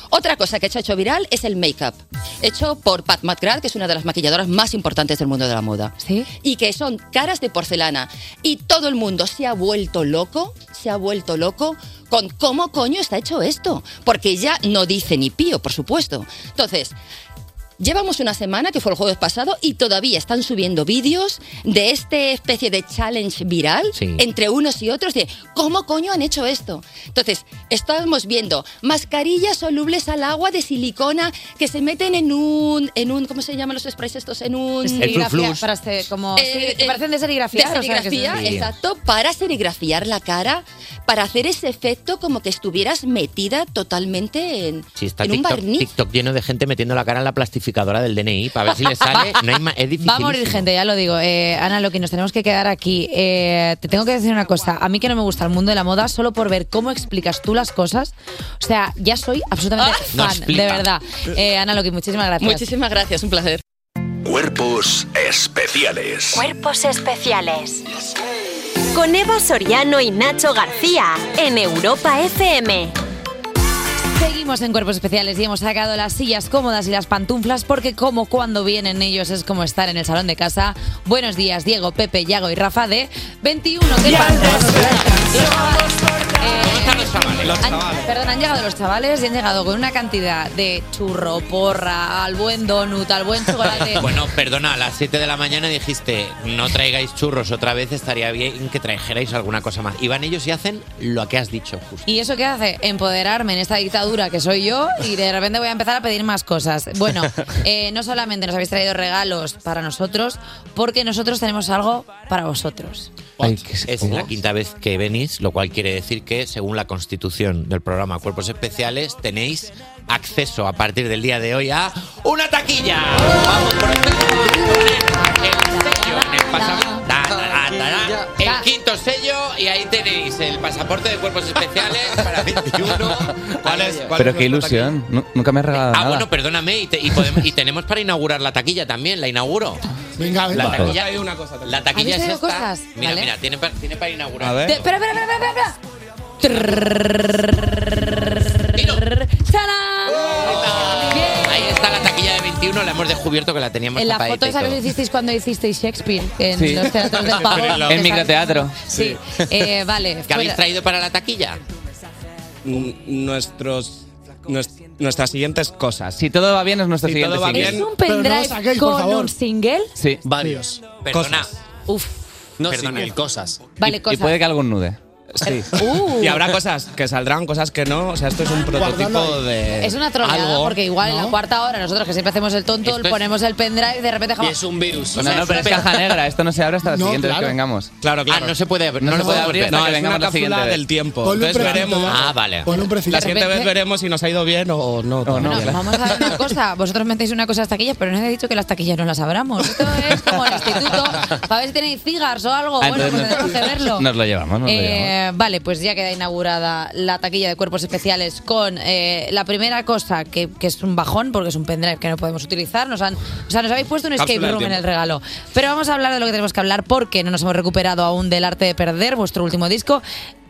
Speaker 29: Otra cosa que se ha hecho viral es el make-up, hecho por Pat McGrath, que es una de las maquilladoras más importantes del mundo de la moda. Y que son caras de porcelana. Y todo el mundo se ha vuelto loco, se ha vuelto loco con cómo coño está hecho esto. Porque ya no dice ni pío, por supuesto. Entonces, Llevamos una semana, que fue el jueves pasado, y todavía están subiendo vídeos de esta especie de challenge viral
Speaker 30: Sí.
Speaker 29: entre unos y otros de cómo coño han hecho esto. Entonces, estamos viendo mascarillas solubles al agua de silicona que se meten en un, en un ¿cómo se llaman los sprays estos? En un... Eh,
Speaker 1: Serigrafía, para este, como, sí, que parecen de serigrafía.
Speaker 29: De
Speaker 1: o sea, que-
Speaker 29: serigrafía, exacto, para serigrafiar la cara, para hacer ese efecto como que estuvieras metida totalmente en,
Speaker 3: Si está
Speaker 29: en un
Speaker 3: TikTok,
Speaker 29: barniz.
Speaker 3: TikTok lleno de gente metiendo la cara en la plastificadora del DNI para ver si le sale. No hay ma- es difícil.
Speaker 1: Va a morir gente, ya lo digo. Eh, Ana, lo que nos tenemos que quedar aquí. eh, te tengo que decir una cosa. A mí que no me gusta el mundo de la moda, solo por ver cómo explicas tú las cosas. O sea, ya soy absolutamente
Speaker 30: No
Speaker 1: fan, de
Speaker 30: explica.
Speaker 1: verdad. Eh, Ana, lo que muchísimas gracias.
Speaker 29: Muchísimas gracias, un placer.
Speaker 30: Cuerpos especiales.
Speaker 6: Cuerpos especiales. Con Eva Soriano y Nacho García en Europa FM.
Speaker 1: Seguimos en Cuerpos Especiales y hemos sacado las sillas cómodas y las pantuflas porque como cuando vienen ellos es como estar en el salón de casa. Buenos días, Diego, Pepe, Yago y Rafa de 21. ¿Qué Han- Perdón, han llegado los chavales y han llegado con una cantidad de churro, porra, al buen donut, al buen chocolate.
Speaker 3: Bueno, perdona, a las 7 de la mañana dijiste, no traigáis churros otra vez, estaría bien que trajerais alguna cosa más. Y van ellos y hacen lo que has dicho, justo.
Speaker 1: ¿Y eso qué hace? Empoderarme en esta dictadura que soy yo y de repente voy a empezar a pedir más cosas. Bueno, eh, no solamente nos habéis traído regalos para nosotros, porque nosotros tenemos algo para vosotros.
Speaker 3: es la quinta vez que venís, lo cual quiere decir que, según la constitución del programa Cuerpos Especiales, tenéis acceso a partir del día de hoy a una taquilla. Vamos por el sello en el pasam- Ta, ta, ta, ta, ta. El quinto sello y ahí tenéis el pasaporte de Cuerpos Especiales para 21. ¿Cuál es- cuál
Speaker 16: Pero
Speaker 3: es
Speaker 16: qué
Speaker 3: nuestra
Speaker 16: ilusión. Nu- Nunca me has regalado
Speaker 3: Ah,
Speaker 16: nada.
Speaker 3: bueno, perdóname. Y, te- y podemos- y tenemos para inaugurar la taquilla también. La inauguro.
Speaker 7: Venga,
Speaker 3: La
Speaker 7: venga.
Speaker 3: taquilla-
Speaker 7: Hay una cosa.
Speaker 3: La taquilla
Speaker 1: ¿Habéis
Speaker 3: es
Speaker 1: traído
Speaker 3: esta.
Speaker 1: cosas?
Speaker 3: Mira,
Speaker 1: Vale.
Speaker 3: mira, tiene para, tiene para inaugurar.
Speaker 7: A ver.
Speaker 1: Te- Espera, espera, espera, espera, espera. ¡Tarán! Bien.
Speaker 3: Ahí está la taquilla de 21, la hemos descubierto que la teníamos
Speaker 1: En la
Speaker 3: tapadita
Speaker 1: foto
Speaker 3: y
Speaker 1: esa que
Speaker 3: todo.
Speaker 1: os hicisteis cuando hicisteis Shakespeare en
Speaker 3: Sí.
Speaker 1: los teatros del pavo.
Speaker 3: Pero en los-
Speaker 1: Que
Speaker 3: En microteatro.
Speaker 1: sal- Sí. Eh, vale.
Speaker 3: ¿Qué habéis
Speaker 1: fuera.
Speaker 3: traído para la taquilla?
Speaker 7: N- Mm, Nuestros. nues- Nuestras siguientes cosas.
Speaker 16: Si todo va bien, es nuestro
Speaker 7: Si
Speaker 16: siguiente
Speaker 7: todo va
Speaker 16: single.
Speaker 1: ¿Es un
Speaker 7: Pero no lo
Speaker 1: pendrive
Speaker 7: saquéis, por
Speaker 1: con
Speaker 7: favor.
Speaker 1: un single?
Speaker 16: Sí.
Speaker 7: Varios.
Speaker 3: Perdona.
Speaker 1: Uf.
Speaker 7: No
Speaker 16: single,
Speaker 7: cosas.
Speaker 1: Vale, cosas.
Speaker 7: algún nude. Sí.
Speaker 1: Uh.
Speaker 7: Y habrá cosas que saldrán, cosas que no. O sea, esto es un prototipo de.
Speaker 1: Es una troleada
Speaker 7: algo.
Speaker 1: porque igual en la cuarta hora nosotros que siempre hacemos el tonto,
Speaker 7: Esto es-
Speaker 1: ponemos el pendrive y de repente dejamos...
Speaker 7: un virus.
Speaker 16: No, no, pero es caja negra. Esto no se abre hasta la
Speaker 7: No,
Speaker 16: siguiente vez
Speaker 7: claro.
Speaker 16: que vengamos.
Speaker 7: Claro, claro.
Speaker 16: Ah, no se puede abrir- no se puede abrir hasta
Speaker 7: No,
Speaker 16: que
Speaker 7: es
Speaker 16: vengamos
Speaker 7: una
Speaker 16: la siguiente
Speaker 7: cápsula
Speaker 16: vez.
Speaker 7: del tiempo.
Speaker 16: Ponle un
Speaker 7: Entonces
Speaker 16: precinto,
Speaker 12: ¿eh?
Speaker 7: veremos.
Speaker 16: ¿no?
Speaker 7: Ah, vale.
Speaker 16: Ponle un precinto.
Speaker 7: La siguiente
Speaker 1: De
Speaker 7: vez
Speaker 1: repente-
Speaker 7: veremos si nos ha ido bien o no.
Speaker 1: Bueno, vamos a ver una cosa. Vosotros metéis una cosa a las taquillas, pero no he dicho que las taquillas no las abramos. Esto es como el instituto. Para ver si tenéis cigars o algo.
Speaker 16: Ah,
Speaker 1: bueno, pues
Speaker 16: entonces
Speaker 1: tenemos que verlo.
Speaker 16: Nos lo
Speaker 17: Ah,
Speaker 16: llevamos, nos lo
Speaker 1: Eh,
Speaker 16: llevamos.
Speaker 1: vale, pues ya queda inaugurada la taquilla de cuerpos especiales con eh, la primera cosa, que, que es un bajón, porque es un pendrive que no podemos utilizar. Nos han, o sea, nos habéis puesto un escape
Speaker 6: Cápsula del
Speaker 1: room en
Speaker 6: tiempo.
Speaker 1: el regalo. Pero vamos a hablar de lo que tenemos que hablar, porque no nos hemos recuperado aún del arte de perder, vuestro último disco.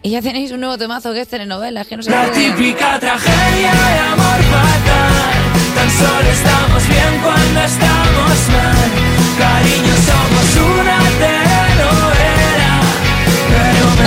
Speaker 1: Y ya tenéis un nuevo temazo que es telenovela, es que no sé
Speaker 11: La típica tragedia de amor fatal. Tan solo estamos bien cuando estamos mal. Cariño, somos una telenovela.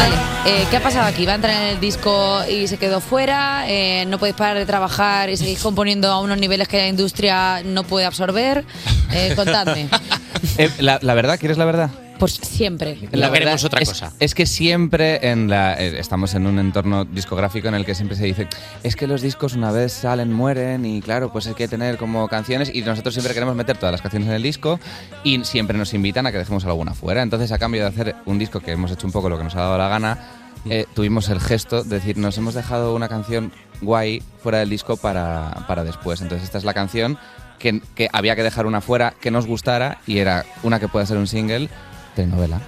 Speaker 1: Vale, eh, ¿qué ha pasado aquí? ¿Va a entrar en el disco y se quedó fuera? Eh, ¿No podéis parar de trabajar y seguís componiendo a unos niveles que la industria no puede absorber? Eh, contadme.
Speaker 16: Eh, la, la verdad, ¿quieres la verdad?
Speaker 1: Pues siempre.
Speaker 16: La verdad es, Es que siempre en la, eh, estamos en un entorno discográfico en el que siempre se dice es que los discos una vez salen, mueren y claro, pues hay que tener como canciones y nosotros siempre queremos meter todas las canciones en el disco y siempre nos invitan a que dejemos alguna fuera. Entonces a cambio de hacer un disco que hemos hecho un poco lo que nos ha dado la gana, eh, tuvimos el gesto de decir nos hemos dejado una canción guay fuera del disco para, para después. Entonces esta es la canción. Que, que había que dejar una fuera que nos gustara y era una que pueda ser un single telenovela.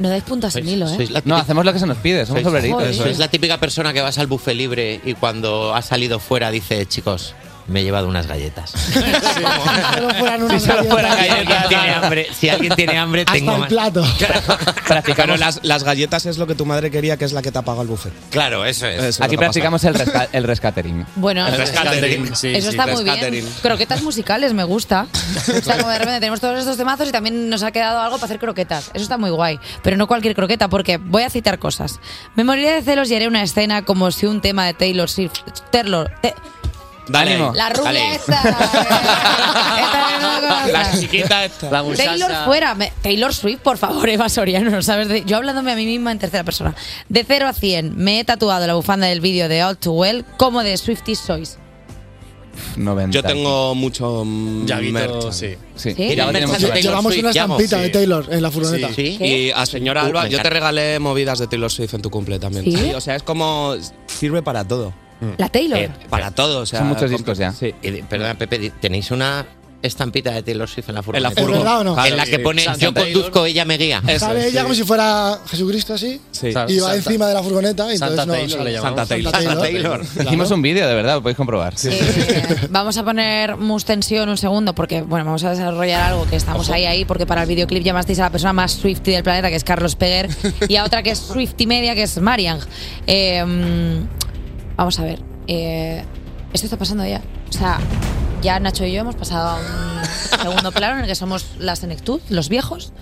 Speaker 1: No dais puntas sin hilo, ¿eh?
Speaker 16: No, hacemos lo que se nos pide, somos obreritos.
Speaker 3: Sois la típica persona que vas al buffet libre y cuando ha salido fuera dice, chicos, me he llevado unas galletas.
Speaker 7: Si solo fueran galletas.
Speaker 3: Tiene hambre. Si alguien tiene hambre, tengo más.
Speaker 7: plato.
Speaker 16: Pero
Speaker 7: las, las galletas es lo que tu madre quería, que es la que te ha pagado el buffet.
Speaker 3: Claro, eso es.
Speaker 7: Eso
Speaker 16: Aquí
Speaker 7: no pasa.
Speaker 16: practicamos el, resca- el rescatering.
Speaker 1: Bueno,
Speaker 7: El
Speaker 1: eso
Speaker 7: rescatering, sí, sí,
Speaker 1: está muy bien.
Speaker 7: rescatering.
Speaker 1: Croquetas musicales, me gusta. O sea, como de repente tenemos todos estos temazos y también nos ha quedado algo para hacer croquetas. Eso está muy guay. Pero no cualquier croqueta, porque voy a citar cosas. Me moriré de celos y haré una escena como si un tema de Taylor Swift. Taylor. Te-
Speaker 3: Dale,
Speaker 1: la rubia
Speaker 3: dale.
Speaker 1: esta. Esta no la conozco.
Speaker 3: La chiquita esta. La
Speaker 1: Taylor fuera. Me- Taylor Swift, por favor, Eva Soriano, no sabes. de- yo hablándome a mí misma en tercera persona. De 0 a 100, me he tatuado la bufanda del vídeo de All Too Well como de Swifties sois.
Speaker 7: Yo tengo mucho
Speaker 12: Yaguito,
Speaker 7: merch.
Speaker 12: sí.
Speaker 16: Sí.
Speaker 7: Y ahora tenemos
Speaker 12: Lle-
Speaker 7: Taylor
Speaker 12: Llevamos
Speaker 7: Swift,
Speaker 12: una
Speaker 7: llamo,
Speaker 12: estampita
Speaker 7: sí.
Speaker 12: de Taylor en la furgoneta.
Speaker 7: Sí. Y a señora
Speaker 12: Uh,
Speaker 7: Alba,
Speaker 12: me
Speaker 7: yo te
Speaker 12: encanta.
Speaker 7: regalé movidas de Taylor Swift en tu cumple también.
Speaker 1: ¿Sí?
Speaker 7: o sea, es como sirve para todo.
Speaker 16: Mm.
Speaker 1: La Taylor.
Speaker 16: Eh,
Speaker 7: Para todo, o sea,
Speaker 16: Son muchos
Speaker 7: con-
Speaker 16: discos ya.
Speaker 3: Sí. Y de- Perdona, Pepe, di- ¿tenéis una estampita de Taylor Swift en la
Speaker 7: En la
Speaker 3: furgoneta?
Speaker 7: furgo. ¿Es verdad o no?
Speaker 3: En la
Speaker 7: Claro,
Speaker 3: que
Speaker 7: sí.
Speaker 3: pone
Speaker 7: Santa
Speaker 3: yo
Speaker 7: Taylor.
Speaker 3: conduzco, ella me guía.
Speaker 7: Eso
Speaker 12: Uh, Sale
Speaker 7: es,
Speaker 12: ella
Speaker 7: sí.
Speaker 12: como si fuera Jesucristo así.
Speaker 7: Sí.
Speaker 12: Y va
Speaker 7: Santa-
Speaker 12: encima de la furgoneta. y entonces no, sale-
Speaker 7: Santa Taylor.
Speaker 16: Hicimos un vídeo, de verdad, lo podéis comprobar.
Speaker 1: Vamos a poner mus tensión un segundo porque bueno, vamos a desarrollar algo que estamos ahí ahí porque para el videoclip llamasteis a la persona más Swifty del planeta que es Carlos Peguer y a otra que es Swifty media que es Marian. Eh, mm, vamos a ver. eh, esto está pasando ya. O sea, ya Nacho y yo hemos pasado a un segundo plano en el que somos la senectud, los viejos,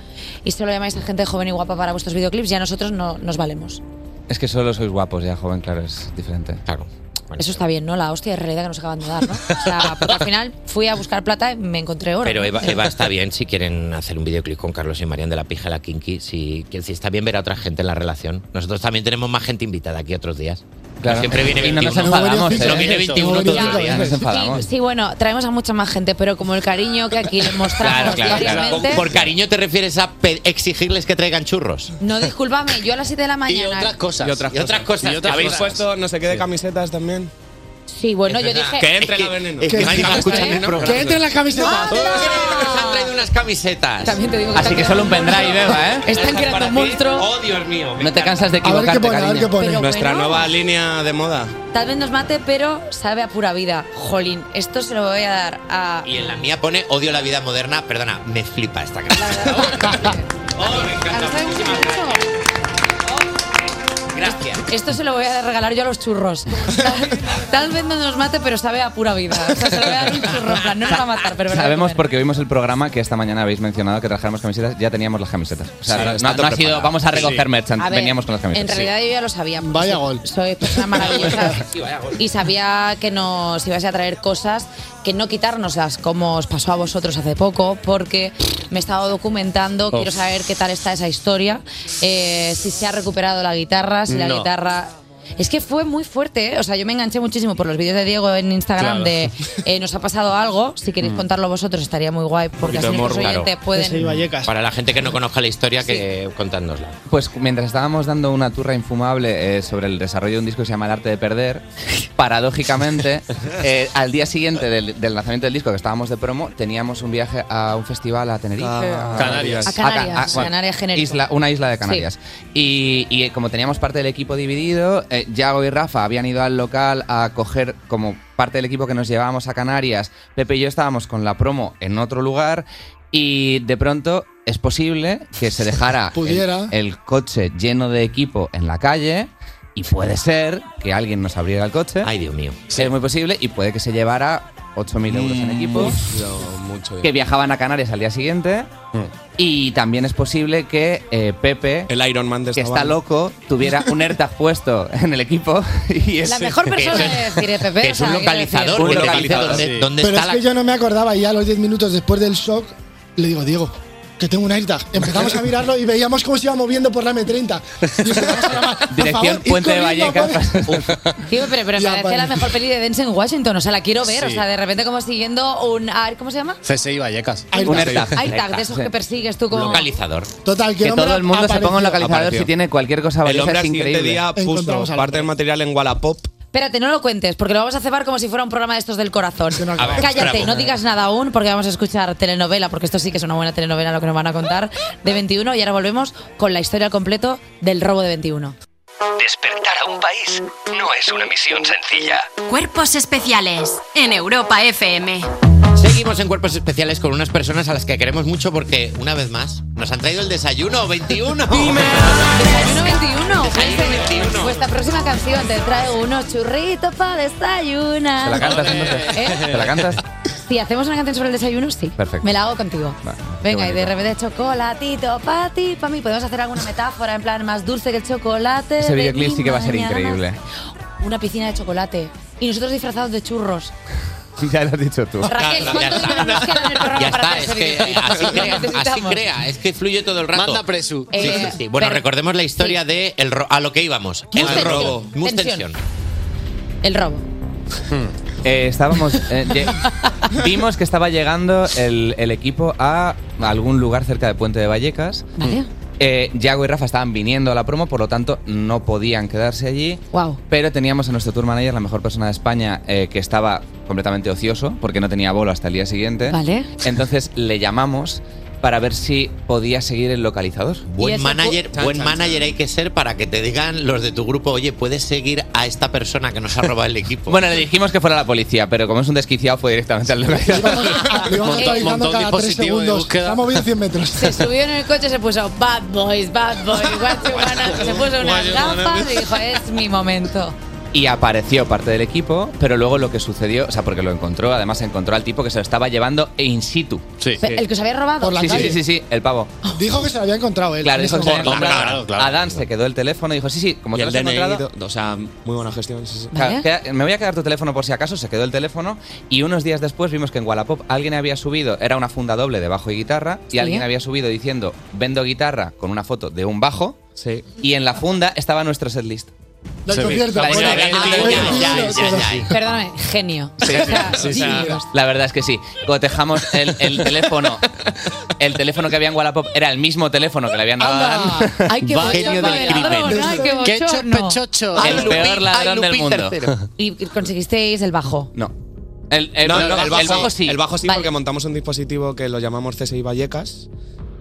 Speaker 1: y solo llamáis a gente joven y guapa para vuestros videoclips, ya nosotros no nos valemos.
Speaker 16: Es que solo sois guapos ya, joven, claro, es diferente.
Speaker 3: Claro.
Speaker 1: Eso está bien, ¿no? La hostia de realidad que nos acaban de dar, ¿no? O sea, porque al final fui a buscar plata y me encontré oro.
Speaker 3: Pero Eva, Eva está bien si quieren hacer un videoclip con Carlos y Marian de la Pija la Kinky. Si, que- si está bien ver a otra gente en la relación. Nosotros también tenemos más gente invitada aquí otros días.
Speaker 16: Claro.
Speaker 3: Siempre viene
Speaker 16: Y no
Speaker 3: 21.
Speaker 16: nos enfadamos, ¿eh?
Speaker 3: No viene 21
Speaker 16: Eso,
Speaker 3: todos los
Speaker 16: no
Speaker 3: días.
Speaker 16: nos enfadamos.
Speaker 1: Sí, bueno, traemos a mucha más gente, pero como el cariño que aquí les
Speaker 3: Claro,
Speaker 1: mostramos
Speaker 3: claro, claro.
Speaker 1: diariamente...
Speaker 3: Por- Por cariño te refieres a pe- exigirles que traigan churros.
Speaker 1: No, discúlpame, yo a las 7 de la mañana...
Speaker 3: cosas. Y otras cosas.
Speaker 7: ¿Habéis puesto no sé qué de camisetas también?
Speaker 1: Sí, bueno,
Speaker 3: Es
Speaker 1: yo
Speaker 3: verdad.
Speaker 1: dije.
Speaker 3: Que entre la veneno.
Speaker 12: Que,
Speaker 3: Venga,
Speaker 12: encima está,
Speaker 3: escúchame,
Speaker 12: ¿eh?
Speaker 3: no,
Speaker 12: que entre las camisetas.
Speaker 3: Han traído unas camisetas.
Speaker 1: También te digo
Speaker 16: Así que solo un pendrive, Eva, ¿eh?
Speaker 3: Estas
Speaker 1: Están creando
Speaker 3: para
Speaker 1: un
Speaker 3: ti.
Speaker 1: monstruo.
Speaker 3: Oh, Dios mío.
Speaker 16: No te cansas de
Speaker 3: A ver qué
Speaker 16: equivocarte,
Speaker 3: pone, a ver
Speaker 16: cariño.
Speaker 3: qué pone. Pero
Speaker 7: Nuestra
Speaker 1: bueno.
Speaker 7: nueva línea de moda.
Speaker 1: Tal vez nos mate, pero sabe a pura vida. Jolín, esto se lo voy a dar a.
Speaker 3: Y en la mía pone odio la vida moderna. Perdona, me flipa esta camiseta. Oh, me encanta. Muchísimas gracias. Gracias.
Speaker 1: Esto se lo voy a regalar yo a los churros. Tal vez no nos mate, pero sabe a pura vida. O sea, se lo voy a dar un churro. en plan, No nos va a matar, pero ¿verdad?
Speaker 16: Sabemos porque vimos el programa que esta mañana habéis mencionado que trajéramos camisetas, ya teníamos las camisetas. O sea,
Speaker 7: Sí,
Speaker 16: no- no,
Speaker 7: estando
Speaker 16: ha sido,
Speaker 7: preparadas.
Speaker 16: vamos a recoger
Speaker 7: Sí.
Speaker 16: merchant,
Speaker 1: A ver,
Speaker 16: veníamos con las
Speaker 1: En
Speaker 16: camisetas.
Speaker 1: realidad yo ya lo sabía. porque
Speaker 16: Vaya
Speaker 1: soy-
Speaker 16: gol.
Speaker 1: Soy persona maravillosa. y sabía que nos ibas a traer cosas que no quitárnoslas, como os pasó a vosotros hace poco, porque me he estado documentando,
Speaker 8: Uf.
Speaker 1: quiero saber qué tal está esa historia, eh, si se ha recuperado la guitarra, si la
Speaker 8: No.
Speaker 1: guitarra... Es que fue muy fuerte, ¿eh? o sea, yo me enganché muchísimo por los vídeos de Diego en
Speaker 8: Claro.
Speaker 1: Instagram de eh, nos ha pasado algo, si queréis
Speaker 3: Mm.
Speaker 1: contarlo vosotros estaría muy guay, porque así nuestros oyentes pueden...
Speaker 3: Para la gente que no conozca la historia, que contándosla.
Speaker 16: Pues mientras estábamos dando una turra infumable eh, sobre el desarrollo de un disco que se llama El arte de perder, paradójicamente, eh, al día siguiente del, del lanzamiento del disco que estábamos de promo, teníamos un viaje a un festival a Tenerife.
Speaker 1: Ah.
Speaker 16: a-
Speaker 1: Canarias. A Canarias, Canarias genérico.
Speaker 16: isla- una isla de Canarias. Y, y, eh, como teníamos parte del equipo dividido, eh, Yago y Rafa habían ido al local a coger como parte del equipo que nos llevábamos a Canarias. Pepe y yo estábamos con la promo en otro lugar y de pronto es posible que se dejara el-
Speaker 12: Pudiera.
Speaker 16: El, coche lleno de equipo en la calle. Y puede ser que alguien nos abriera el coche.
Speaker 3: Ay, Dios mío.
Speaker 16: Es muy posible y puede que se llevara 8.000 euros
Speaker 7: Mm,
Speaker 16: en equipo que viajaban a Canarias al día siguiente.
Speaker 7: Mm.
Speaker 16: Y también es posible que eh, Pepe,
Speaker 7: El Iron Man de
Speaker 16: que
Speaker 7: esta
Speaker 16: está
Speaker 7: banda.
Speaker 16: loco, tuviera un AirTag puesto en el equipo. Y es,
Speaker 1: La mejor persona es decir, Pepe.
Speaker 16: que es
Speaker 1: o sea,
Speaker 16: un
Speaker 1: quiero decir-
Speaker 16: localizador,
Speaker 3: Un
Speaker 16: que te
Speaker 3: localizador,
Speaker 16: dice
Speaker 3: sí.
Speaker 16: dónde, dónde
Speaker 12: Pero
Speaker 16: está
Speaker 12: es que yo no me acordaba y a los 10 minutos después del shock le digo, Diego, que tengo un AirTag. Empezamos a mirarlo y veíamos cómo se iba moviendo por la M30.
Speaker 16: la dirección
Speaker 12: favor, id
Speaker 16: Puente de
Speaker 12: corriendo,
Speaker 16: Vallecas.
Speaker 1: Tío, pero, pero
Speaker 12: Ya,
Speaker 1: me parece
Speaker 12: vale.
Speaker 1: la mejor peli de Denzel Washington. O sea, la quiero ver. O
Speaker 15: Sí.
Speaker 1: sea, de repente como siguiendo un... a ver, ¿Cómo se llama?
Speaker 15: CSI Vallecas.
Speaker 16: Un AirTag.
Speaker 1: AirTag, de esos que persigues tú como...
Speaker 3: Localizador.
Speaker 12: Total,
Speaker 16: Que todo el mundo se ponga un localizador
Speaker 7: Apareció.
Speaker 16: si tiene cualquier cosa
Speaker 7: El
Speaker 16: valiosa,
Speaker 7: hombre
Speaker 16: es
Speaker 7: al siguiente
Speaker 16: increíble.
Speaker 7: día puso parte del material en Wallapop.
Speaker 1: Espérate, no lo cuentes, porque lo vamos a cebar como si fuera un programa de estos del corazón.
Speaker 7: acaba. ver,
Speaker 1: Cállate,
Speaker 7: esperamos.
Speaker 1: no digas nada aún, porque vamos a escuchar telenovela, porque esto sí que es una buena telenovela lo que nos van a contar, de 21. Y ahora volvemos con la historia al completo del robo de 21.
Speaker 5: Despertar a un país no es una misión sencilla.
Speaker 6: Cuerpos especiales en Europa FM.
Speaker 3: Seguimos en Cuerpos Especiales con unas personas a las que queremos mucho porque, una vez más, nos han traído el desayuno 21.
Speaker 1: Desayuno 21. Vuestra próxima canción te traigo unos churritos para desayunar.
Speaker 16: ¿Te la cantas entonces?
Speaker 1: ¿Eh?
Speaker 16: ¿Te la cantas?
Speaker 1: Si hacemos una canción sobre el desayuno, sí.
Speaker 16: Perfecto.
Speaker 1: Me la hago contigo. Venga, y de
Speaker 16: bonito.
Speaker 1: repente chocolatito para ti, para mí. Podemos hacer alguna metáfora en plan más dulce que el chocolate.
Speaker 16: Ese
Speaker 1: de
Speaker 16: videoclip
Speaker 1: mi
Speaker 16: sí que va a ser
Speaker 1: mañana.
Speaker 16: increíble.
Speaker 1: Una piscina de chocolate. Y nosotros disfrazados de churros.
Speaker 16: ya lo has dicho tú.
Speaker 1: Raquel, ¿cuántos llevamos que en el programa
Speaker 3: Ya
Speaker 1: para
Speaker 3: está,
Speaker 1: hacer
Speaker 3: es
Speaker 1: ese
Speaker 3: que
Speaker 1: videoclip?
Speaker 3: así
Speaker 1: Lo
Speaker 3: crea, así
Speaker 1: necesitamos.
Speaker 3: crea, es que fluye todo el rato.
Speaker 15: Manda presu.
Speaker 3: Sí, sí,
Speaker 1: Eh,
Speaker 3: sí. Bueno,
Speaker 1: pero-
Speaker 3: recordemos la historia de el ro- a lo que íbamos. El
Speaker 1: Tensión.
Speaker 3: robo. Mus
Speaker 1: Tensión.
Speaker 3: tensión.
Speaker 1: El robo.
Speaker 16: Eh, estábamos. eh, lle- vimos que estaba llegando el, el equipo a algún lugar cerca de Puente de Vallecas.
Speaker 1: Vale.
Speaker 16: Eh, Yago y Rafa estaban viniendo a la promo, por lo tanto no podían quedarse allí.
Speaker 1: Wow.
Speaker 16: Pero teníamos a nuestro tour manager, la mejor persona de España, eh, que estaba completamente ocioso porque no tenía bolo hasta el día siguiente.
Speaker 1: Vale.
Speaker 16: Entonces le llamamos para ver si podía seguir el localizador.
Speaker 1: Y
Speaker 3: Buen
Speaker 1: ese
Speaker 3: manager,
Speaker 1: pu- Chan,
Speaker 3: buen
Speaker 1: chan,
Speaker 3: manager hay que ser para que te digan los de tu grupo, oye, puedes seguir a esta persona que nos ha robado el equipo.
Speaker 16: Bueno, le dijimos que fuera la policía, pero como es un desquiciado fue directamente al localizador.
Speaker 12: Lo íbamos actualizando cada 3 segundos. Se ha movido 100 metros.
Speaker 1: Se subió en el coche y se puso Bad Boys, Bad Boys, what you wanna-" Se puso
Speaker 12: What
Speaker 1: unas
Speaker 12: you wanna-
Speaker 1: gafas y dijo, es mi momento.
Speaker 16: Y apareció parte del equipo, pero luego lo que sucedió, o sea, porque lo encontró, además encontró al tipo que se lo estaba llevando in situ. Sí,
Speaker 1: Pe- El que os había robado.
Speaker 16: sí, sí, sí, sí, el pavo.
Speaker 12: Dijo que se lo había encontrado él.
Speaker 16: Claro,
Speaker 12: en
Speaker 16: dijo
Speaker 12: ese
Speaker 16: que se
Speaker 12: momento.
Speaker 16: había encontrado. Adán se quedó el teléfono y dijo, sí, sí, como
Speaker 7: Y
Speaker 16: te lo
Speaker 7: el
Speaker 16: has
Speaker 7: DNI,
Speaker 16: encontrado...
Speaker 7: do- o sea, muy buena gestión. sí, sí.
Speaker 16: Claro, queda- me voy a quedar tu teléfono por si acaso, se quedó el teléfono y unos días después vimos que en Wallapop alguien había subido, era una funda doble de bajo y guitarra, y
Speaker 7: Sí.
Speaker 16: alguien había subido diciendo, vendo guitarra con una foto de un bajo, y en la funda estaba nuestro setlist.
Speaker 12: Del concierto.
Speaker 16: La de
Speaker 12: Bueno,
Speaker 16: Isabel,
Speaker 12: bueno,
Speaker 16: niña,
Speaker 12: bueno,
Speaker 16: ya,
Speaker 12: bueno,
Speaker 16: ya,
Speaker 12: bueno.
Speaker 16: ya.
Speaker 1: Perdóname, genio.
Speaker 16: Sí,
Speaker 1: O sea,
Speaker 16: sí, sí, sí.
Speaker 1: Dios.
Speaker 16: La verdad es que sí. Cotejamos el, el teléfono. El teléfono que había en Wallapop era el mismo teléfono que le habían dado a Dan.
Speaker 1: Ay, qué
Speaker 16: Va- genio
Speaker 1: bochorno,
Speaker 16: del
Speaker 1: qué ladrón,
Speaker 16: crimen.
Speaker 1: ay, qué
Speaker 8: Qué
Speaker 1: bochorno.
Speaker 8: chocho,
Speaker 16: El peor ladrón del mundo.
Speaker 1: Y y conseguisteis el bajo.
Speaker 16: No. El, el-
Speaker 7: No,
Speaker 16: el-
Speaker 7: no,
Speaker 16: el bajo sí.
Speaker 7: El bajo sí,
Speaker 1: Vale.
Speaker 7: porque montamos un dispositivo que lo llamamos CSI Vallecas,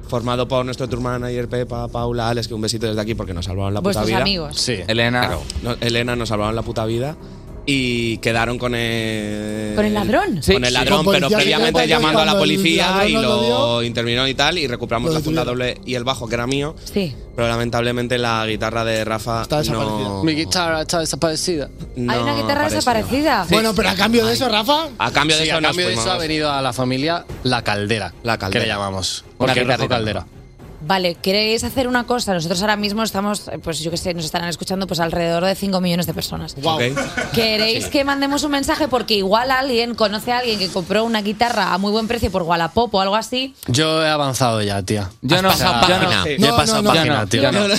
Speaker 7: formado por nuestro tour manager Pepa, Paula, Alex, que un besito desde aquí porque nos salvaron la
Speaker 1: Vuestros
Speaker 7: puta vida.
Speaker 1: amigos. Sí.
Speaker 16: Elena.
Speaker 7: No, Elena nos salvaron la puta vida. Y quedaron con el.
Speaker 1: ¿Con el ladrón?
Speaker 7: con el ladrón,
Speaker 1: Con
Speaker 7: pero
Speaker 1: policía
Speaker 7: previamente
Speaker 1: llegando,
Speaker 7: llamando a la
Speaker 1: cuando el
Speaker 7: policía
Speaker 1: ladrón
Speaker 7: y
Speaker 1: no lo
Speaker 7: lo interminó y tal. Y recuperamos
Speaker 1: Lo
Speaker 7: la funda
Speaker 1: detuvieron.
Speaker 7: doble y el bajo, que era mío.
Speaker 1: Sí.
Speaker 7: Pero lamentablemente la guitarra de Rafa.
Speaker 8: Está desaparecida.
Speaker 7: no-
Speaker 8: Mi guitarra está desaparecida.
Speaker 1: Hay una
Speaker 7: no
Speaker 1: guitarra
Speaker 7: apareció.
Speaker 1: desaparecida.
Speaker 7: Sí. Bueno, pero a
Speaker 1: cambio de eso, Rafa.
Speaker 7: A cambio de
Speaker 8: Sí,
Speaker 7: eso,
Speaker 8: a
Speaker 7: nos
Speaker 8: cambio de eso ha
Speaker 7: fuimos.
Speaker 8: venido a la familia la caldera. La
Speaker 7: caldera.
Speaker 8: Que le llamamos.
Speaker 7: Una
Speaker 8: Porque
Speaker 7: guitarrita.
Speaker 8: Rafa Caldera.
Speaker 1: Vale, ¿queréis hacer una cosa? Nosotros ahora mismo estamos, eh, pues yo qué sé, nos estarán escuchando pues alrededor de 5 millones de personas. ¿Queréis que mandemos un mensaje? Porque igual alguien conoce a alguien que compró una guitarra a muy buen precio por Wallapop o algo así.
Speaker 8: Yo he avanzado ya, tía.
Speaker 16: Yo no, o sea, yo no.
Speaker 8: Yo he pasado
Speaker 16: Yo
Speaker 8: página,
Speaker 16: no,
Speaker 8: tío.
Speaker 16: yo no. Yo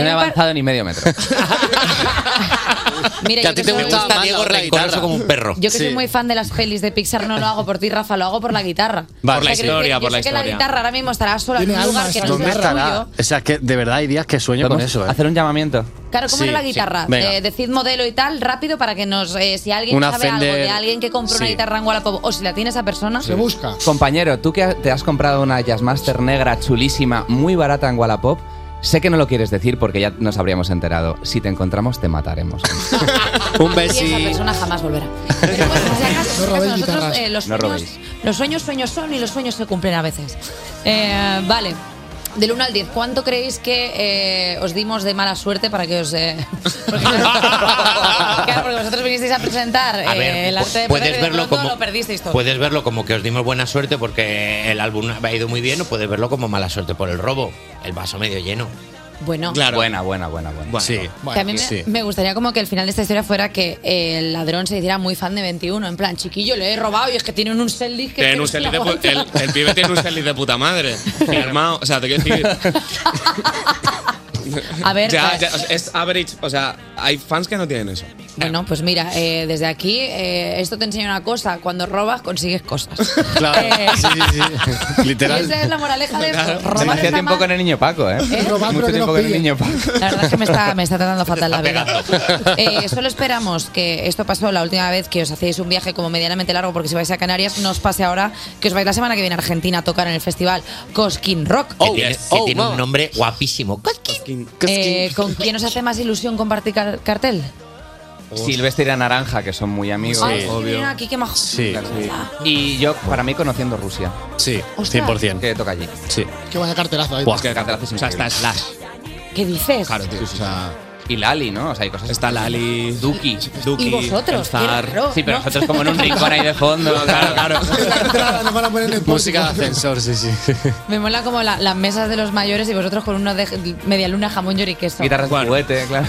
Speaker 16: no he avanzado ni medio metro.
Speaker 1: Mira,
Speaker 16: Que a
Speaker 1: yo
Speaker 16: ti
Speaker 1: que
Speaker 16: te
Speaker 1: soy-
Speaker 16: gusta más la otra guitarra.
Speaker 1: Rencoroso
Speaker 16: como un perro.
Speaker 1: Yo que soy
Speaker 16: Sí.
Speaker 1: muy fan de las pelis de Pixar, no lo hago por ti, Rafa, lo hago por la guitarra.
Speaker 8: Vale. Por la
Speaker 1: quiero decir,
Speaker 8: historia,
Speaker 1: yo
Speaker 8: por la
Speaker 1: sé que la
Speaker 8: historia.
Speaker 1: guitarra ahora mismo estará sola en
Speaker 8: Tiene
Speaker 1: un lugar
Speaker 8: alma
Speaker 1: que no
Speaker 8: ¿Dónde
Speaker 1: es
Speaker 8: estará?
Speaker 1: tuyo.
Speaker 8: O sea, que de verdad hay días que sueño con
Speaker 16: ¿Podemos
Speaker 8: eso, ¿eh?
Speaker 16: hacer un llamamiento?
Speaker 1: Claro, ¿cómo
Speaker 8: Sí,
Speaker 1: era la
Speaker 8: sí.
Speaker 1: guitarra?
Speaker 8: Venga.
Speaker 1: Eh, decid modelo y tal, rápido, para que nos... eh, si alguien
Speaker 16: Una
Speaker 1: sabe algo de
Speaker 16: Fender-
Speaker 1: alguien que compró una
Speaker 16: sí.
Speaker 1: guitarra en Wallapop, o si la tiene esa persona...
Speaker 16: Compañero, tú que ha- te has comprado una Jazzmaster negra chulísima, muy barata en Wallapop, sé que no lo quieres decir porque ya nos habríamos enterado. Si te encontramos, te mataremos. un
Speaker 1: Y esa persona jamás volverá. Pero bueno, pues si
Speaker 16: No
Speaker 1: acaso-
Speaker 16: robéis
Speaker 1: acaso nosotros,
Speaker 16: guitarras.
Speaker 1: eh, los,
Speaker 16: No
Speaker 1: sueños,
Speaker 16: robéis.
Speaker 1: los sueños, sueños son y los sueños se cumplen a veces. Eh, vale. Del 1 al 10, ¿cuánto creéis que eh, os dimos de mala suerte para que os... eh, porque, claro, porque vosotros vinisteis a presentar
Speaker 3: A
Speaker 1: eh,
Speaker 3: ver,
Speaker 1: el
Speaker 3: pu-
Speaker 1: arte de
Speaker 3: puedes
Speaker 1: perder y de
Speaker 3: verlo
Speaker 1: pronto
Speaker 3: como-
Speaker 1: lo perdisteis todo.
Speaker 3: Puedes verlo como que os dimos buena suerte porque el álbum ha ido muy bien o puedes verlo como mala suerte por el robo. El vaso medio lleno.
Speaker 1: Bueno,
Speaker 16: Buena, buena, buena, buena.
Speaker 3: pues sí.
Speaker 1: Que a mí me, me gustaría como que el final de esta historia fuera que eh, el ladrón se hiciera muy fan de 21, en plan, chiquillo, le he robado y es que tienen un setlist que...
Speaker 7: Tienen
Speaker 1: que
Speaker 7: un
Speaker 1: no se
Speaker 7: setlist de pu-
Speaker 1: aguanta".
Speaker 7: el, el pibe tiene un setlist de puta madre. Firmado, o sea, te quiero decir.
Speaker 1: A ver,
Speaker 7: Ya,
Speaker 1: pues-
Speaker 7: ya, o sea, es average. O sea, hay fans que no tienen eso.
Speaker 1: Bueno, pues mira, eh, desde aquí eh, esto te enseña una cosa, cuando robas consigues cosas.
Speaker 8: Claro.
Speaker 1: Eh,
Speaker 8: Sí, sí, sí. Literal.
Speaker 1: Esa es la moraleja de esto. Robar
Speaker 16: hacía
Speaker 1: está
Speaker 16: tiempo
Speaker 1: mal.
Speaker 16: con el niño Paco, ¿eh?
Speaker 1: ¿Eh? Robar, pero
Speaker 16: Mucho
Speaker 1: que
Speaker 16: tiempo
Speaker 1: nos
Speaker 16: con el niño Paco.
Speaker 1: La verdad es que me está, me está tratando fatal la vida. Eh, solo esperamos que esto pasó la última vez que os hacéis un viaje como medianamente largo, porque si vais a Canarias, no os pase ahora que os vais la semana que viene a Argentina a tocar en el festival Cosquín Rock.
Speaker 3: Que tiene,
Speaker 1: oh,
Speaker 3: que tiene un nombre guapísimo. Cosquín.
Speaker 1: Eh, ¿Con quién os hace más ilusión compartir car- cartel?
Speaker 16: Silvestre y la Naranja, que son muy amigos.
Speaker 1: Ay, es que vinieron aquí, qué majos.
Speaker 16: Y yo, para mí, conociendo Rusia.
Speaker 8: Sí,
Speaker 1: Ostras.
Speaker 8: 100%.
Speaker 16: Que toca allí.
Speaker 8: Sí.
Speaker 12: Que vaya cartelazo ahí.
Speaker 16: Buah, que el cartelazo es increíble.
Speaker 1: ¿Qué dices?
Speaker 16: Claro, tío. y Lali, ¿no? O sea, hay cosas. Está Lali. Duki.
Speaker 1: Duki, vosotros, qué Star. raro,
Speaker 16: Sí, pero
Speaker 1: ¿no?
Speaker 16: nosotros como en un rincón ahí de fondo. Claro, claro.
Speaker 8: Música de ascensor, sí, sí.
Speaker 1: Me mola como la- las mesas de los mayores y vosotros con uno de media luna, jamón, llor y queso.
Speaker 16: Guitarras de juguete, claro.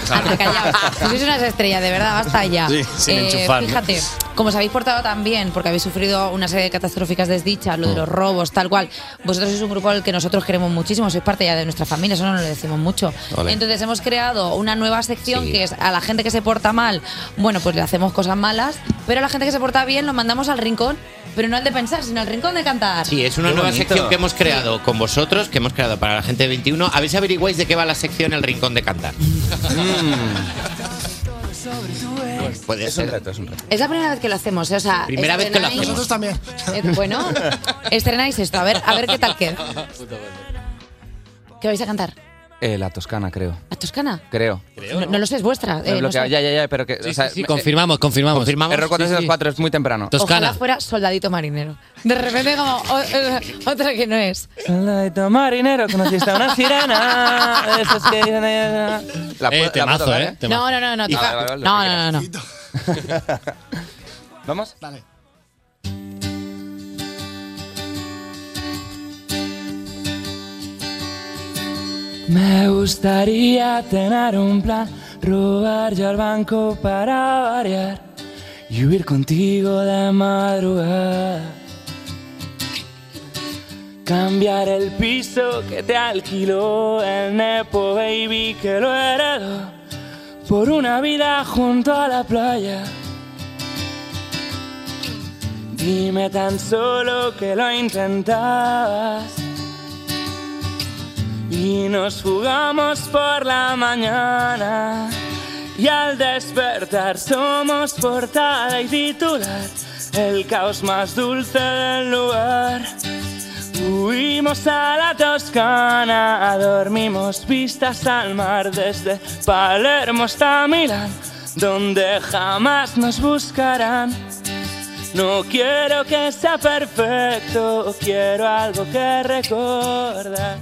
Speaker 1: Sois unas estrellas, de verdad, basta ya. Eh,
Speaker 16: Sí, sin enchufar, ¿no?
Speaker 1: Fíjate, como os habéis portado tan bien, porque habéis sufrido una serie de catastróficas desdichas, lo de
Speaker 16: Mm.
Speaker 1: los robos, tal cual. Vosotros sois un grupo al que nosotros queremos muchísimo, sois parte ya de nuestra familia, eso no lo decimos mucho.
Speaker 15: Ole.
Speaker 1: Entonces hemos creado una nueva sección que es a la gente que se porta mal, bueno, pues le hacemos cosas malas, pero a la gente que se porta bien lo mandamos al rincón, pero no al de pensar, sino al rincón de cantar.
Speaker 3: Sí, es una
Speaker 1: Qué
Speaker 3: nueva
Speaker 1: bonito.
Speaker 3: sección que hemos creado con vosotros, que hemos creado para la gente de 21. A ver si averiguáis de qué va la sección El Rincón de Cantar.
Speaker 16: Mm.
Speaker 3: Pues puede ser.
Speaker 1: Es la primera vez que lo hacemos, ¿eh? o sea,
Speaker 3: Primera vez que lo
Speaker 1: estrenáis-
Speaker 3: hacemos. Nosotros
Speaker 12: también.
Speaker 1: Eh, bueno, estrenáis esto, a ver, a ver qué tal queda. ¿Qué vais a cantar?
Speaker 16: Eh, la Toscana, creo.
Speaker 1: ¿A Toscana?
Speaker 16: Creo.
Speaker 1: No, no lo sé, es vuestra. eh,
Speaker 16: Lo he
Speaker 1: no sé.
Speaker 16: bloqueado. Ya, ya, ya, pero que.
Speaker 1: Sí,
Speaker 16: o sea,
Speaker 1: sí, sí,
Speaker 16: me- eh,
Speaker 20: confirmamos, confirmamos.
Speaker 16: Error 404, es muy temprano.
Speaker 1: Ojalá fuera soldadito marinero. De repente como o- eh, otra que no es.
Speaker 16: Soldadito marinero, conociste a una sirena. Esos que dicen eh, La puedo- la puedo
Speaker 1: temazo,
Speaker 16: tocar,
Speaker 1: ¿eh? Temazo. No, no, no, no,
Speaker 16: Ah, vale,
Speaker 1: toca-
Speaker 16: vale, vale, lo
Speaker 1: no,
Speaker 16: que
Speaker 1: no, no,
Speaker 16: quieras.
Speaker 1: eh.
Speaker 16: ¿Vamos?
Speaker 12: Vale.
Speaker 20: Me gustaría tener un plan, robar yo al banco para variar y huir contigo de madrugada. Cambiar el piso que te alquiló el Nepo Baby que lo heredó
Speaker 17: por una vida junto a la playa. Dime tan solo que lo intentabas y nos jugamos por la mañana. Y al despertar somos portada y titular, el caos más dulce del lugar. Huimos a la Toscana, dormimos vistas al mar desde Palermo hasta Milán, donde jamás nos buscarán. No quiero que sea perfecto, quiero algo que recordar.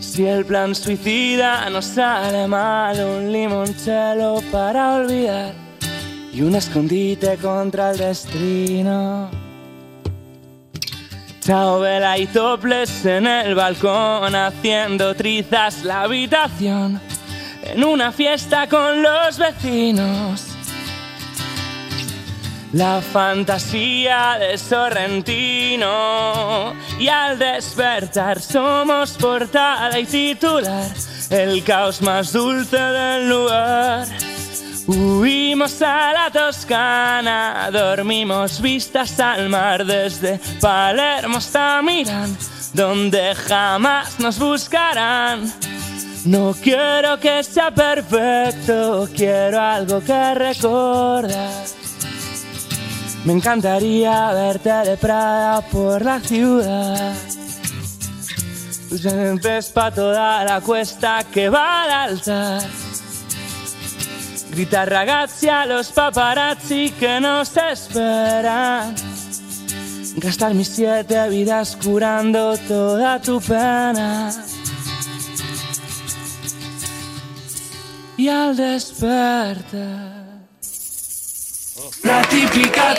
Speaker 17: Si el plan suicida nos sale mal, un limoncello para olvidar y un escondite contra el destino. Chao vela y toples en el balcón, haciendo trizas la habitación, en una fiesta con los vecinos. La fantasía de Sorrentino y al despertar somos portada y titular, el caos más dulce del lugar. Huimos a la Toscana, dormimos vistas al mar desde Palermo hasta Milán, donde jamás nos buscarán. No quiero que sea perfecto, quiero algo que recordar. Me encantaría verte de Prada por la ciudad. Tus lentes pa' toda la cuesta que va al altar. Gritar ragazzi a los paparazzi que nos esperan. Gastar mis siete vidas curando toda tu pena. Y al despertar. La típica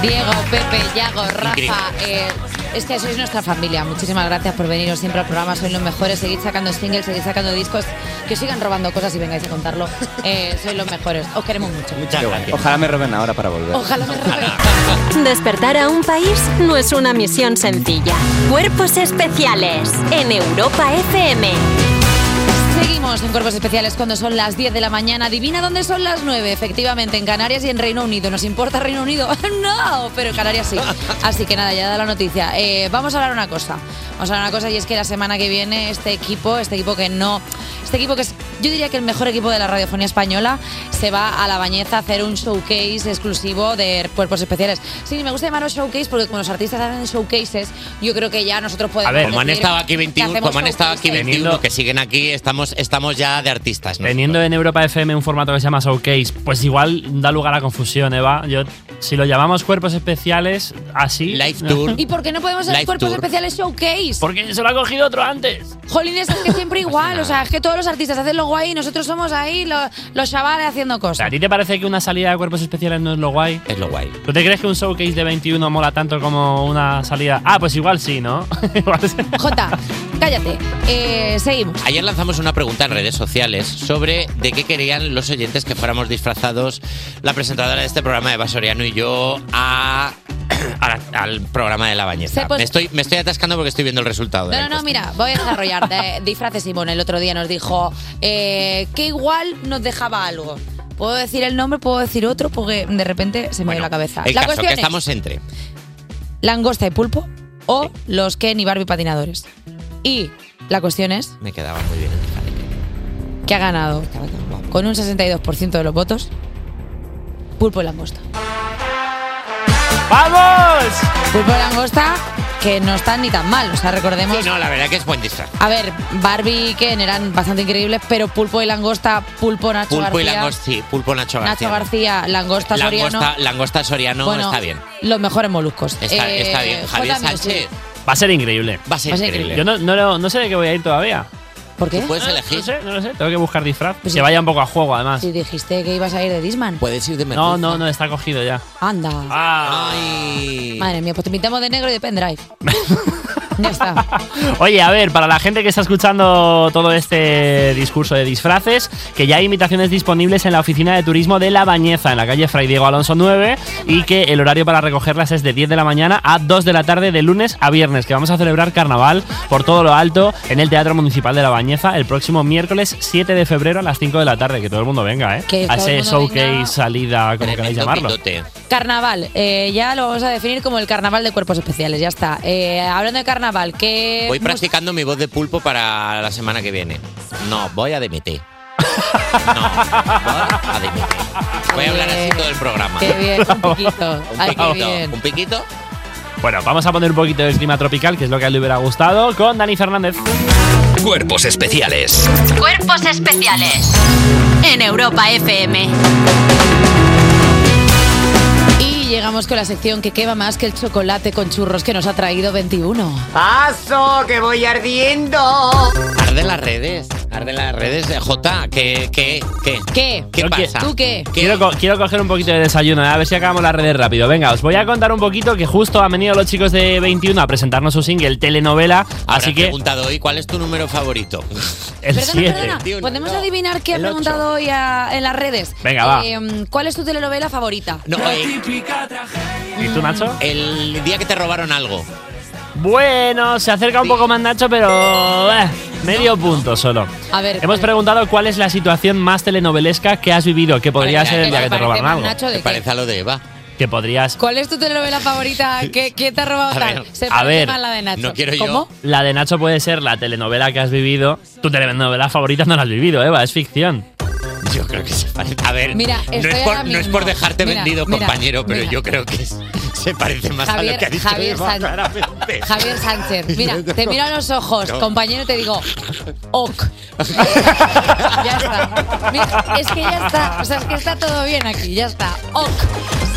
Speaker 1: Diego, Pepe, Yago, Rafa, eh, es que sois nuestra familia. Muchísimas gracias por veniros siempre al programa. Sois los mejores. Seguid sacando singles, seguid sacando discos. Que os sigan robando cosas y vengáis a contarlo. Eh, sois los mejores. Os queremos mucho.
Speaker 16: Qué guay. Ojalá me roben ahora para volver.
Speaker 1: Ojalá me roben.
Speaker 6: Despertar a un país no es una misión sencilla. Cuerpos especiales en Europa FM.
Speaker 1: Seguimos en Cuerpos Especiales cuando son las 10 de la mañana. Adivina dónde son las 9. Efectivamente, en Canarias y en Reino Unido. ¿Nos importa Reino Unido? no, pero en Canarias sí. Así que nada, ya da la noticia. Eh, vamos a hablar una cosa. Vamos a hablar una cosa y es que la semana que viene este equipo, este equipo que no... Este equipo que es, yo diría que el mejor equipo de la radiofonía española, se va a La Bañeza a hacer un showcase exclusivo de Cuerpos Especiales. Sí, me gusta llamarlo showcase porque como los artistas hacen showcases, yo creo que ya nosotros podemos...
Speaker 3: A ver, como han
Speaker 1: decir
Speaker 3: estado aquí
Speaker 1: que
Speaker 3: 21,
Speaker 1: hacemos
Speaker 3: como han estado aquí
Speaker 1: showcases.
Speaker 3: 21, que siguen aquí, estamos, estamos ya de artistas. ¿no?
Speaker 4: Teniendo en Europa FM un formato que se llama Showcase, pues igual da lugar a confusión, Eva. Yo, si lo llamamos cuerpos especiales, así. Live
Speaker 3: Tour.
Speaker 1: ¿Y por qué no podemos hacer
Speaker 4: Live
Speaker 1: Cuerpos
Speaker 4: Tour.
Speaker 1: Especiales Showcase?
Speaker 4: Porque se lo ha cogido otro antes.
Speaker 1: Jolines, es que siempre
Speaker 3: Pues
Speaker 1: igual, o sea, es que todos los artistas hacen lo guay y nosotros somos ahí lo- los chavales haciendo
Speaker 4: O sea, ¿a
Speaker 1: cosas.
Speaker 4: ti te parece que una salida de cuerpos especiales no es lo guay?
Speaker 3: Es lo guay.
Speaker 4: ¿Tú te crees que un showcase de 21 mola tanto como una salida? Ah, pues igual sí, ¿no? Igual sí.
Speaker 1: Jota, cállate. Eh, seguimos.
Speaker 3: Ayer lanzamos una pregunta en redes sociales sobre de qué querían los oyentes que fuéramos disfrazados la presentadora de este programa de Basoriano y yo a, a la- al programa de La Bañeza.
Speaker 1: Se pos-
Speaker 3: Me estoy, me estoy atascando porque estoy viendo el resultado. ¿eh? de la
Speaker 1: No, no, no, mira, voy a desarrollar. De, disfraces Simón el otro día nos dijo eh, que igual nos dejaba algo. Puedo decir el nombre, puedo decir otro, porque de repente se me dio la cabeza.
Speaker 3: El
Speaker 1: la
Speaker 3: caso
Speaker 1: cuestión
Speaker 3: que
Speaker 1: es,
Speaker 3: estamos entre.
Speaker 1: langosta y pulpo o los Ken y Barbie patinadores. Y la cuestión es,
Speaker 3: Me quedaba muy bien.
Speaker 1: que ha ganado con un 62% de los votos? Pulpo y langosta.
Speaker 4: ¡Vamos!
Speaker 1: Pulpo y langosta que no están ni tan mal, o sea, recordemos...
Speaker 3: Sí, no, la verdad que es buen disfraz.
Speaker 1: A ver, Barbie y Ken eran bastante increíbles, pero Pulpo y langosta, Pulpo Nacho
Speaker 3: Pulpo y
Speaker 1: García...
Speaker 3: langosta, sí, pulpo Nacho García.
Speaker 1: Nacho García, langosta, Soriano...
Speaker 3: Langosta, langosta Soriano
Speaker 1: Bueno,
Speaker 3: está bien.
Speaker 1: Los mejores moluscos.
Speaker 3: Está,
Speaker 1: Eh,
Speaker 3: está bien. Javier
Speaker 1: Jota Music.
Speaker 3: Sánchez.
Speaker 4: Va a ser increíble.
Speaker 3: Va a ser increíble.
Speaker 4: Yo no, no, lo- no sé de qué voy a ir todavía. Ah,
Speaker 1: ¿Por qué? Pues
Speaker 3: Puedes elegir. Ah.
Speaker 4: No sé, no lo sé. Tengo que buscar disfraz. que vaya un poco a juego, además.
Speaker 1: Si dijiste que ibas a ir de Disman.
Speaker 3: Puedes ir de
Speaker 4: No, no, no, está cogido ya. Ah.
Speaker 1: Anda.
Speaker 4: Ay.
Speaker 1: Madre mía, pues te invitamos de negro y de pendrive. Ya está.
Speaker 4: Oye, a ver, para la gente que está escuchando todo este discurso de disfraces, que ya hay imitaciones disponibles en la oficina de turismo de La Bañeza, en la calle Fray Diego Alonso 9, y que el horario para recogerlas es de 10 de la mañana a 2 de la tarde de lunes a viernes, que vamos a celebrar carnaval por todo lo alto en el Teatro Municipal de La Bañeza el próximo miércoles 7 de febrero a las 5 de la tarde, que todo el mundo venga, ¿eh?
Speaker 1: Que
Speaker 4: a
Speaker 1: todo el
Speaker 4: ese
Speaker 1: mundo
Speaker 4: showcase, salida, como queráis llamarlo.
Speaker 1: Carnaval, eh, ya lo vamos a definir como el carnaval de cuerpos especiales, ya está. Eh, hablando de carnaval, ¿qué
Speaker 3: Voy practicando mi voz de pulpo para la semana que viene. No, voy a DMT. No, voy a DMT. Voy a hablar así todo el programa.
Speaker 1: Qué bien, un piquito.
Speaker 3: Un
Speaker 1: Ay, qué
Speaker 3: piquito,
Speaker 1: bien.
Speaker 3: un piquito.
Speaker 4: Bueno, vamos a poner un poquito de clima tropical, que es lo que a él le hubiera gustado, con Dani Fernández.
Speaker 5: Cuerpos especiales.
Speaker 6: Cuerpos especiales en Europa FM.
Speaker 1: Y llegamos con la sección que quema más que el chocolate con churros que nos ha traído 21.
Speaker 11: ¡Paso, que voy ardiendo!
Speaker 3: Arden las redes. Arden las redes de J. ¿Qué, qué, qué?
Speaker 1: ¿Qué?
Speaker 3: ¿Qué pasa?
Speaker 1: qué?
Speaker 4: Quiero, co- quiero coger un poquito de desayuno, ¿eh? a ver si acabamos las redes rápido. Venga, os voy a contar un poquito que justo han venido los chicos de 21 a presentarnos su single telenovela, así
Speaker 3: Así
Speaker 4: que
Speaker 3: preguntado hoy cuál es tu número favorito.
Speaker 4: el 7.
Speaker 1: Perdona, ¿podemos adivinar qué ha preguntado hoy a- en las redes?
Speaker 3: Venga, va.
Speaker 1: Eh, ¿Cuál es tu telenovela favorita?
Speaker 3: No, eh,
Speaker 4: ¿Y tú, Nacho?
Speaker 3: El día que te robaron algo.
Speaker 4: Bueno, se acerca un poco más Nacho, pero eh, medio punto solo.
Speaker 1: A ver,
Speaker 4: Hemos preguntado cuál es la situación más telenovelesca que has vivido, que podría ser el día que te robaron algo.
Speaker 1: Nacho, ¿de qué?
Speaker 3: Parece a lo de Eva.
Speaker 4: Que podrías
Speaker 1: ¿Cuál es tu telenovela favorita? ¿Qué, qué te ha robado
Speaker 4: A
Speaker 1: tal?
Speaker 4: ver,
Speaker 1: Se
Speaker 4: a
Speaker 1: parece
Speaker 4: ver,
Speaker 1: más la de Nacho. ¿Cómo?
Speaker 4: La de Nacho puede ser la telenovela que has vivido. Tu telenovela favorita no la has vivido, Eva, es ficción.
Speaker 3: Yo creo que se parece. A ver,
Speaker 1: Mira,
Speaker 3: no, es
Speaker 1: estoy ahora
Speaker 3: por, no es
Speaker 1: mismo.
Speaker 3: por dejarte
Speaker 1: Mira,
Speaker 3: vendido,
Speaker 1: mira,
Speaker 3: compañero, pero
Speaker 1: mira.
Speaker 3: yo creo que es- se parece más a lo que ha
Speaker 1: Javier,
Speaker 3: dicho
Speaker 1: Javier,
Speaker 3: Eva.
Speaker 1: Sánchez. Javier Sánchez, mira, te miro a los ojos,
Speaker 3: No.
Speaker 1: compañero, y te digo, ok. ya está. Mira, es que ya está, o sea, es que está todo bien aquí, ya está, ok.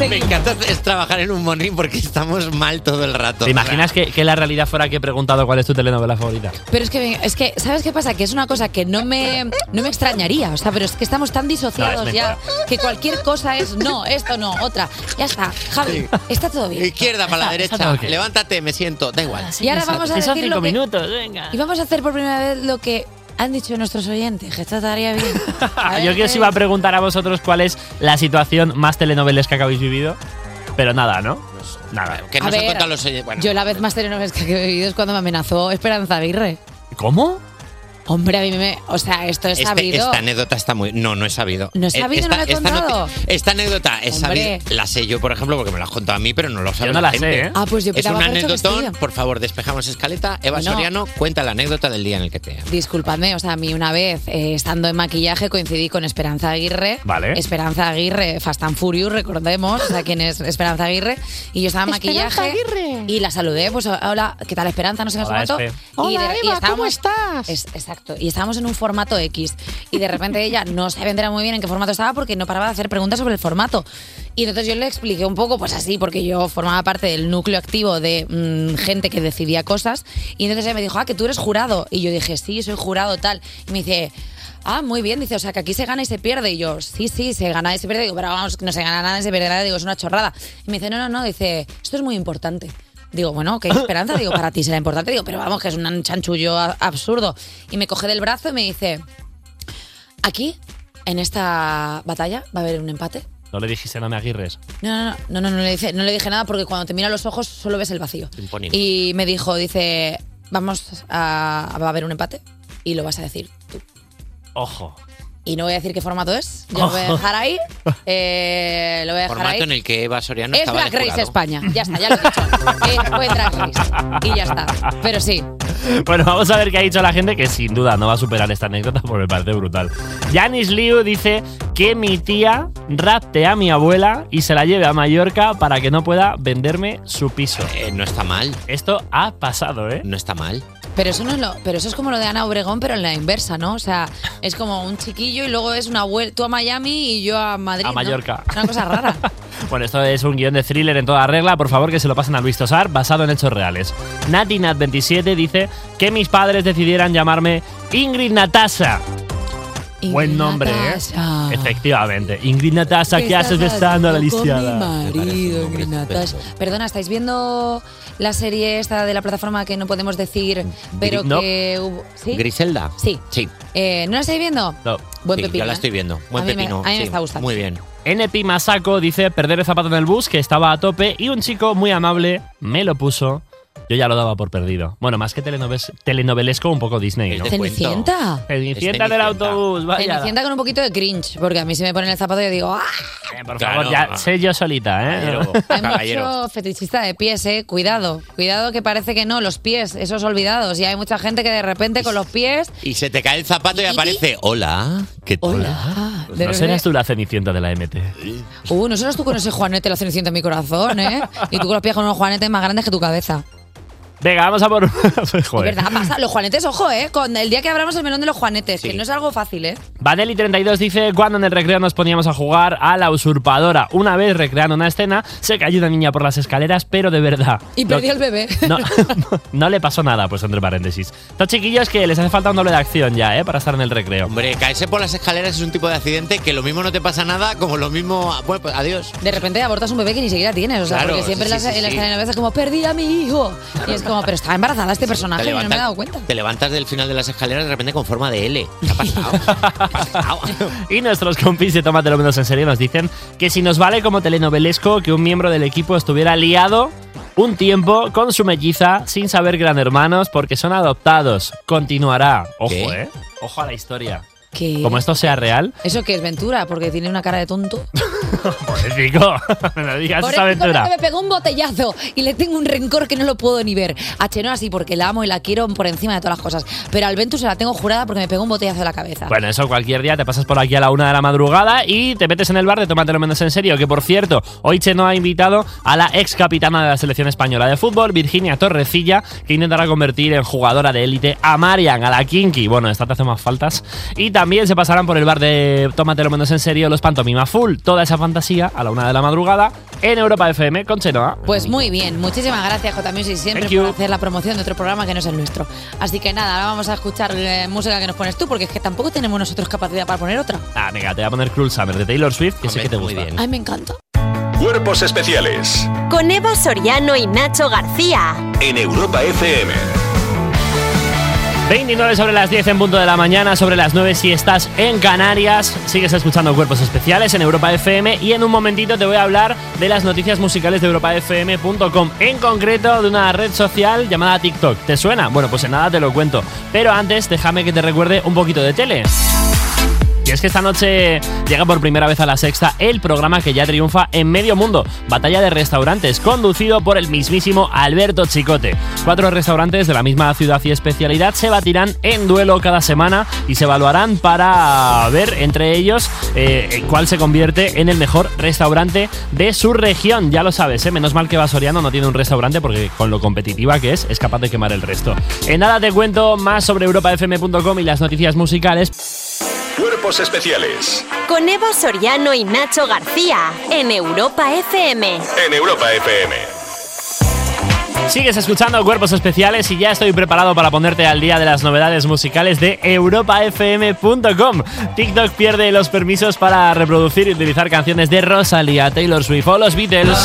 Speaker 3: Me encanta es trabajar en un monín porque estamos mal todo el rato.
Speaker 4: ¿Te imaginas que, que la realidad fuera que he preguntado cuál es tu telenovela favorita?
Speaker 1: Pero es que, me- es que, ¿sabes qué pasa? Que es una cosa que no me, no me extrañaría, o sea, pero es que estamos tan disociados
Speaker 4: No, es
Speaker 1: ya que cualquier cosa es, no, esto no, otra. Ya está, Javi, está todo bien.
Speaker 3: Izquierda para la
Speaker 1: Está- está
Speaker 3: derecha,
Speaker 1: todo bien.
Speaker 3: levántate, me siento, da igual.
Speaker 1: Y ahora vamos a
Speaker 4: Que
Speaker 1: decir
Speaker 4: son
Speaker 1: lo
Speaker 4: cinco
Speaker 1: que-
Speaker 4: minutos, eh. venga.
Speaker 1: Y vamos a hacer por primera vez lo que han dicho nuestros oyentes, que esto estaría bien.
Speaker 4: Ah, Yo que os iba a preguntar a vosotros cuál es la situación más telenovelesca que habéis vivido, pero nada, ¿no? Nada.
Speaker 3: Que
Speaker 1: A nos ha ver, contado los
Speaker 4: eh,
Speaker 3: eh,
Speaker 1: Yo la vez más telenovelesca que he vivido es cuando me amenazó Esperanza Aguirre.
Speaker 4: ¿Cómo?
Speaker 1: Hombre, a mí me... O sea, esto es
Speaker 3: Este-
Speaker 1: sabido.
Speaker 3: esta anécdota está muy. No, no es sabido.
Speaker 1: No es
Speaker 3: Eh,
Speaker 1: sabido, no
Speaker 3: esta,
Speaker 1: lo he
Speaker 3: esta no te-
Speaker 1: contado.
Speaker 3: esta anécdota es
Speaker 1: Hombre.
Speaker 3: sabida. La sé yo, por ejemplo, porque me la has contado a mí, pero no lo sabe
Speaker 4: no la sé,
Speaker 3: gente.
Speaker 4: ¿eh? Ah,
Speaker 1: pues yo
Speaker 3: Es
Speaker 1: pensaba
Speaker 3: un
Speaker 1: que era
Speaker 3: anécdotón.
Speaker 1: chorrestilla.
Speaker 3: Por favor, despejamos escaleta. Eva
Speaker 1: Bueno.
Speaker 3: Soriano cuenta la anécdota del día en el que te.
Speaker 1: Disculpadme, o sea, a mí una vez, eh, estando en maquillaje, coincidí con Esperanza Aguirre.
Speaker 3: Vale.
Speaker 1: Esperanza Aguirre, Fast and Furious, recordemos, o sea, quién es Esperanza Aguirre. Y yo estaba en
Speaker 24: Esperanza
Speaker 1: maquillaje y la saludé, pues, hola, ¿qué tal Esperanza? No sé qué no sé
Speaker 24: Hola,
Speaker 1: cuánto.
Speaker 24: Espe.
Speaker 1: Y
Speaker 24: Hola, Eva, ¿cómo
Speaker 1: estás? exacto, y estábamos en un formato X. Y de repente ella no se entera muy bien en qué formato estaba porque no paraba de hacer preguntas sobre el formato. Y entonces yo le expliqué un poco, pues así, porque yo formaba parte del núcleo activo de mm, gente que decidía cosas. Y entonces ella me dijo, ah, que tú eres jurado. Y yo dije, sí, soy jurado, tal. Y me dice, ah, muy bien, dice, o sea, que aquí se gana y se pierde. Y yo, sí, sí, se gana y se pierde. Digo, pero vamos, no se gana nada y se pierde nada. Digo, es una chorrada. Y me dice, no, no, no, dice, esto es muy importante. Digo, bueno, qué esperanza, digo, para ti será importante. Digo, pero vamos, que es un chanchullo a- absurdo. Y me coge del brazo y me dice, aquí, en esta batalla, va a haber un empate.
Speaker 4: No le dijiste no me aguirres.
Speaker 1: No, no, no, no, no, no le dije, no le dije nada porque cuando te mira a los ojos solo ves el vacío.
Speaker 4: Imponible.
Speaker 1: Y me dijo, dice, vamos a, va a haber un empate y lo vas a decir tú.
Speaker 4: Ojo.
Speaker 1: Y no voy a decir qué formato es, yo lo voy a dejar ahí. eh, lo voy a dejar ahí.
Speaker 3: Formato en el que Eva Soriano
Speaker 1: es
Speaker 3: estaba
Speaker 1: Black
Speaker 3: de
Speaker 1: Race
Speaker 3: jurado.
Speaker 1: España, ya está, ya lo he dicho. Eh, fue Drag Race y ya está. Pero sí,
Speaker 4: Bueno, vamos a ver qué ha dicho la gente, que sin duda no va a superar esta anécdota porque me parece brutal. Janis Liu dice que mi tía rapte a mi abuela y se la lleve a Mallorca para que no pueda venderme su piso.
Speaker 3: Eh, no está mal.
Speaker 4: Esto ha pasado, ¿eh?
Speaker 3: No está mal.
Speaker 1: Pero eso, no es lo, pero eso es como lo de Ana Obregón, pero en la inversa, ¿no? O sea, es como un chiquillo y luego es una vuelta, tú a Miami y yo a Madrid.
Speaker 4: A
Speaker 1: ¿no?
Speaker 4: Mallorca.
Speaker 1: Es Una cosa rara.
Speaker 4: Bueno, esto es un guión de thriller en toda regla. Por favor, que se lo pasen a Luis Tosar, basado en hechos reales. NatiNat27 dice que mis padres decidieran llamarme Ingrid Natasa. Buen nombre, ¿eh?
Speaker 1: Ah.
Speaker 4: Efectivamente. Ingrid Natasha, ¿qué haces besando a la lisiada?
Speaker 1: Perdona, ¿estáis viendo la serie esta de la plataforma que no podemos decir, pero
Speaker 3: Gri- no.
Speaker 1: que hubo- ¿Sí?
Speaker 3: ¿Griselda?
Speaker 1: Sí.
Speaker 3: Sí.
Speaker 1: Eh, ¿No la estáis viendo?
Speaker 4: No.
Speaker 1: Buen pepino,
Speaker 3: yo la
Speaker 1: ¿eh?
Speaker 3: estoy viendo. Buen
Speaker 1: A mí me-
Speaker 3: pepino.
Speaker 1: a mí me
Speaker 3: sí.
Speaker 1: está gustando.
Speaker 3: Muy bien.
Speaker 4: NP Masako dice perder el zapato en el bus que estaba a tope y un chico muy amable me lo puso. Yo ya lo daba por perdido. Bueno, más que telenoves- telenovelesco, un poco Disney, ¿no?
Speaker 1: ¿Cenicienta?
Speaker 4: Cenicienta del autobús, vaya.
Speaker 1: Cenicienta con un poquito de cringe, porque a mí se me pone en el zapato y yo digo, ¡ah!
Speaker 4: Por favor, ya sé yo solita, ¿eh?
Speaker 1: Hay mucho fetichista de pies, eh. Cuidado, cuidado que parece que no, los pies, esos olvidados. Y hay mucha gente que de repente con los pies.
Speaker 3: Y se te cae el zapato y aparece. Hola. ¿Qué tal? Pues
Speaker 1: Ah, de
Speaker 4: ¿No
Speaker 1: repente-
Speaker 4: serás tú la Cenicienta de la MT?
Speaker 1: Uh, no serás tú con ese Juanete, la cenicienta en mi corazón, eh. Y tú con los pies con unos Juanetes más grandes que tu cabeza.
Speaker 4: Venga, vamos a por... Joder.
Speaker 1: Es verdad, pasa. Los Juanetes, ojo, eh. Con el día que abramos el melón de los Juanetes, que no es algo fácil, eh.
Speaker 4: Vanelli32 dice, cuando en el recreo nos poníamos a jugar a la usurpadora, una vez recreando una escena, se cayó una niña por las escaleras, pero de verdad.
Speaker 1: Y
Speaker 4: Lo-
Speaker 1: perdí el bebé.
Speaker 4: No, no le pasó nada, pues entre paréntesis. Estos chiquillos que les hace falta un doble de acción ya, ¿eh? Para estar en el recreo.
Speaker 3: Hombre, caerse por las escaleras es un tipo de accidente que lo mismo no te pasa nada, como lo mismo. Bueno, pues adiós.
Speaker 1: De repente abortas un bebé que ni siquiera tienes, o sea,
Speaker 3: Claro,
Speaker 1: porque siempre
Speaker 3: sí,
Speaker 1: las-
Speaker 3: sí,
Speaker 1: en las
Speaker 3: sí.
Speaker 1: telenovelas es como, perdí a mi hijo. Y es como, pero estaba embarazada este personaje,
Speaker 3: Te
Speaker 1: yo no me he
Speaker 3: levantas-
Speaker 1: dado cuenta.
Speaker 3: Te levantas del final de las escaleras de repente con forma de L. ¿Qué ha pasado?
Speaker 4: Y nuestros compis de Tómatelo Menos en Serio nos dicen que si nos vale como telenovelesco que un miembro del equipo estuviera liado un tiempo con su melliza sin saber que eran hermanos porque son adoptados. Continuará. Ojo, ¿eh? Ojo a la historia.
Speaker 1: ¿Qué?
Speaker 4: Como esto sea real,
Speaker 1: ¿Eso qué es Ventura? Porque tiene una cara de tonto.
Speaker 4: pobrecito, no digas
Speaker 1: Por
Speaker 4: esa aventura.
Speaker 1: me pegó un botellazo y le tengo un rencor que no lo puedo ni ver. A Chenoa así porque la amo y la quiero por encima de todas las cosas. Pero al Ventus se la tengo jurada porque me pegó un botellazo en la cabeza.
Speaker 4: Bueno, eso cualquier día te pasas por aquí a la una de la madrugada y te metes en el bar de Tómatelo Menos en Serio, que por cierto, hoy Cheno ha invitado a la ex capitana de la selección española de fútbol, Virginia Torrecilla, que intentará convertir en jugadora de élite a Marian, a la Kinky. Bueno, esta te hace más faltas. Y también se pasarán por el bar de Tómatelo Menos en Serio los Pantomima Full. Toda esa fantasía a la una de la madrugada en Europa FM con Chenoa.
Speaker 1: Pues muy bien, muchísimas gracias J Music siempre
Speaker 4: Thank you.
Speaker 1: por hacer la promoción de otro programa que no es el nuestro. Así que nada, ahora vamos a escuchar eh, música que nos pones tú porque es que tampoco tenemos nosotros capacidad para poner otra.
Speaker 4: Ah, venga, te voy a poner Cruel Summer de Taylor Swift, que sé que te gusta.
Speaker 1: Ay, me encanta.
Speaker 30: Cuerpos especiales
Speaker 6: Con Eva Soriano y Nacho García.
Speaker 30: en Europa FM.
Speaker 4: 29 sobre las 10 en punto de la mañana, sobre las 9 si estás en Canarias. Sigues escuchando Cuerpos Especiales en Europa FM y en un momentito te voy a hablar de las noticias musicales de europafm.com, en concreto de una red social llamada TikTok. ¿Te suena? Bueno, pues en nada te lo cuento. Pero antes, déjame que te recuerde un poquito de tele. Y es que esta noche llega por primera vez a la sexta el programa que ya triunfa en medio mundo, Batalla de Restaurantes, conducido por el mismísimo Alberto Chicote. Cuatro restaurantes de la misma ciudad y especialidad se batirán en duelo cada semana y se evaluarán para ver entre ellos eh, cuál se convierte en el mejor restaurante de su región. Ya lo sabes, ¿eh? menos mal que Vasoriano no tiene un restaurante porque con lo competitiva que es, es capaz de quemar el resto. En nada te cuento más sobre europafm.com y las noticias musicales.
Speaker 30: Cuerpos especiales
Speaker 6: Con Eva Soriano y Nacho García en Europa FM.
Speaker 30: en Europa FM.
Speaker 4: Sigues escuchando Cuerpos Especiales y ya estoy preparado para ponerte al día de las novedades musicales de europafm.com. TikTok pierde los permisos para reproducir y utilizar canciones de Rosalía, Taylor Swift o los Beatles.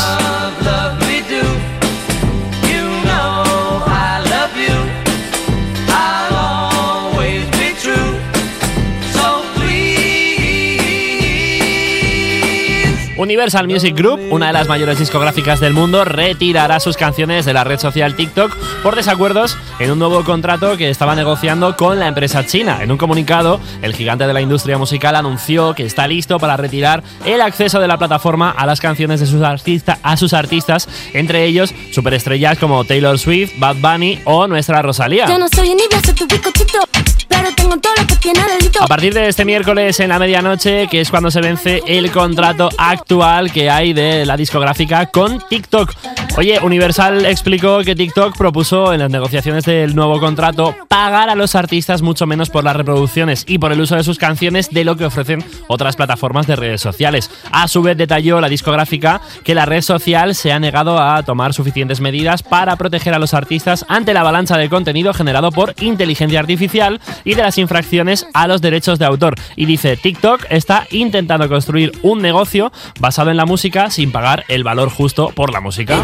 Speaker 4: Universal Music Group, una de las mayores discográficas del mundo, retirará sus canciones de la red social TikTok por desacuerdos en un nuevo contrato que estaba negociando con la empresa china. En un comunicado, el gigante de la industria musical anunció que está listo para retirar el acceso de la plataforma a las canciones de sus artistas, a sus artistas, entre ellos superestrellas como Taylor Swift, Bad Bunny o nuestra Rosalía.
Speaker 24: Yo no soy un idiota, soy tu bizcochito. Claro, tengo todo lo que tiene delito.
Speaker 4: A partir de este miércoles en la medianoche, que es cuando se vence el contrato actual que hay de la discográfica con TikTok. Oye, Universal explicó que TikTok propuso en las negociaciones del nuevo contrato pagar a los artistas mucho menos por las reproducciones y por el uso de sus canciones de lo que ofrecen otras plataformas de redes sociales. A su vez detalló la discográfica que la red social se ha negado a tomar suficientes medidas para proteger a los artistas ante la avalancha de contenido generado por inteligencia artificial y de las infracciones a los derechos de autor. Y dice, TikTok está intentando construir un negocio basado en la música sin pagar el valor justo por la música.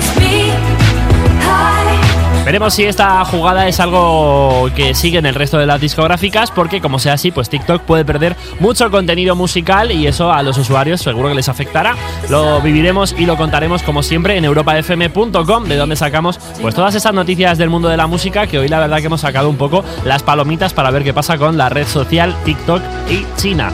Speaker 4: Veremos si esta jugada es algo que sigue en el resto de las discográficas, porque como sea así, pues TikTok puede perder mucho contenido musical y eso a los usuarios seguro que les afectará. Lo viviremos y lo contaremos como siempre en europafm.com, de donde sacamos pues todas esas noticias del mundo de la música, que hoy la verdad que hemos sacado un poco las palomitas para ver qué pasa con la red social TikTok y China.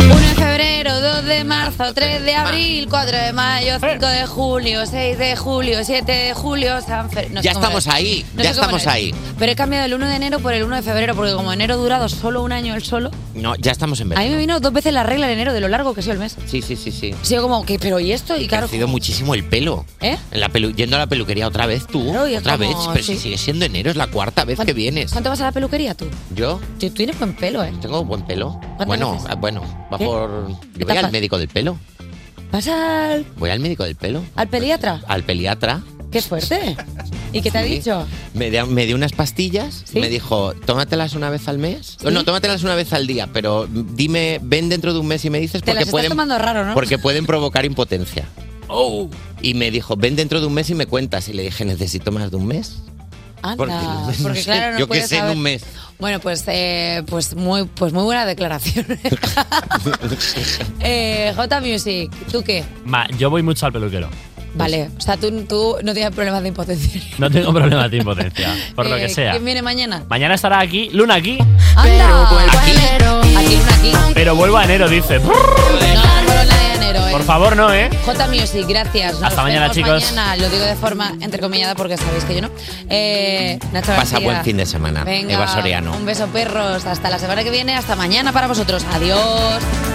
Speaker 1: 1 de febrero, 2 de marzo, 3 de abril,
Speaker 3: Ah.
Speaker 1: 4 de
Speaker 3: Eh.
Speaker 1: mayo, 5 de julio, 6 de julio, 7 de julio, San Fer... no sé
Speaker 3: Ya
Speaker 1: cómo
Speaker 3: estamos
Speaker 1: era.
Speaker 3: ahí,
Speaker 1: No
Speaker 3: ya
Speaker 1: sé cómo
Speaker 3: estamos
Speaker 1: era.
Speaker 3: ahí.
Speaker 1: Pero he cambiado el 1 de enero por el 1 de febrero, porque como enero ha durado solo un año el solo,
Speaker 3: No, ya estamos en
Speaker 1: a mí
Speaker 3: verano.
Speaker 1: me vino dos veces la regla de enero de lo largo que ha sido el mes.
Speaker 3: Sí, sí, sí, sí.
Speaker 1: Ha sido como, que, pero ¿y esto? Y
Speaker 3: Ha
Speaker 1: claro,
Speaker 3: crecido muchísimo el pelo.
Speaker 1: ¿eh?
Speaker 3: En la pelu- yendo a la peluquería otra vez tú.
Speaker 1: Claro, y es
Speaker 3: otra vez.
Speaker 1: como,
Speaker 3: Pero
Speaker 1: sí.
Speaker 3: si sigue siendo enero, es la cuarta vez que vienes.
Speaker 1: ¿Cuánto vas a la peluquería tú?
Speaker 3: Yo
Speaker 1: Tú tienes buen pelo, ¿eh?
Speaker 3: tengo buen pelo.
Speaker 1: ¿Cuántas
Speaker 3: Bueno,
Speaker 1: veces?
Speaker 3: ah, bueno, va
Speaker 1: ¿Qué?
Speaker 3: por.
Speaker 1: ¿Qué
Speaker 3: Yo voy
Speaker 1: tapas?
Speaker 3: al médico del pelo.
Speaker 1: ¿Vas al,
Speaker 3: Voy al médico del pelo.
Speaker 1: al pediatra?
Speaker 3: Al pediatra.
Speaker 1: ¡Qué fuerte! ¿Y qué te ha
Speaker 3: Sí.
Speaker 1: dicho?
Speaker 3: Me, da- me dio unas pastillas y me dijo, tómatelas una vez al mes. No, tómatelas una vez al día, pero dime, ven dentro de un mes y me dices
Speaker 1: Te las
Speaker 3: porque
Speaker 1: estás
Speaker 3: pueden,
Speaker 1: tomando raro, ¿no? Uh.
Speaker 3: porque pueden provocar impotencia. Y me dijo, ven dentro de un mes y me cuentas. Y le dije, necesito más de un mes.
Speaker 1: Anda,
Speaker 3: Porque no
Speaker 1: porque,
Speaker 3: sé,
Speaker 1: claro, no
Speaker 3: yo qué
Speaker 1: puedes
Speaker 3: sé, en
Speaker 1: saber.
Speaker 3: un mes.
Speaker 1: Bueno, pues, eh, pues, muy, pues muy buena declaración. eh, J Music, ¿tú qué?
Speaker 4: Ma, yo voy mucho al peluquero.
Speaker 1: Vale, o sea, tú, tú no tienes problemas de impotencia.
Speaker 4: No tengo problemas de impotencia, por lo
Speaker 1: Eh,
Speaker 4: que sea.
Speaker 1: ¿Quién viene mañana?
Speaker 4: Mañana estará aquí, Luna aquí,
Speaker 1: ¡Anda! Aquí, aquí, una aquí.
Speaker 4: pero vuelvo a enero, dice.
Speaker 1: No, no, la de enero, eh.
Speaker 4: Por favor, no, ¿eh?
Speaker 1: J Music, gracias. Nos
Speaker 4: Hasta mañana,
Speaker 1: vemos
Speaker 4: chicos.
Speaker 1: mañana. Lo digo de forma entrecomillada porque sabéis que yo no. Eh, Nacho
Speaker 3: Pasa
Speaker 1: García.
Speaker 3: buen fin de semana,
Speaker 1: Venga,
Speaker 3: Eva Soriano.
Speaker 1: Un beso, perros. Hasta la semana que viene. Hasta mañana para vosotros. Adiós.